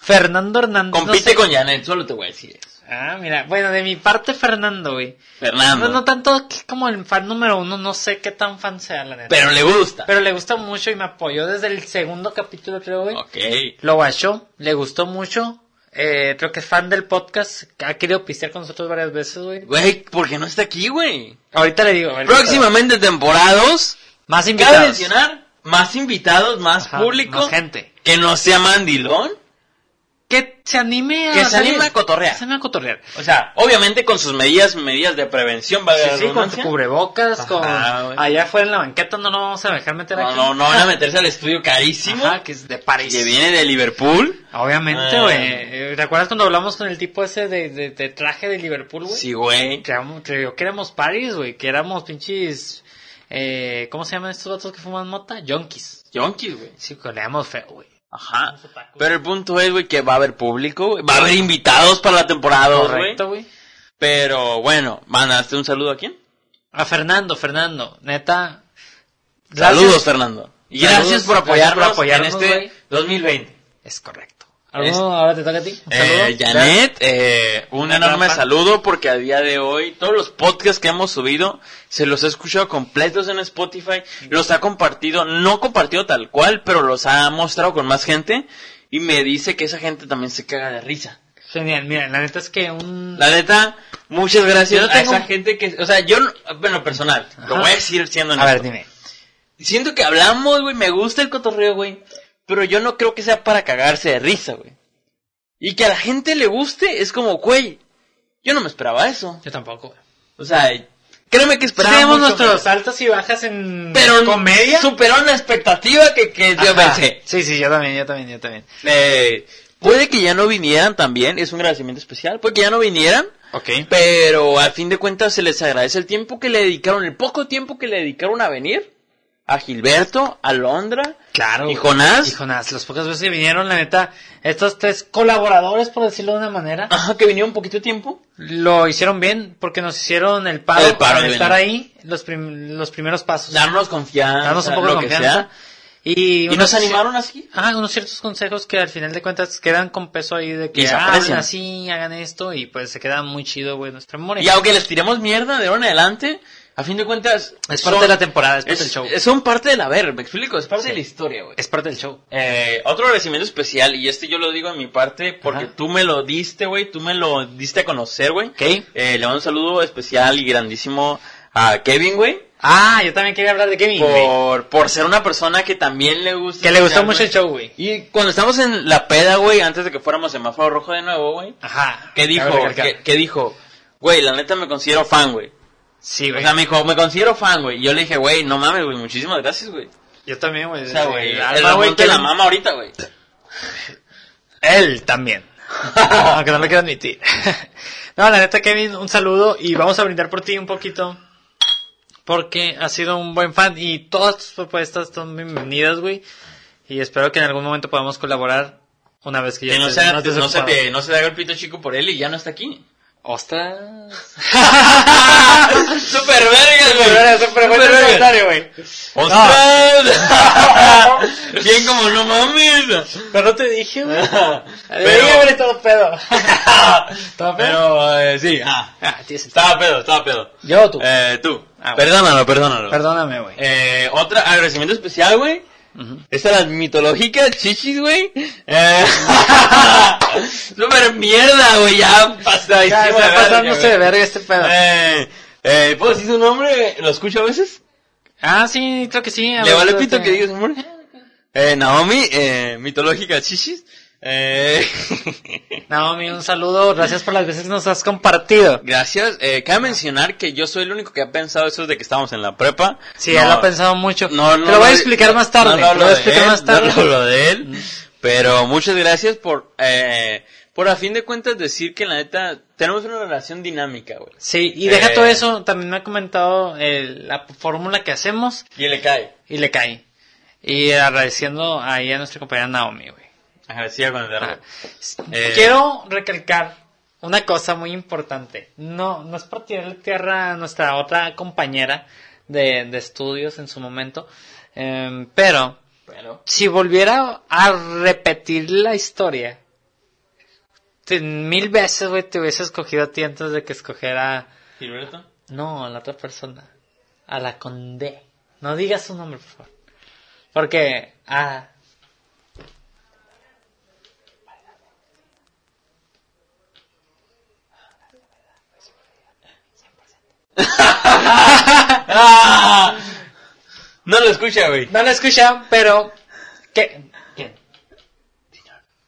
B: Fernando Hernández. no
A: Compite
B: sé-
A: con Janet, solo te voy a decir eso.
B: Ah, mira. Bueno, de mi parte, Fernando, güey.
A: Fernando.
B: No, no tanto que como el fan número uno, no sé qué tan fan sea, la neta.
A: pero le gusta.
B: Pero le gusta mucho y me apoyó desde el segundo capítulo, creo, güey.
A: ok.
B: Lo guachó, le gustó mucho. Eh, creo que es fan del podcast. Ha querido pistear con nosotros varias veces, güey.
A: Güey, ¿por qué no está aquí, güey?
B: Ahorita le digo. a ver,
A: Próximamente temporadas.
B: Más invitados.
A: Cabe mencionar más invitados, más
B: Ajá,
A: público.
B: más gente.
A: Que no sea mandilón.
B: Que se anime a
A: Que se
B: salir.
A: anime a cotorrear.
B: Que Se anime a cotorrear.
A: O sea, obviamente con sus medidas, medidas de prevención, va a
B: Sí,
A: haber
B: sí, con su cubrebocas,
A: Ajá,
B: con...
A: güey.
B: Allá afuera en la banqueta no nos vamos a dejar meter
A: No,
B: aquí.
A: no, no van a meterse al estudio carísimo.
B: Ajá, que es de París.
A: Que viene de Liverpool.
B: Obviamente,
A: Ah.
B: güey. Eh, ¿Te acuerdas cuando hablamos con el tipo ese de, de- de traje de Liverpool, güey?
A: Sí, güey.
B: Creamos- creyó que éramos paris, güey, que éramos pinches... Eh, ¿Cómo se llaman estos vatos que fuman mota? Yonkis.
A: Yonkis, güey.
B: Sí, que leamos feo, güey.
A: Ajá. Pero el punto es, güey, que va a haber público, güey. Va a haber invitados para la temporada, dos, güey.
B: Correcto, güey.
A: Pero bueno, mandaste un saludo a quién?
B: A Fernando, Fernando, neta.
A: Saludos, Fernando. Y
B: Saludos,
A: gracias por
B: gracias por
A: apoyarnos,
B: apoyarnos,
A: en este
B: güey.
A: 2020.
B: Es correcto.
A: Es-
B: ¿Alguno ahora te toca a ti? Un
A: Eh,
B: saludo.
A: Janet, eh, un
B: Una
A: enorme
B: trampa.
A: saludo porque a día de hoy todos los podcasts que hemos subido se los he escuchado completos en Spotify, los ha compartido, no compartido tal cual, pero los ha mostrado con más gente y me dice que esa gente también se caga de risa.
B: Genial, mira, la neta es que un...
A: La neta, muchas gracias
B: Yo no
A: a
B: tengo-
A: esa gente que, o sea, yo, no- bueno, personal, lo
B: Ajá.
A: voy a decir siendo
B: A ver,
A: honesto.
B: dime.
A: Siento que hablamos, güey, me gusta el cotorreo, güey, pero yo no creo que sea para cagarse de risa, güey. Y que a la gente le guste es como, güey, yo no me esperaba eso.
B: Yo tampoco, güey.
A: O sea, créeme que esperaba
B: Tenemos
A: mucho,
B: nuestros altas y bajas en
A: pero
B: comedia.
A: superaron la expectativa que, que yo
B: Ajá.
A: pensé.
B: Sí, sí, yo también, yo también, yo también.
A: Eh, puede que ya no vinieran también, es un agradecimiento especial, puede que ya no vinieran,
B: Ok.
A: pero al fin de cuentas se les agradece el tiempo que le dedicaron, el poco tiempo que le dedicaron a venir, a Gilberto, a Londra,
B: Claro.
A: ¿Y
B: güey.
A: Jonás?
B: Y Jonás, las pocas veces que vinieron, la neta, estos tres colaboradores, por decirlo de una manera,
A: ajá, que vinieron poquito tiempo.
B: lo hicieron bien porque nos hicieron el paro,
A: El paro
B: para
A: de
B: estar
A: venir.
B: ahí los, prim- los primeros pasos.
A: Darnos confianza,
B: Darnos un poco
A: lo
B: de
A: que
B: confianza.
A: sea.
B: Y,
A: ¿Y
B: unos-
A: nos animaron así?
B: Ah, unos ciertos consejos que al final de cuentas quedan con peso ahí de que
A: Y se
B: ah,
A: aprecian.
B: hagan así, hagan esto y pues se queda muy chido, güey, nuestra memoria.
A: Y aunque les tiremos mierda de ahora en adelante, a fin de cuentas...
B: es parte
A: son-
B: de la temporada, es parte del
A: es-
B: show.
A: es- Son parte del haber, me explico, es parte de la historia, güey.
B: es parte del show.
A: Eh, otro agradecimiento especial, y este yo lo digo en mi parte porque
B: Ajá.
A: tú me lo diste, güey, tú me lo diste a conocer, güey.
B: ¿Ok?
A: Eh, le mando un saludo especial y grandísimo a Kevin, güey,
B: Ah, yo también quería hablar de Kevin. güey.
A: por, por ser una persona que también le gusta.
B: Que le gustó
A: escuchar,
B: mucho el
A: güey.
B: show, güey.
A: Y cuando estamos en la peda, güey, antes de que fuéramos semáforo rojo de nuevo, güey,
B: Ajá.
A: que dijo,
B: Cabe recalcar.
A: que, que dijo, güey, la neta me considero fan, güey.
B: Sí,
A: O
B: güey.
A: sea, me dijo, me considero fan, güey. Y yo le dije, güey, no mames, güey, muchísimas gracias, güey.
B: Yo también, güey.
A: O sea, güey,
B: El
A: el
B: alma, güey,
A: Ramón te
B: que
A: la
B: le-
A: mama ahorita, güey.
B: Él también. Aunque no lo quiero admitir. no, la neta, Kevin, un saludo y vamos a brindar por ti un poquito. Porque has sido un buen fan y todas tus propuestas son bienvenidas, güey. Y espero que en algún momento podamos colaborar una vez que ya
A: Que no
B: estés
A: se, haga-
B: más
A: no, se
B: desocupado.
A: te, no se te haga el pito chico por él y ya no está
B: (laughs)
A: aquí.
B: ¡Ostras!
A: Super verga, güey.
B: Pero bueno,
A: Súper
B: el
A: verga.
B: comentario, güey.
A: ¡Ostras! Bien como no mames.
B: Pero no te dije, güey. Debí haber
A: Pero,
B: estado
A: (laughs)
B: pedo. (laughs) ¿Estaba pedo?
A: pero eh, sí, ah,
B: Ah, tienes-
A: estaba pedo, estaba pedo.
B: Yo o tú.
A: Eh, tú.
B: Ah, bueno.
A: Perdónalo, perdónalo.
B: Perdóname, güey.
A: Eh, otro agradecimiento especial, güey.
B: Ujú.
A: Esta es la mitológica chichis, güey. Eh, (laughs) super mierda, güey. Ya pasa.
B: Ya, está pasándose de verga este pedo.
A: Eh, eh, ¿Puedo decir su nombre? güey? ¿Lo escucho a veces?
B: Ah, sí, creo que sí. a
A: ¿Le
B: ver,
A: vale
B: espérate.
A: pito que digas, amor? Eh, Naomi, eh, mitológica chichis. Eh, (laughs)
B: Naomi, un saludo. Gracias por las veces que nos has compartido.
A: gracias. Eh, cabe mencionar que yo soy el único que ha pensado eso de que estábamos en la prepa.
B: Sí,
A: No,
B: él lo ha pensado mucho.
A: No, no.
B: Te lo voy a
A: no,
B: explicar más tarde.
A: no, no
B: te lo
A: hablo
B: voy a
A: de
B: explicar
A: él,
B: más tarde. Mm.
A: No hablo de él. Pero muchas gracias por, eh, por a fin de cuentas decir que la neta tenemos una relación dinámica, güey.
B: Sí, y deja
A: Eh.
B: todo eso. También me ha comentado el- la fórmula que hacemos
A: Y le cae.
B: y le cae. Y agradeciendo ahí a nuestra compañera Naomi, güey.
A: Agradecida con el
B: Ah.
A: verbo. Eh.
B: Quiero recalcar una cosa muy importante. No, no es por tirarle tierra a nuestra otra compañera de, de estudios en su momento. em, pero
A: Pero.
B: si volviera a repetir la historia, te- mil veces, güey, te hubiese escogido a ti antes de que escogiera,
A: ¿Gilberto?
B: no, a la otra persona, a la con D. No digas su nombre, por favor. Porque, ah,
A: ¡Ah! (laughs) No lo escucha, güey.
B: No lo escuchan, pero... ¿Qué? ¿Quién?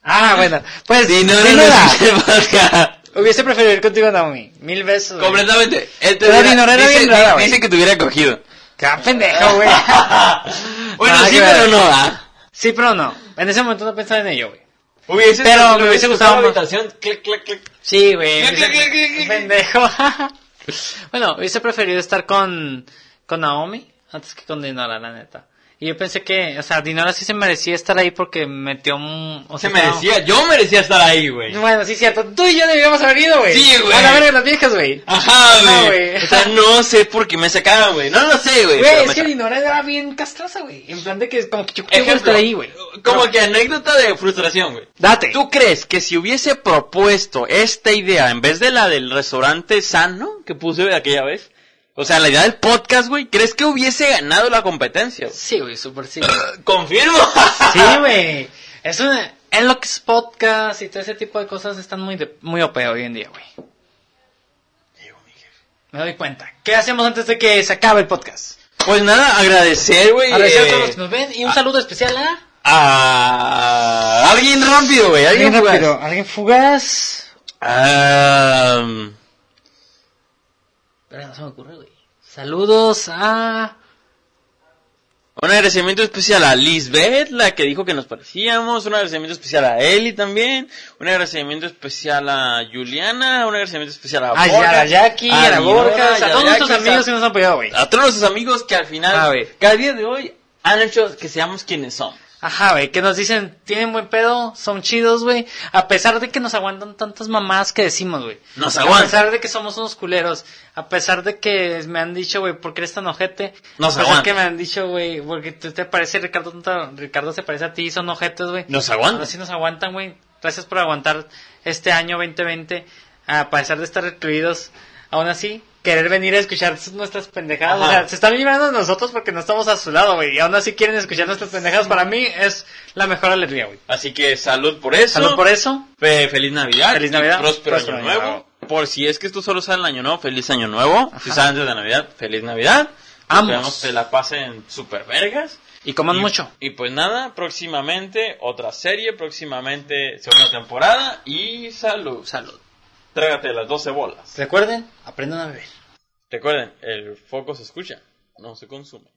B: Ah, bueno. Pues,
A: Sí, no, no,
B: sin
A: lo
B: duda,
A: escucha el podcast.
B: Hubiese preferido ir contigo, Naomi. Mil veces. güey.
A: Completamente. Él te
B: Pero
A: hubiera-
B: Dinora era
A: dice,
B: bien rara, güey.
A: dice que te hubiera cogido.
B: ¡Qué pendejo,
A: (laughs)
B: güey!
A: bueno,
B: Nada
A: sí,
B: que ver.
A: pero no, ¿ah?
B: Sí, pero no. En ese momento no pensaba en ello, güey.
A: Hubiese,
B: Pero
A: le
B: me hubiese gustado
A: la
B: más.
A: habitación. Clic, clic, clic.
B: Sí, güey.
A: Clic, clic, clic, clic, clic.
B: Pendejo. (laughs) bueno, hubiese preferido estar con, con Naomi antes que con Dinora, la neta. Y yo pensé que, o sea, Dinora sí se merecía estar ahí porque metió un... o
A: Se
B: sea,
A: merecía, yo merecía estar ahí, güey.
B: Bueno, sí, cierto. Tú y yo debíamos haber ido, güey.
A: Sí, güey.
B: A la verga, las viejas, güey.
A: Ajá, güey.
B: No, güey.
A: o
B: (laughs)
A: sea, no sé por qué me sacaron, güey. No lo sé, güey. pero me
B: Güey, es que
A: sacaron.
B: Dinora era bien castrosa, güey. En plan de que es como que yo quiero
A: Ejemplo,
B: estar ahí, güey.
A: Como que anécdota de frustración, güey.
B: Date.
A: ¿Tú crees que si hubiese propuesto esta idea en vez de la del restaurante sano que puse aquella vez? O sea, la idea del podcast, güey, ¿crees que hubiese ganado la competencia? güey?
B: Sí, güey, súper sí.
A: Ah, Confirmo.
B: (laughs)
A: (laughs)
B: sí, güey. Es una... En lo que es podcast y todo ese tipo de cosas están muy, de- muy OP hoy en día, güey. Me doy cuenta. ¿Qué hacemos antes de que se acabe el podcast?
A: Pues nada, agradecer, güey.
B: Agradecer a
A: eh,
B: todos los que nos ven y un
A: ah.
B: saludo especial a...
A: a alguien rápido, güey. Alguien
B: Bien
A: fugaz.
B: rápido, ¿Alguien fugaz?
A: Ah,
B: Pero no se me ocurre, güey. Saludos a...
A: Un agradecimiento especial a Lisbeth, la que dijo que nos parecíamos. Un agradecimiento especial a Eli también. Un agradecimiento especial a Juliana. Un agradecimiento especial a
B: A
A: Borja.
B: la Jackie, a la
A: Dinora,
B: Borja,
A: y
B: a todos nuestros
A: Jackie,
B: amigos que nos han apoyado, güey.
A: A todos nuestros amigos que al final,
B: A ver.
A: cada día de hoy, han hecho que seamos quienes somos.
B: Ajá, güey, que nos dicen, tienen buen pedo, son chidos, güey. A pesar de que nos aguantan tantas mamadas que decimos, güey.
A: Nos
B: A
A: aguantan.
B: pesar de que somos unos culeros. A pesar de que me han dicho, güey, ¿por qué eres tan ojete?
A: Nos
B: a pesar
A: aguantan.
B: que me han dicho, güey, porque tú te parece Ricardo, tonto- Ricardo se parece a ti, son ojetes, güey.
A: Nos
B: Ahora
A: aguantan.
B: sí nos aguantan, güey. Gracias por aguantar este año 2020. A pesar de estar recluidos, aún así, querer venir a escuchar nuestras pendejadas.
A: Ajá.
B: O sea, se están librando de nosotros porque no estamos a su lado, güey. Y aún así quieren escuchar nuestras pendejadas. Para mí es la mejor alegría, güey.
A: Así que salud por eso.
B: Salud por eso.
A: Fe- feliz Navidad.
B: Feliz Navidad.
A: Y Próspero
B: Próspero
A: Año
B: Año
A: Nuevo. Por si es que tú solo sabes el Año Nuevo, feliz Año Nuevo. Si sabes antes de Navidad, feliz Navidad.
B: Ambos.
A: Esperamos que la pasen super vergas.
B: Y coman
A: Y-
B: mucho.
A: Y pues nada, próximamente otra serie, próximamente segunda temporada y salud.
B: Salud.
A: Trágate las 12 bolas.
B: Recuerden, aprendan a beber.
A: Recuerden, el foco se escucha, no se consume.